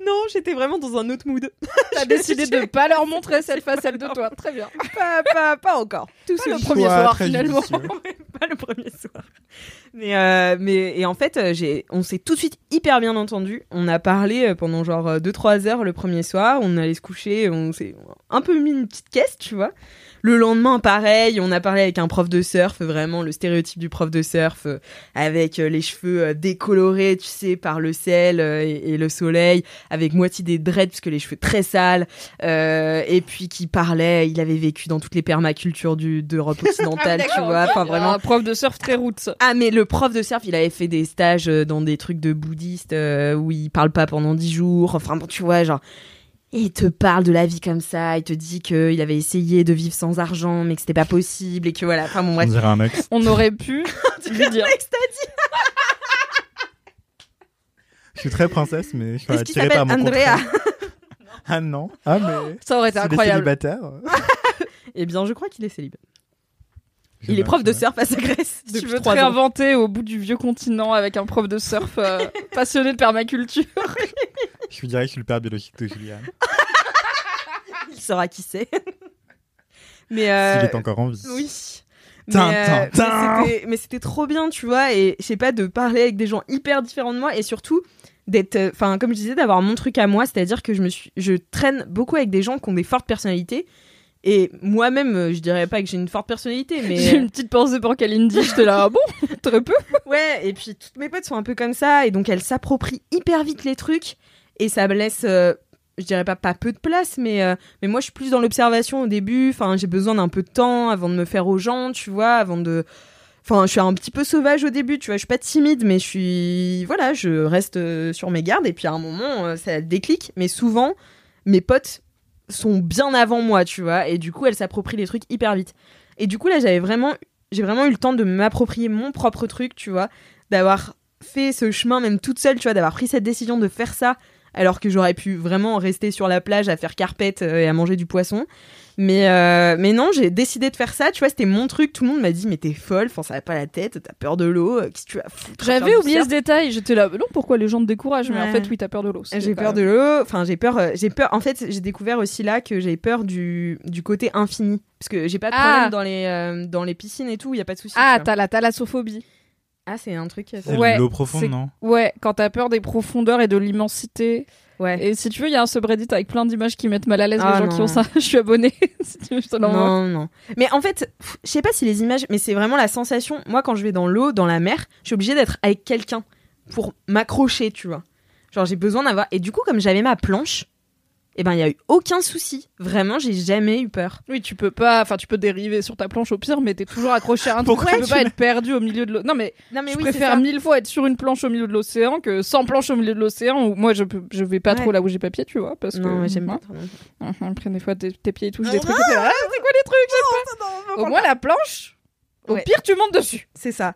B: Non, j'étais vraiment dans un autre mood.
A: T'as décidé de pas leur montrer celle face à celle de toi. Très bien.
B: pas, pas, pas encore. Tout
A: Pas
B: seul.
A: le premier
C: choix
A: soir,
C: très
A: finalement.
C: judicieux.
B: pas le premier soir. Mais, euh, mais et en fait, euh, j'ai, on s'est tout de suite hyper bien entendu. On a parlé euh, pendant genre 2-3 heures le premier soir. On allait se coucher. On s'est un peu mis une petite caisse, tu vois. Le lendemain, pareil, on a parlé avec un prof de surf, vraiment le stéréotype du prof de surf, euh, avec euh, les cheveux euh, décolorés, tu sais, par le sel euh, et, et le soleil, avec moitié des dreads, parce que les cheveux très sales, euh, et puis qui parlait, il avait vécu dans toutes les permacultures du, d'Europe occidentale, tu vois, Ah, enfin vraiment.
A: Un prof de surf très roots.
B: Ah mais le prof de surf, il avait fait des stages euh, dans des trucs de bouddhistes euh, où il parle pas pendant 10 jours. Enfin bon, tu vois, genre et il te parle de la vie comme ça, il te dit que il avait essayé de vivre sans argent mais que c'était pas possible et que voilà, enfin bon
C: On
B: bref.
C: dirait un mec.
A: On aurait pu lui dire.
C: Je suis très princesse, mais je suis
B: Est-ce qu'il
C: attirée
B: s'appelle
C: par mon
B: Andrea
C: contraire. Ah non. Ah mais.
A: Ça aurait été
C: C'est les
A: incroyable.
C: célibataires.
B: Eh bien, je crois qu'il est célibataire.
C: Je
B: Il est
C: meurs,
B: prof
C: je
B: de
C: meurs.
B: surf à sa Grèce
A: Si tu
B: depuis
A: veux te
B: 3 ans.
A: réinventer au bout du vieux continent avec un prof de surf euh, passionné de permaculture.
C: Je lui dirais que je suis le père biologique de Julian.
B: Il saura qui c'est. mais
C: S'il
B: euh,
C: est encore en vie.
B: Oui. Mais,
C: Tin,
B: euh,
C: tin, tin.
B: mais c'était- mais c'était trop bien, tu vois, et je sais pas, de parler avec des gens hyper différents de moi, et surtout d'être, euh, enfin, comme je disais, d'avoir mon truc à moi, c'est-à-dire que je me suis, je traîne beaucoup avec des gens qui ont des fortes personnalités, et moi-même, euh, je dirais pas que j'ai une forte personnalité,
A: J'ai
B: mais euh,
A: une petite pensée pour Kalindi. J'étais là, ah bon, très peu.
B: ouais, et puis toutes mes potes sont un peu comme ça, et donc elles s'approprient hyper vite les trucs, et ça me laisse, euh, je dirais pas pas peu de place, mais euh, mais moi je suis plus dans l'observation au début. Enfin, j'ai besoin d'un peu de temps avant de me faire aux gens, tu vois, avant de. Enfin, je suis un petit peu sauvage au début, tu vois. Je suis pas timide, mais je suis voilà, je reste euh, sur mes gardes. Et puis à un moment, euh, ça déclic. Mais souvent, mes potes sont bien avant moi, tu vois. Et du coup, elles s'approprient les trucs hyper vite. Et du coup, là, j'avais vraiment j'ai vraiment eu le temps de m'approprier mon propre truc, tu vois, d'avoir fait ce chemin même toute seule, tu vois, d'avoir pris cette décision de faire ça alors que j'aurais pu vraiment rester sur la plage à faire carpette euh, et à manger du poisson. Mais, euh, mais non, j'ai décidé de faire ça, tu vois, c'était mon truc, tout le monde m'a dit mais t'es folle, enfin ça va pas la tête, t'as peur de l'eau, euh, qu'est-ce que tu vas foutre à
A: J'avais
B: faire du
A: oublié
B: surf
A: ce détail. J'étais là, non, pourquoi les gens te découragent Mais en
B: Ouais.
A: fait, oui, t'as peur de l'eau. C'était
B: J'ai
A: quand
B: peur de
A: même-
B: l'eau. Enfin, j'ai peur. euh, J'ai peur. En fait, j'ai découvert aussi là que j'ai peur du, du côté infini. Parce que j'ai pas de
A: Ah.
B: problème dans les euh, dans les piscines et tout. Il y a pas de souci. tu
A: Ah,
B: vois.
A: t'as la thalassophobie.
B: ah, c'est un truc.
C: C'est l'eau profonde,
A: c'est-
C: non
A: Ouais, quand t'as peur des profondeurs et de l'immensité.
B: Ouais.
A: Et si tu veux, il y a un subreddit avec plein d'images qui mettent mal à l'aise
B: Ah,
A: les gens qui
B: non.
A: ont ça. Je suis abonnée. si tu veux, je te l'envoie.
B: Non, non. Mais en fait, pff, je sais pas si les images, mais c'est vraiment la sensation. Moi, quand je vais dans l'eau, dans la mer, je suis obligée d'être avec quelqu'un pour m'accrocher, tu vois. Genre, j'ai besoin d'avoir. Et du coup, comme j'avais ma planche, eh ben, il y a eu aucun souci. Vraiment, j'ai jamais eu peur.
A: Oui, tu peux pas. Enfin, tu peux dériver sur ta planche au pire, mais t'es toujours accroché à un truc.
C: Pourquoi
A: Tu peux
C: tu
A: pas
C: l'as-
A: être perdu au milieu de l'eau. Non, mais,
B: Non, mais
A: je
B: oui, c'est
A: préfère
B: ça.
A: mille fois être sur une planche au milieu de l'océan que sans planche au milieu de l'océan. Où moi, je peux, je vais pas
B: Ouais.
A: trop là où j'ai papier, tu vois, parce
B: Non,
A: que
B: mais j'aime pas.
A: hein,
B: trop non.
A: hein, hein, Après, des fois, tes, tes pieds ils touchent des trucs. et t'es là, Ah, c'est quoi les trucs J'aime pas. Au moins la planche. Au
B: Ouais.
A: pire, tu montes dessus.
B: C'est ça.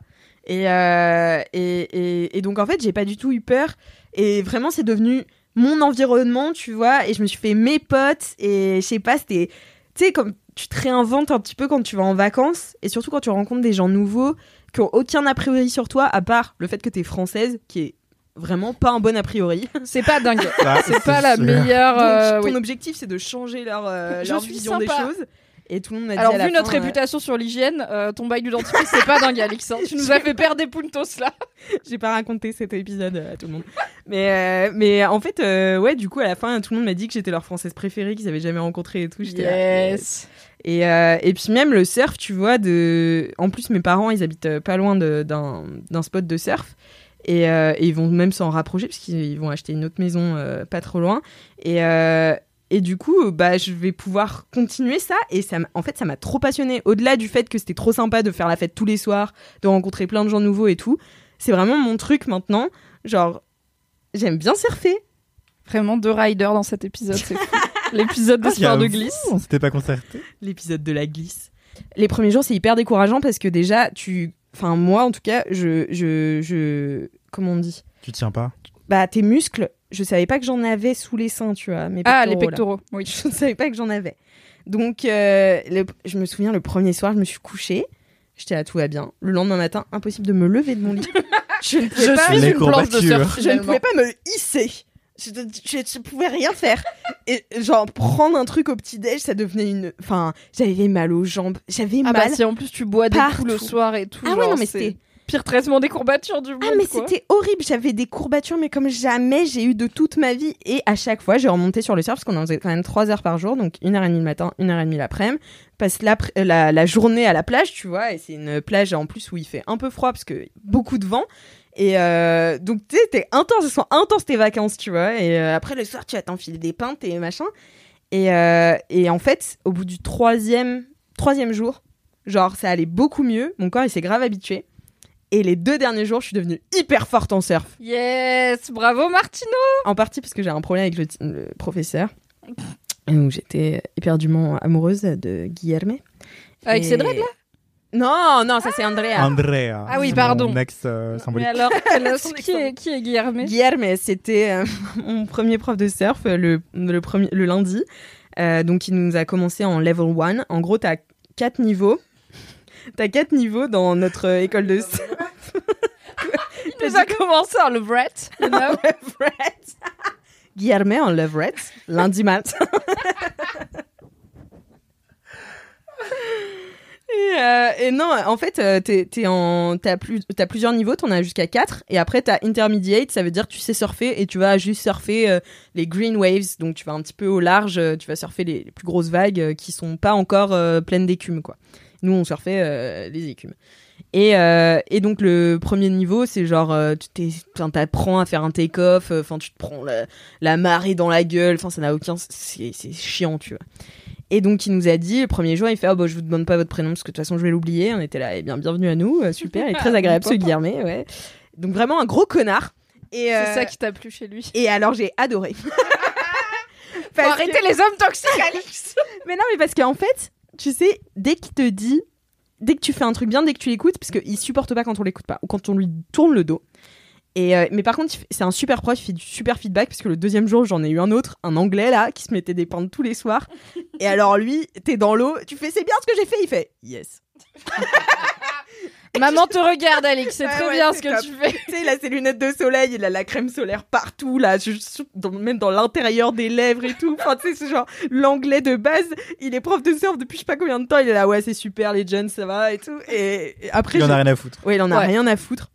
B: Et, euh, et, et- et donc, en fait, j'ai pas du tout eu peur. Et vraiment, c'est devenu mon environnement, tu vois. Et je me suis fait mes potes. Et je sais pas, c'était. Tu sais, comme tu te réinventes un petit peu quand tu vas en vacances. Et surtout quand tu rencontres des gens nouveaux qui ont aucun a priori sur toi, à part le fait que t'es française, qui est vraiment pas un bon a priori.
A: C'est pas dingue.
C: Ça,
A: C'est pas la
C: Bah, sûr.
A: meilleure.
B: Donc,
A: euh,
B: ton
A: oui.
B: objectif, c'est de changer leur, euh,
A: Je
B: leur
A: suis
B: vision des
A: sympa.
B: choses. Et tout le monde m'a dit.
A: Alors,
B: à la
A: vu notre
B: fin, euh,
A: réputation sur l'hygiène, euh, ton bail du dentifrice, c'est pas dingue, Alix. hein. Tu nous as fait perdre des puntos là.
B: J'ai pas raconté cet épisode à tout le monde. Mais, euh, mais en fait, euh, ouais, du coup, à la fin, tout le monde m'a dit que j'étais leur française préférée, qu'ils avaient jamais rencontré et tout. J'étais là, yes. Et, euh, et puis même le surf, tu vois, de... en plus mes parents, ils habitent euh, pas loin de- d'un d'un spot de surf. Et, euh, et ils vont même s'en rapprocher parce qu'ils ils vont acheter une autre maison euh, pas trop loin. Et, euh, et du coup, bah, je vais pouvoir continuer ça. Et ça, m'a- en fait, ça m'a trop passionné. Au-delà du fait que c'était trop sympa de faire la fête tous les soirs, de rencontrer plein de gens nouveaux et tout, c'est vraiment mon truc maintenant. Genre, j'aime bien surfer.
A: Vraiment deux riders dans cet épisode, c'est fou. L'épisode
C: Ah,
A: d'histoire de
C: j'avoue,
A: glisse.
C: On s'était pas concerté.
B: l'épisode de la glisse. Les premiers jours, c'est hyper décourageant parce que déjà, tu. Enfin, moi, en tout cas, je. je, je... Comment on dit
C: Tu tiens pas.
B: Bah, tes muscles, je savais pas que j'en avais sous les seins, tu vois. Mes
A: Ah, les
B: pectoraux, là.
A: pectoraux, oui.
B: Je ne savais pas que j'en avais. Donc, euh, le- je me souviens, le premier soir, je me suis couchée. J'étais à tout va bien. Le lendemain matin, impossible de me lever de mon lit. je ne pouvais
A: Je
B: pas.
A: suis
C: Les
A: une planche de
C: courbatures.
A: surf.
B: Je ne
A: finalement.
B: pouvais pas me hisser. Je ne pouvais rien faire. Et genre, prendre un truc au petit-déj, ça devenait une. Enfin, j'avais mal aux jambes, j'avais
A: Ah bah
B: mal.
A: si en plus tu bois des coups le
B: Partout.
A: soir et tout.
B: ah ouais,
A: genre,
B: non, mais
A: c'est
B: c'était.
A: Pire traitement des courbatures du monde.
B: Ah, mais
A: quoi.
B: c'était horrible. J'avais des courbatures, mais comme jamais j'ai eu de toute ma vie. Et à chaque fois, j'ai remonté sur le surf, parce qu'on en faisait quand même 3 heures par jour, donc 1h30 le matin, 1h30 l'après-midi. Passe l'après- euh, la, la journée à la plage, tu vois, et c'est une plage en plus où il fait un peu froid, parce que beaucoup de vent. Et euh, donc, tu sais, c'était intense, elles sont intenses tes vacances, tu vois. Et euh, après, le soir, tu vas t'enfiler des pintes et machin. Et, euh, et en fait, au bout du troisième, troisième jour, genre, ça allait beaucoup mieux. Mon corps, il s'est grave habitué. Et les deux derniers jours, je suis devenue hyper forte en surf.
A: Yes, bravo Martino.
B: En partie parce que j'ai un problème avec le, t- le professeur. Et Donc j'étais éperdument amoureuse de Guillerme.
A: Avec
B: Et-
A: ses dreads,
B: Non, non, ça c'est Andrea.
C: Andrea.
A: Ah oui,
C: c'est
A: pardon.
C: Mon ex euh,
A: Mais
C: symbolique.
A: alors,
B: Son
A: qui, est, qui est Guillermé
B: Guillerme, c'était euh, mon premier prof de surf euh, le, le, premier, le lundi. Euh, donc, il nous a commencé en level 1. En gros, t'as quatre niveaux. T'as quatre niveaux dans notre euh, école de surf.
A: Il nous a commencé en le Brett. you know.
B: Leverett. Guillerme en leverette, lundi matin. Et, euh, et non, en fait, euh, t'es- t'es en- t'as plus- t'as plusieurs niveaux, t'en as jusqu'à 4. Et après, t'as intermediate, ça veut dire que tu sais surfer et tu vas juste surfer euh, les green waves. Donc, tu vas un petit peu au large, euh, tu vas surfer les, les plus grosses vagues euh, qui sont pas encore euh, pleines d'écume, quoi. Nous, on surfait euh, les écumes. Et, euh, et donc le premier niveau, c'est genre euh, tu t'es- enfin, t'apprends à faire un take-off, euh, enfin tu te prends la, la marée dans la gueule, enfin ça n'a aucun, c'est c'est chiant tu vois. Et donc il nous a dit le premier jour, il fait oh, bah, je vous demande pas votre prénom parce que de toute façon je vais l'oublier. On était là, eh bien bienvenue à nous, euh, super, il est très agréable ce Guillerme, ouais. Donc vraiment un gros connard. Et, euh,
A: C'est ça qui t'a plu chez lui.
B: et alors j'ai adoré.
A: Faut
B: Parce que-
A: arrêter les hommes toxiques, Alix.
B: mais non, mais parce qu'en fait, tu sais, dès qu'il te dit dès que tu fais un truc bien, dès que tu l'écoutes, parce qu'il supporte pas quand on l'écoute pas ou quand on lui tourne le dos. Et euh, mais par contre, il fait- c'est un super prof, il fait du super feedback parce que le deuxième jour, j'en ai eu un autre, un anglais là, qui se mettait des pentes tous les soirs. Et alors lui, t'es dans l'eau, tu fais c'est bien ce que j'ai fait, il fait yes.
A: Maman te regarde, Alix, c'est
B: Ouais,
A: très
B: ouais,
A: bien
B: c'est
A: ce que
B: top.
A: tu fais.
B: Tu sais, il a ses lunettes de soleil, il a la crème solaire partout, là, je- je- dans- même dans l'intérieur des lèvres et tout. Enfin, tu sais, c'est genre l'anglais de base. Il est prof de surf depuis je sais pas combien de temps. Il est là, ouais, c'est super, les jeunes, ça va et tout. Et, et après,
C: Il en a
B: j'ai-
C: rien à foutre.
B: Ouais, il en a
A: Ouais.
B: rien à foutre.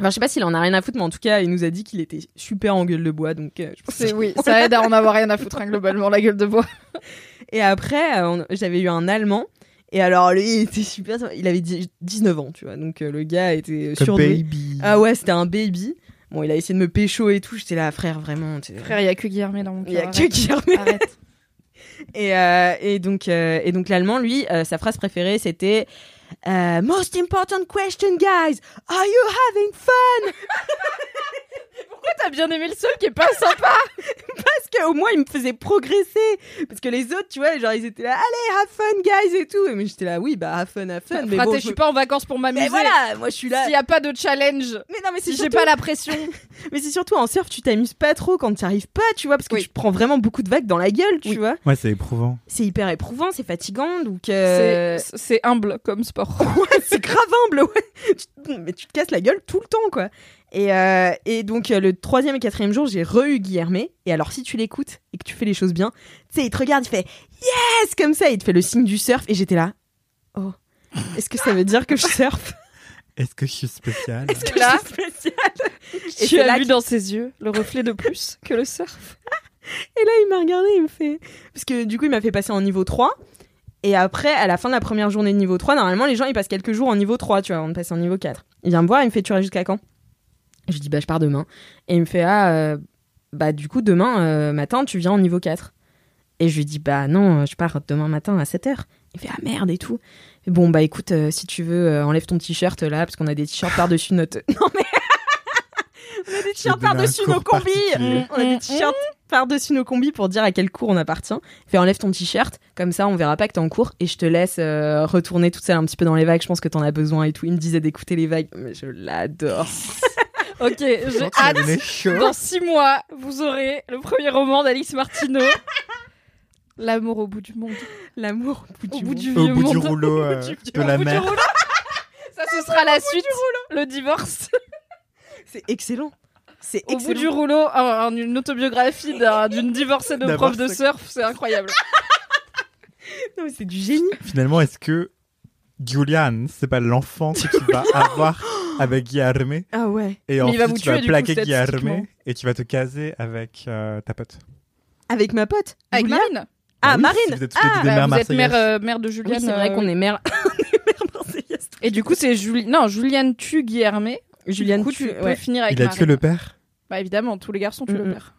B: Enfin, je sais pas s'il en a rien à foutre, mais en tout cas, il nous a dit qu'il était super en gueule de bois, donc euh, je pense
A: C'est oui, ça aide à en avoir rien à foutre hein, globalement la gueule de bois.
B: Et après, euh, on- j'avais eu un Allemand. Et alors, lui, il était super. Il avait dix- 19 ans, tu vois. Donc, euh, le gars était
C: Le
B: surdoué.
C: baby.
B: Ah ouais, c'était un baby. Bon, il a essayé de me pécho et tout. J'étais là, frère, vraiment. t'es-
A: Frère, il y a que Guillermé dans mon
B: Il y a
A: cœur.
B: que Guillermo.
A: Arrête.
B: Et, euh, et donc, euh, et donc l'allemand, lui, euh, sa phrase préférée, c'était euh, Most important question, guys. Are you having fun?
A: Pourquoi t'as bien aimé le seul qui est pas sympa
B: Parce qu'au moins, il me faisait progresser. Parce que les autres, tu vois, genre, ils étaient là, allez, have fun, guys, et tout. Et mais j'étais là, oui, bah, have fun, have fun. Mais
A: Fraté,
B: bon,
A: je
B: je-
A: suis pas en vacances pour m'amuser.
B: Mais voilà, moi, je suis là.
A: S'il y a pas de challenge,
B: Mais non, mais c'est
A: si j'ai
B: surtout-
A: pas la pression.
B: Mais c'est surtout en surf, tu t'amuses pas trop quand tu arrives pas, tu vois, parce que
A: Oui.
B: tu prends vraiment beaucoup de vagues dans la gueule, tu
A: Oui.
B: vois.
C: Ouais, c'est éprouvant.
B: C'est hyper éprouvant, c'est fatigant, donc
A: C'est
B: euh,
A: c'est humble comme sport.
B: ouais, c'est grave humble, ouais. Tu- Mais tu te casses la gueule tout le temps, quoi. Et, euh, et donc euh, le troisième et quatrième jour, j'ai re-eu Guillermé. Et alors si tu l'écoutes et que tu fais les choses bien, tu sais, il te regarde, il fait yes comme ça, il te fait le signe du surf. Et j'étais là, oh, est-ce que ça veut dire que je surfe
C: Est-ce que je suis spécial
B: Est-ce que
A: Là.
B: je suis spéciale Et
A: tu
B: c'est
A: as
B: là
A: vu
B: que-
A: dans ses yeux le reflet de plus que le surf.
B: Et là, il m'a regardé, il me fait. Parce que du coup, il m'a fait passer en niveau 3. Et après, à la fin de la première journée de niveau 3, normalement, les gens, ils passent quelques jours en niveau 3, tu vois, avant de passer en niveau 4. Il vient me voir, il me fait Tu restes jusqu'à quand Je lui dis Bah, je pars demain. Et il me fait Ah, euh, bah, du coup, demain euh, matin, tu viens en niveau 4. Et je lui dis Bah, non, euh, je pars demain matin à 7h. Il fait Ah, merde et tout. Et bon, bah, écoute, euh, si tu veux, euh, enlève ton t-shirt là, parce qu'on a des t-shirts par-dessus notre. Non, mais. on a des t-shirts
C: donné un
B: par-dessus
C: cours
B: nos combis
C: particulier.
A: Mm.
B: On a des t-shirts par-dessus nos combis pour dire à quel cours on appartient. Fais enlève ton t-shirt, comme ça on verra pas que t'es en cours et je te laisse euh, retourner toute seule un petit peu dans les vagues. Je pense que t'en as besoin et tout. Il me disait d'écouter les vagues, mais je l'adore.
A: Ok, j'ai hâte. Dans six mois, vous aurez le premier roman d'Alix Martineau. L'amour au bout du monde.
B: L'amour au bout
A: Au
B: du
A: bout
B: monde.
A: du
C: Au
A: vieux
C: bout du
A: monde.
C: rouleau euh, de
A: Au
C: la
A: bout du
C: mer.
A: rouleau. Ça, ce sera la suite. Le divorce.
B: C'est excellent. C'est
A: Au bout
B: excellent.
A: du rouleau, un- un- une autobiographie d'un- d'une divorcée de prof de
C: D'avoir-
A: surf, c'est incroyable.
B: Non, mais c'est du génie.
C: Finalement, est-ce que Julian, c'est pas l'enfant que tu vas avoir avec Guillerme
B: Ah ouais.
C: et
A: il va vous
C: ensuite tu
A: tuer,
C: vas
A: du coup,
C: plaquer Guillerme
A: statistiquement.
C: et tu vas te caser avec euh, ta pote. Bah
B: Avec ma pote.
A: Avec
B: Julia.
A: Marine.
B: Ah,
C: oui,
B: Marine.
C: si Vous êtes toutes les
B: Ah,
C: deux des mères
A: vous êtes
C: marseillaises.
A: mère, euh, mère de
B: Oui,
A: Julienne.
B: c'est vrai
A: euh,
B: qu'on est mère.
A: Et du coup, c'est Julie. Non, Julienne tue Guillermé.
B: Julienne
A: du coup, tu
B: tue-
A: peux
B: ouais.
A: finir avec
C: Il a
A: Marine.
C: tué le père.
A: Bah évidemment, tous les garçons tuent
B: Mm,
A: le
B: mm.
A: père.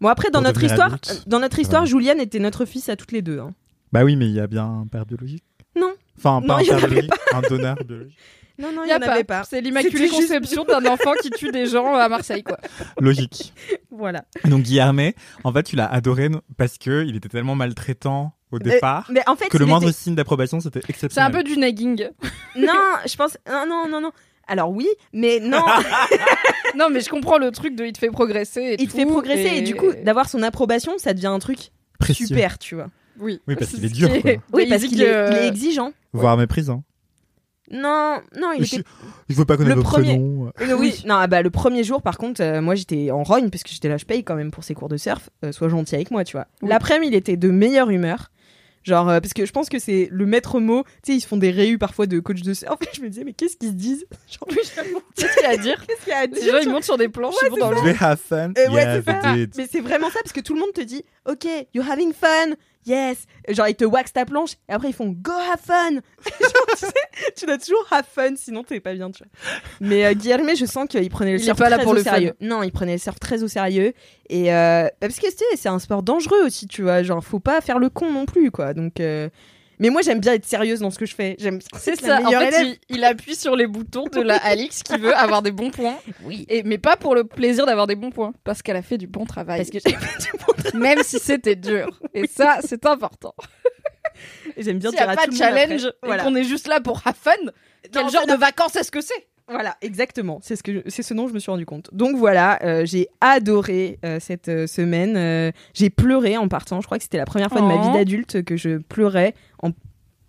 B: Bon après dans
C: Pour
B: notre
C: devenir
B: histoire,
C: adulte.
B: euh, dans notre histoire,
C: Ouais.
B: Juliane était notre fils à toutes les deux. hein.
C: Bah oui, mais il y a bien un père biologique.
B: Non.
C: Enfin,
B: Non,
C: pas
B: il y en
C: un
B: avait
C: père biologique, un donneur biologique.
B: Non non, il
A: Il
B: y
A: a
B: en avait pas.
A: C'est l'immaculée
B: C'était juste-
A: conception d'un enfant qui tue des gens à Marseille, quoi.
C: Logique.
B: Voilà.
C: Et Donc Guillermet, en fait, tu l'as adoré no- parce que il était tellement maltraitant au départ
B: Euh, Mais en fait,
C: que le
B: il
C: moindre
B: était-
C: signe d'approbation c'était
A: C'est un
C: exceptionnel.
A: peu du nagging.
B: Non, je pense non non non non. Alors oui, mais non.
A: Ah, Non, mais je comprends le truc de il te fait progresser. Et
B: il te fait
A: tout,
B: progresser et, du coup d'avoir son approbation ça devient un truc
C: Précieux,
B: super tu vois
A: Oui,
C: Oui, parce
A: C'est
C: qu'il est
A: ce
C: dur,
A: qui
C: quoi.
B: oui parce
A: dit
B: qu'il
A: que-
B: est, il est exigeant
C: voire méprisant.
B: non non il
C: Je,
B: était
C: je veux pas connaître
B: Le
C: vos
B: premier-
C: prénoms.
B: Euh, oui non ah bah le premier jour par contre euh, moi j'étais en rogne parce que j'étais là je paye quand même pour ces cours de surf euh, sois gentil avec moi tu vois
A: Oui.
B: l'après-midi il était de meilleure humeur genre euh, parce que je pense que c'est le maître mot tu sais ils se font des réus parfois de coach de surf en fait je me disais mais qu'est-ce qu'ils se disent genre
A: Qu'est-ce qu'il y a à dire
B: qu'est-ce qu'il y a à
A: Les
B: dire
A: gens, ils montent sur des planches, ils vont dans l'eau.
C: Je vais have fun.
B: Euh, ouais,
C: Yeah,
B: c'est ça.
C: we did.
B: Mais c'est vraiment ça, parce que tout le monde te dit, OK, you're having fun, yes. Genre, ils te waxent ta planche, et après, ils font go have fun. Genre, tu sais, tu dois toujours have fun, sinon t'es pas bien, tu vois. Mais euh, Guillermé, je sens qu'il prenait le
A: Il est
B: surf
A: pas là
B: très
A: pour
B: au
A: le fun.
B: sérieux. Non, il prenait le surf très au sérieux. Et euh, bah, parce que tu sais, c'est un sport dangereux aussi, tu vois. Genre, faut pas faire le con non plus, quoi. Donc. euh, Mais moi, j'aime bien être sérieuse dans ce que je fais. J'aime
A: C'est
B: être la
A: ça, en
B: meilleure élève.
A: fait, il, il appuie sur les boutons de la Alix qui veut avoir des bons points. Oui. Et, mais pas pour le plaisir d'avoir des bons points, parce qu'elle a fait du bon travail.
B: Parce que j'ai fait du bon
A: Même si c'était dur. Et ça, c'est important.
B: Ils aiment bien
A: S'il n'y
B: dire
A: a
B: à
A: pas
B: tout
A: de
B: le monde après.
A: challenge et
B: Voilà.
A: qu'on est juste là pour have fun, quel
B: c'est
A: genre de
B: la-
A: vacances est-ce que c'est
B: Voilà, exactement. C'est ce que je- c'est ce dont je me suis rendu compte. Donc voilà, euh, j'ai adoré euh, cette euh, semaine. Euh, j'ai pleuré en partant. Je crois que c'était la première fois de ma vie
A: Oh.
B: d'adulte que je pleurais en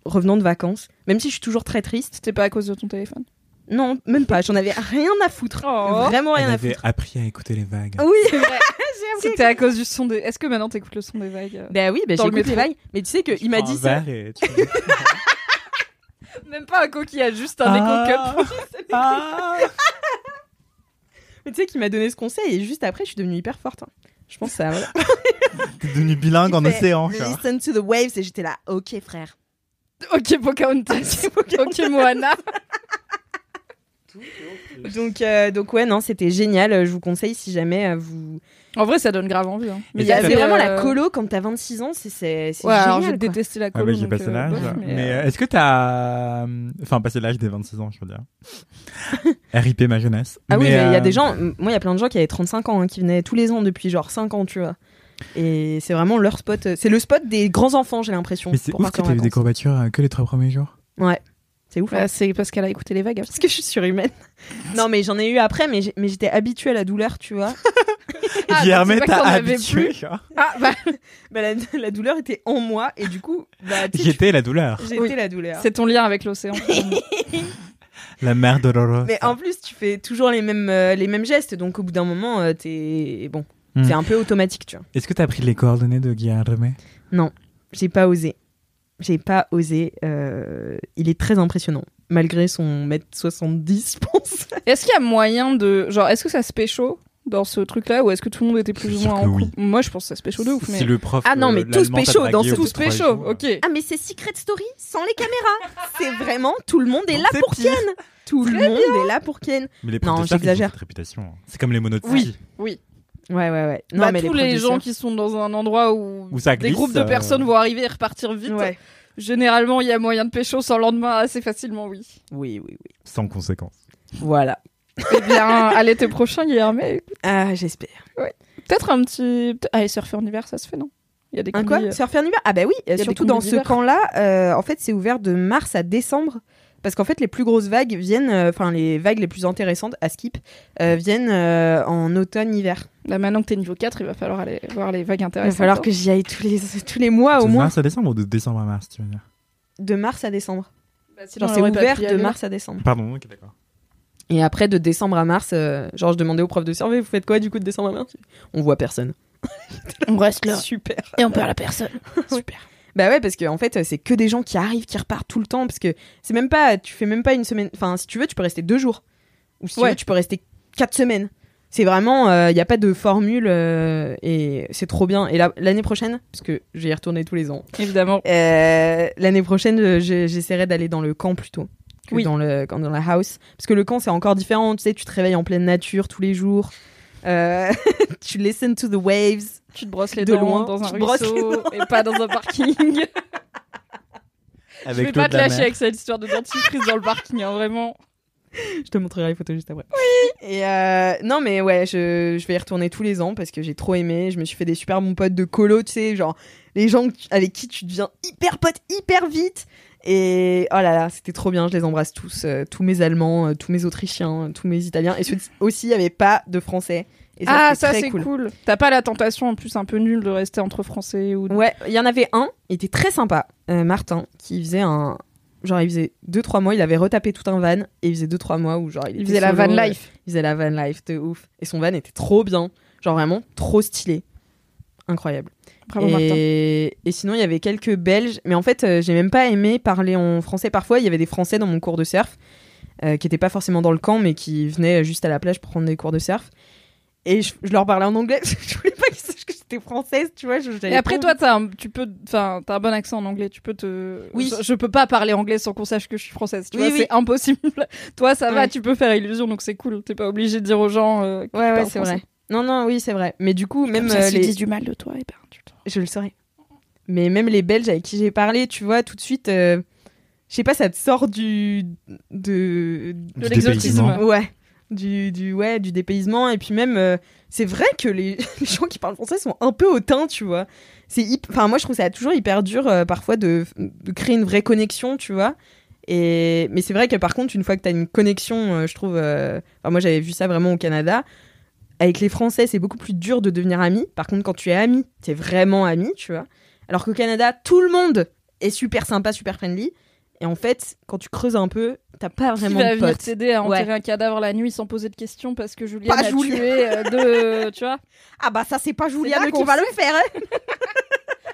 B: revenant de vacances. Même si je suis toujours très triste.
A: C'était pas à cause de ton téléphone
B: Non, même pas. J'en avais rien à foutre.
A: Oh.
B: Vraiment rien
C: Elle
B: à
C: avait
B: foutre. Oh,
C: appris à écouter les vagues.
B: Oui.
A: C'est vrai.
B: j'ai appris.
A: C'était à cause du son des. Est-ce que maintenant t'écoutes le son des vagues euh
B: Bah oui, bah,
A: Dans le
B: j'écoute les
A: métro.
B: vagues. Mais tu sais qu'il m'a
C: Prends
B: dit
C: un
B: ça.
C: verre et tu-
A: Même pas un coquillage, juste un éco-cup.
C: Ah.
B: Mais tu sais qu'il m'a donné ce conseil et juste après, je suis devenue hyper forte. hein. Je pense que ça. voilà.
C: T'es devenu bilingue en
B: Il fait,
C: océan, genre.
B: Listen to the waves et j'étais là. Ok, frère.
A: Ok Pocahontas, ok Moana.
B: Donc, euh, donc ouais, non, c'était génial. Euh, Je vous conseille si jamais euh, vous.
A: En vrai, ça donne grave envie. hein.
C: Mais
B: Il y
C: ça
A: avait,
B: avait vraiment la
A: euh,
B: colo quand t'as 26 ans, c'est c'est c'est
A: Ouais, alors j'ai
B: génial. quoi.
A: détesté la
C: Ah
A: colo.
C: bah j'ai
A: donc,
C: passé
A: euh,
C: l'âge.
A: bof, mais,
C: mais
A: euh,
C: euh, est-ce que t'as... euh, Enfin, passé l'âge des 26 ans, je veux dire. RIP ma jeunesse.
B: Ah oui, mais il y a
C: euh,
B: des gens. m- Moi, il y a plein de gens qui avaient 35 ans, hein, qui venaient tous les ans depuis genre 5 ans, tu vois. Et c'est vraiment leur spot. euh, C'est le spot des grands enfants, j'ai l'impression.
C: Mais c'est
B: pour
C: ouf que
B: partir en
C: t'as eu des
B: vacances. Ah,
C: courbatures euh, que les trois premiers jours.
B: C'est ouf. hein.
A: bah, c'est parce qu'elle a écouté les vagues.
B: Parce que je suis surhumaine. non, mais j'en ai eu après, mais j'ai- mais j'étais habituée à la douleur, tu vois.
A: Ah,
C: Guillerme,
A: donc c'est pas
C: t'as
A: que t'en avais
C: habitué.
A: plus.
C: genre.
A: Ah bah,
B: Bah, la, la douleur était en moi, et du coup, bah, tu sais,
C: J'étais la douleur.
B: j'étais
A: Oui.
B: la douleur.
A: c'est ton lien avec l'océan.
C: La mère Dolores.
B: Mais en plus, tu fais toujours les mêmes, euh, les mêmes gestes, donc au bout d'un moment, euh, t'es. Bon,
C: Hmm.
B: c'est un peu automatique, tu vois.
C: Est-ce que t'as pris les coordonnées de Guillerme
B: J'ai pas osé. J'ai pas osé. euh, Il est très impressionnant, malgré son mètre 70, je pense.
A: est-ce qu'il y a moyen de. Genre, est-ce que ça se pécho dans ce truc-là ou est-ce que tout le monde était
C: Je suis
A: plus ou
C: sûr
A: moins
C: que
A: en
C: oui.
A: couple Moi, je pense que ça se pécho de ouf. Mais...
C: Si le prof...
B: Ah non,
C: euh,
B: mais tous
C: l'allemand t'a
B: pécho dans
C: dragué
B: ce
C: au bout de
A: Tous
C: trois
A: pécho,
C: jours, euh,
A: ok.
B: Ah, mais c'est Secret Story sans les caméras. c'est vraiment tout le monde est
C: Donc
B: là
C: c'est
B: pour
C: pire.
B: Ken. Tout le monde est là pour Ken.
C: Mais les
B: Non,
C: profs de surf, ils ont
B: j'exagère.
C: cette réputation. hein. C'est comme les monotis.
A: Oui. Oui.
B: Ouais, ouais, ouais. Non,
A: Bah,
B: mais
A: tous
B: les,
A: les,
B: profs de
A: gens
B: surf-
A: qui sont dans un endroit où,
C: Où ça
A: des
C: glisse,
A: groupes de
C: euh,
A: personnes vont arriver et repartir vite.
B: Ouais.
A: Généralement, il y a moyen de pécho sans lendemain assez facilement, oui.
B: Oui, oui, oui.
C: Sans conséquence.
B: Voilà.
A: Eh bien, à l'été prochain, Guillermo,
B: Ah, j'espère.
A: peut-être un petit. ah, Allez, surfer en hiver, ça se fait, non Il y a des
B: Un
A: combis,
B: quoi
A: euh,
B: Surfer en hiver Ah bah oui, euh,
A: y a des
B: surtout
A: combis
B: dans ce
A: d'hiver.
B: camp-là, euh, en fait, c'est ouvert de mars à décembre. Parce qu'en fait, les plus grosses vagues viennent, euh, enfin les vagues les plus intéressantes à skip, euh, viennent euh, en automne-hiver.
A: Là, Bah, maintenant que t'es niveau 4, il va falloir aller voir les vagues
B: Il va
A: intéressantes.
B: falloir que j'y aille tous les, tous les mois au
C: de
B: moins,
C: mars à décembre ou de décembre à mars, tu veux dire
B: de mars à décembre.
A: Bah, sinon,
B: Genre
A: on
B: c'est
A: aurait pas
B: ouvert
A: pu y
B: de
A: aller.
B: mars à décembre.
C: Pardon, ok, d'accord.
B: Et après, de décembre à mars, euh, genre je demandais aux profs de survie, vous faites quoi du coup de décembre à mars On voit personne.
A: On reste là
B: Super.
A: et on perd la personne. Super.
B: Bah ouais, parce que en fait, c'est que des gens qui arrivent, qui repartent tout le temps, parce que c'est même pas, tu fais même pas une semaine. Enfin, si tu veux, tu peux rester deux jours, ou si tu
A: Ouais.
B: veux, tu peux rester quatre semaines. C'est vraiment, il n'y a pas de formule euh, et c'est trop bien. Et la- l'année prochaine, parce que je vais y retourner tous les ans.
A: Évidemment.
B: euh, l'année prochaine, euh, je- j'essaierai d'aller dans le camp plutôt que
A: Oui.
B: dans le quand- dans la house, parce que le camp c'est encore différent. Tu sais, tu te réveilles en pleine nature tous les jours. Euh, tu listen to the waves.
A: Tu te brosses les
B: De
A: dents
B: loin,
A: dans un
B: tu te brosses les
A: ruisseau et pas dans un parking. je vais
C: l'eau
A: pas
C: de
A: te
C: la
A: lâcher
C: mer.
A: avec cette histoire de dentifrice dans le parking, hein, vraiment.
B: Je te montrerai les photos juste après. Et euh, non, mais ouais, je, je vais y retourner tous les ans parce que j'ai trop aimé. Je me suis fait des super bons potes de colo, tu sais, genre les gens que tu- avec qui tu deviens hyper pote hyper vite. Et oh là là, c'était trop bien. Je les embrasse tous, euh, tous mes Allemands, euh, tous mes Autrichiens, euh, tous mes Italiens. Et ceux aussi, il n'y avait pas de Français. Et ça,
A: ah,
B: c'était
A: ça
B: très
A: c'est cool. T'as pas la tentation en plus un peu nulle de rester entre français ou.
B: Ouais, il y en avait un, il était très sympa, euh, Martin, qui faisait un. Genre, il faisait 2-3 mois, il avait retapé tout un van, et il faisait 2-3 mois où, genre, il,
A: Il
B: était
A: faisait la
B: solo,
A: van
B: euh,
A: life.
B: Il faisait la van life de ouf. Et son van était trop bien. Genre vraiment trop stylé. Incroyable.
A: Bravo Martin.
B: et... et sinon, il y avait quelques Belges. Mais en fait, euh, j'ai même pas aimé parler en français. Parfois, il y avait des Français dans mon cours de surf euh, qui étaient pas forcément dans le camp, mais qui venaient juste à la plage pour prendre des cours de surf. Et je, je leur parlais en anglais. parce que je voulais pas qu'ils sachent que j'étais française, tu vois. je- j'avais
A: Et après
B: pas
A: toi, t'as un, tu peux, enfin, t'as un bon accent en anglais. Tu peux te.
B: Oui.
A: Je, je peux pas parler anglais sans qu'on sache que je suis française. Tu
B: Oui,
A: vois,
B: oui.
A: c'est impossible. toi, ça va,
B: Ouais.
A: tu peux faire illusion, donc c'est cool. T'es pas obligé de dire aux gens. euh, que
B: envie-
A: tu
B: Ouais, ouais,
A: parles
B: c'est
A: français.
B: vrai. Non, non, oui, c'est vrai. Mais du coup, même.
A: Comme ça,
B: euh,
A: s'ils
B: les-
A: disent du mal de toi, et ben tu te-
B: Je le saurais. Mais même les Belges avec qui j'ai parlé, tu vois, tout de suite, euh, je sais pas, ça te sort du. de.
C: Du
A: l'exotisme.
C: dépaysement.
B: Ouais. du, du, ouais, du dépaysement. Et puis même, euh, c'est vrai que les, les gens qui parlent français sont un peu hautains, tu vois. C'est hyp- Enfin, moi, je trouve ça toujours hyper dur euh, parfois de, de créer une vraie connexion, tu vois. Et... Mais c'est vrai que par contre, une fois que tu as une connexion, euh, je trouve. euh, enfin, moi, j'avais vu ça vraiment au Canada. Avec les Français, c'est beaucoup plus dur de devenir ami. Par contre, quand tu es ami, tu es vraiment ami, tu vois. Alors qu'au Canada, tout le monde est super sympa, super friendly. Et en fait, quand tu creuses un peu, t'as pas
A: Qui
B: vraiment
A: va
B: de
A: venir
B: potes.
A: t'aider à enterrer
B: Ouais.
A: un cadavre la nuit sans poser de questions parce que Julien
B: Pas
A: a
B: Julien.
A: tué euh, deux, tu vois
B: Ah bah ça c'est pas Juliane
A: là
B: qui
A: qu'on
B: va
A: sait.
B: le faire. hein.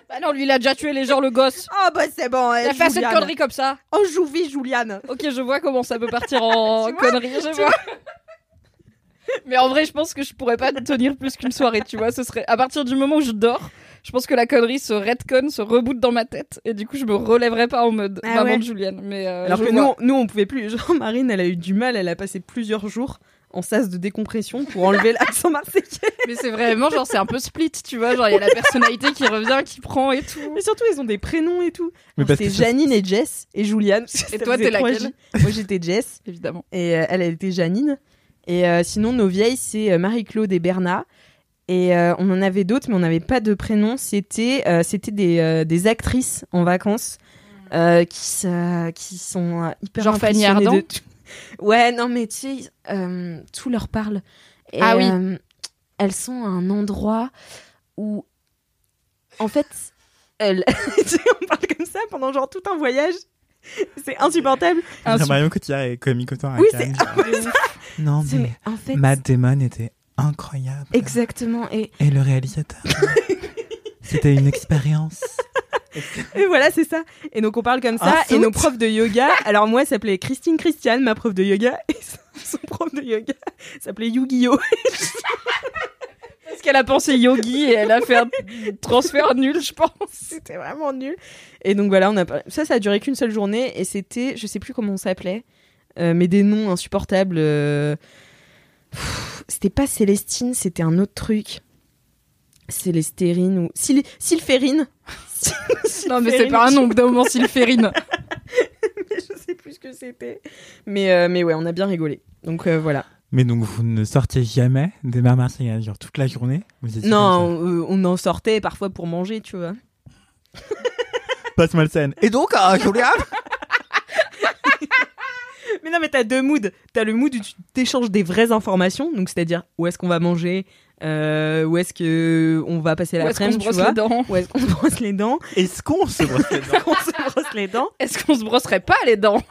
A: Bah non, lui il a déjà tué les gens le gosse.
B: Ah bah c'est bon.
A: Il a fait assez de conneries comme ça.
B: Oh Jouvi Juliane.
A: Ok, je vois comment ça peut partir en
B: Tu vois
A: conneries, je
B: Tu
A: vois. Mais en vrai, je pense que je pourrais pas tenir plus qu'une soirée, tu vois. Ce serait à partir du moment où je dors, je pense que la connerie se redcon, se reboot dans ma tête, et du coup, je me relèverai pas en mode
B: Ah
A: maman
B: ouais.
A: de Julienne. Mais euh,
B: Alors
A: je
B: que
A: vois.
B: nous, nous on pouvait plus. Genre Marine elle a eu du mal, elle a passé plusieurs jours en sas de décompression pour enlever l'accent marseillais.
A: mais c'est vraiment genre c'est un peu split, tu vois. Genre il y a la personnalité qui revient, qui prend et tout.
B: Mais surtout ils ont des prénoms et tout.
C: Mais
B: Alors,
C: parce
B: C'est
C: que ça-
B: Janine et Jess et Juliane.
A: Et
B: Ça
A: toi,
B: faisait
A: t'es
B: trois
A: laquelle
B: J. Moi j'étais Jess
A: Évidemment.
B: et euh, elle elle était Janine. Et euh, sinon nos vieilles c'est euh, Marie-Claude et Bernat. Et euh, on en avait d'autres, mais on n'avait pas de prénom. C'était euh, c'était des, euh, des actrices en vacances euh, qui, se- qui sont euh, hyper
A: Mmh. Genre Fanny
B: impressionnées
A: Ardant
B: de tout. Ouais, non, mais tu sais, ils- euh, tout leur parle. Et,
A: Ah oui.
B: euh, elles sont à un endroit où, en fait, elles... tu sais, on parle comme ça pendant genre tout un voyage. C'est insupportable.
C: Genre,
A: Insu-
C: Marion Cotillard est comique autant à
B: Oui,
C: Cannes,
B: c'est- ah,
C: genre. Non,
B: C'est-
C: mais
B: en fait,
C: Matt Damon était incroyable.
B: exactement. Et,
C: Et le réalisateur. C'était une expérience.
B: Et voilà, c'est ça. Et donc on parle comme
C: Un
B: ça. Et
C: soute.
B: nos profs de yoga. Alors moi, ça s'appelait Christine Christiane, ma prof de yoga. Et son- son prof de yoga s'appelait Yu-Gi-Oh.
A: Parce qu'elle a pensé yogi et elle a fait un transfert nul, je pense.
B: C'était vraiment nul. Et donc voilà, on a parlé- ça, ça a duré qu'une seule journée. Et c'était, je sais plus comment on s'appelait, euh, mais des noms insupportables. euh, pff, C'était pas Célestine, c'était un autre truc. Célestérine ou Syl- Sylphérine.
A: Non, mais c'est pas un nom, au bout d'un moment, Sylphérine.
B: je sais plus ce que c'était. Mais euh, mais ouais, on a bien rigolé. Donc euh, voilà.
C: Mais donc, vous ne sortiez jamais des bars marseillais, genre toute la journée vous étiez comme
B: Non, euh, on en sortait parfois pour manger, tu vois.
C: ça. Passe-moi le scène. Et donc, euh, Julia
B: Mais non, mais t'as deux moods. T'as le mood où tu t'échanges des vraies informations, donc c'est-à-dire où est-ce qu'on va manger, euh, où est-ce que on va passer
A: Où
B: la
A: est-ce qu'on
B: crème,
A: se
B: tu
A: brosse
B: vois.
A: les dents
B: Où est-ce qu'on se brosse les dents
C: Est-ce qu'on se brosse les dents
B: On se brosse les dents.
A: Est-ce qu'on se brosserait pas les dents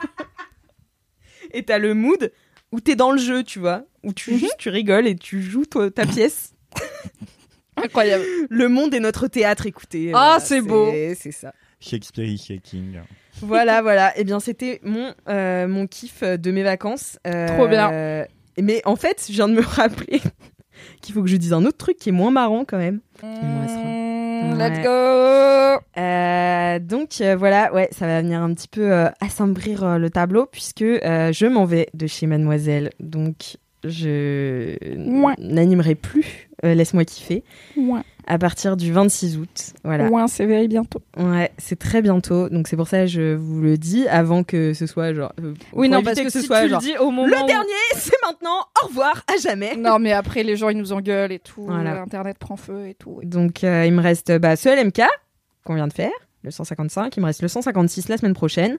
B: Et t'as le mood où t'es dans le jeu, tu vois, où tu
A: Mhm.
B: juste tu rigoles et tu joues toi, ta pièce.
A: Incroyable.
B: Le monde est notre théâtre, écoutez.
A: Ah, c'est beau.
B: C'est ça.
C: Shakespeare et Shaking.
B: Voilà, voilà. Eh bien, c'était mon, euh, mon kiff euh, de mes vacances. Euh,
A: Trop bien.
B: euh, Mais en fait, je viens de me rappeler qu'il faut que je dise un autre truc qui est moins marrant quand même. nous restera.
A: Mmh,
B: Ouais.
A: Let's go
B: Euh, donc euh, voilà, ouais, ça va venir un petit peu euh, assombrir euh, le tableau puisque euh, je m'en vais de chez Mademoiselle. Donc je
A: Ouais.
B: n'animerai plus. euh, Laisse-moi kiffer.
A: Ouin,
B: À partir du 26 août. Voilà.
A: ouin, c'est very bientôt.
B: Ouais, c'est très bientôt. Donc c'est pour ça que je vous le dis avant que ce soit genre. euh,
A: Oui,
B: pour
A: non,
B: éviter
A: parce que,
B: ce
A: si
B: soit
A: tu
B: genre,
A: le dis au moment
B: Le
A: où-
B: dernier, c'est maintenant. Au revoir, à jamais.
A: Non, mais après, les gens, ils nous engueulent et tout.
B: Voilà.
A: Internet prend feu et tout.
B: Donc, euh, il me reste bah, ce LMK qu'on vient de faire, le 155. Il me reste le 156 la semaine prochaine.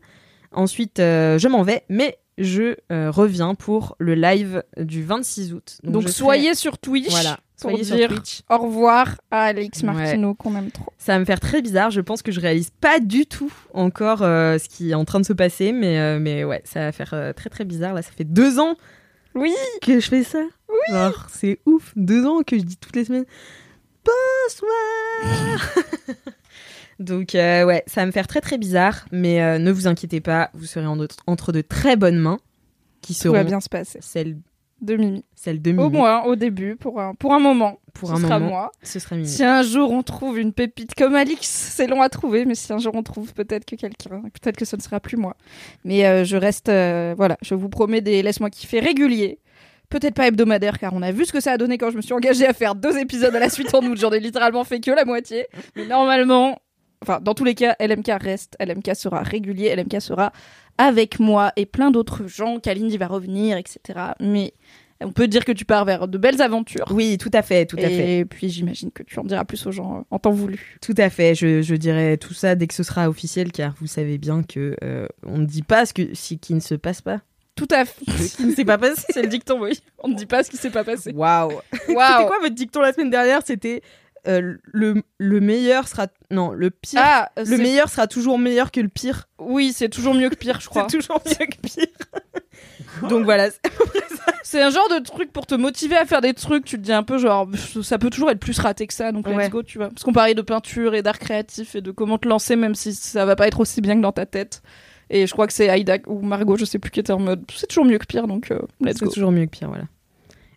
B: Ensuite, euh, je m'en vais, mais je euh, reviens pour le live du 26 août.
A: Donc,
B: je serai-
A: soyez sur Twitch
B: Voilà,
A: pour
B: soyez sur
A: dire
B: Twitch.
A: au revoir à Alex
B: Ouais.
A: Martino qu'on aime trop.
B: Ça va me faire très bizarre. Je pense que je réalise pas du tout encore euh, ce qui est en train de se passer, mais, euh, mais ouais, ça va faire euh, très très bizarre. Là, ça fait deux ans
A: Oui
B: que je fais ça. Oui. c'est ouf. Deux ans que je dis toutes les semaines. Bonsoir. Donc euh, ouais, ça va me faire très très bizarre, mais euh, ne vous inquiétez pas, vous serez en de- entre de très bonnes mains qui
A: Tout
B: seront
A: va bien se passer.
B: celles,
A: De Mimi.
B: celles de Mimi.
A: Au moins, au début, pour un, pour un moment.
B: Mm-hmm. Pour
A: ce
B: un
A: sera
B: moment,
A: moi.
B: ce sera Mimi.
A: Si un jour on trouve une pépite comme Alix, c'est long à trouver, mais si un jour on trouve peut-être que quelqu'un, peut-être que ce ne sera plus moi. Mais euh, je reste, euh, voilà, je vous promets des laisse-moi kiffer réguliers. Peut-être pas hebdomadaires, car on a vu ce que ça a donné quand je me suis engagée à faire deux épisodes à la suite en août. J'en ai littéralement fait que la moitié. Mais normalement, enfin, dans tous les cas, LMK reste, LMK sera régulier, LMK sera avec moi et plein d'autres gens. Kalindi va revenir, etc. Mais On peut dire que tu pars vers de belles aventures.
B: Oui, tout à fait, tout à fait.
A: Et puis j'imagine que tu en diras plus aux gens euh, en temps voulu.
B: Tout à fait, je, je dirais tout ça dès que ce sera officiel, car vous savez bien que euh, on ne dit pas ce, que, ce qui ne se passe pas.
A: Tout à fait.
B: Ce qui ne s'est pas passé.
A: C'est le dicton, oui. On ne dit pas ce qui s'est pas passé.
B: Waouh C'était
A: Waouh.
B: quoi votre dicton la semaine dernière C'était euh, le, le meilleur sera. Non, le pire.
A: Ah,
B: le
A: c'est-
B: meilleur sera toujours meilleur que le pire.
A: Oui, c'est toujours mieux que pire, je crois.
B: C'est toujours mieux que pire. Donc voilà.
A: C'est un genre de truc pour te motiver à faire des trucs. Tu te dis un peu genre, pff, ça peut toujours être plus raté que ça, donc let's
B: Ouais.
A: go, tu vois. Parce qu'on parlait de peinture et d'art créatif et de comment te lancer, même si ça va pas être aussi bien que dans ta tête. Et je crois que c'est Aïda ou Margot, je sais plus qui était en mode, c'est toujours mieux que pire, donc euh, let's
B: C'est
A: go.
B: toujours mieux que pire, voilà.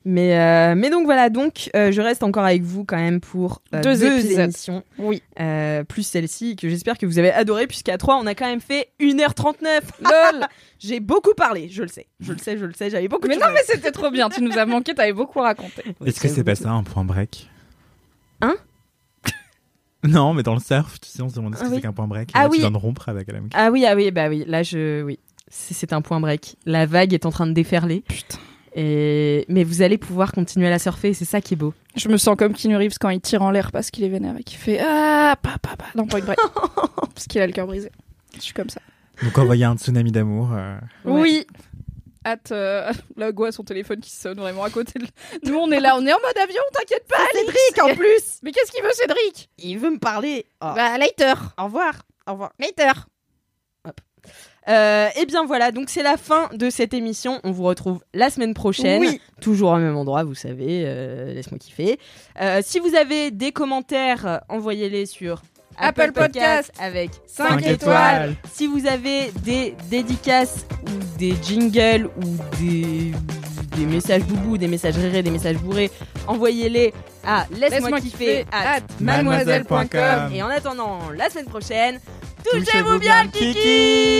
B: Mais, euh, mais donc voilà, donc euh, je reste encore avec vous quand même pour euh,
A: Deux
B: deux,
A: épisodes.
B: émissions,
A: Oui.
B: euh, plus celle-ci, que j'espère que vous avez adoré, puisqu'à trois, on a quand même fait 1h39.
A: Lol.
B: J'ai beaucoup parlé, je le sais, je le sais, je le sais, j'avais beaucoup
A: Mais
B: de
A: non,
B: choses à
A: mais c'était trop bien. Tu nous as manqué, t'avais beaucoup raconté.
B: dire.
C: Est-ce que c'est pas ça un point break
B: Hein
C: Non, mais dans le surf, tu sais, on se demande ce
B: Ah
C: que
B: oui.
C: c'est qu'un point break. Et
B: Ah
C: là,
B: oui.
C: Tu viens de rompre avec la
B: Ah oui, ah oui, bah oui, là je. Oui, c'est c'est un point break. La vague est en train de déferler.
A: Putain.
B: Et... Mais vous allez pouvoir continuer à la surfer, et c'est ça qui est beau.
A: Je me sens comme Keanu Reeves quand il tire en l'air parce qu'il est vénère et qu'il fait ah pa pa pa dans Point Break parce qu'il a le cœur brisé. Je suis comme ça.
C: Donc envoyer un tsunami d'amour. euh,
B: Ouais.
A: Oui. Hâte, euh, là, Go a son téléphone qui sonne vraiment à côté. De... Nous, on est là, on est en mode avion, t'inquiète pas, Alex.
B: en plus
A: Mais qu'est-ce qu'il veut, Cédric
B: Il veut me parler Oh.
A: Bah, later.
B: Au revoir Au revoir
A: Later.
B: Euh, eh bien voilà, donc c'est la fin de cette émission. On vous retrouve la semaine prochaine,
A: Oui.
B: toujours au même endroit, vous savez. euh, Laisse-moi kiffer. Euh, si vous avez des commentaires, euh, envoyez-les sur
A: Apple Podcast
B: avec
A: Cinq
B: cinq
A: étoiles.
B: Si vous avez des dédicaces ou des jingles ou des, des messages boubou, des messages rérés, des messages bourrés, envoyez-les à laisse-moi kiffer. at
C: mademoiselle.com.
B: mademoiselle.com. Et en attendant, la semaine prochaine, touchez-vous
C: Touchez-vous
B: bien, le
C: bien le
B: kiki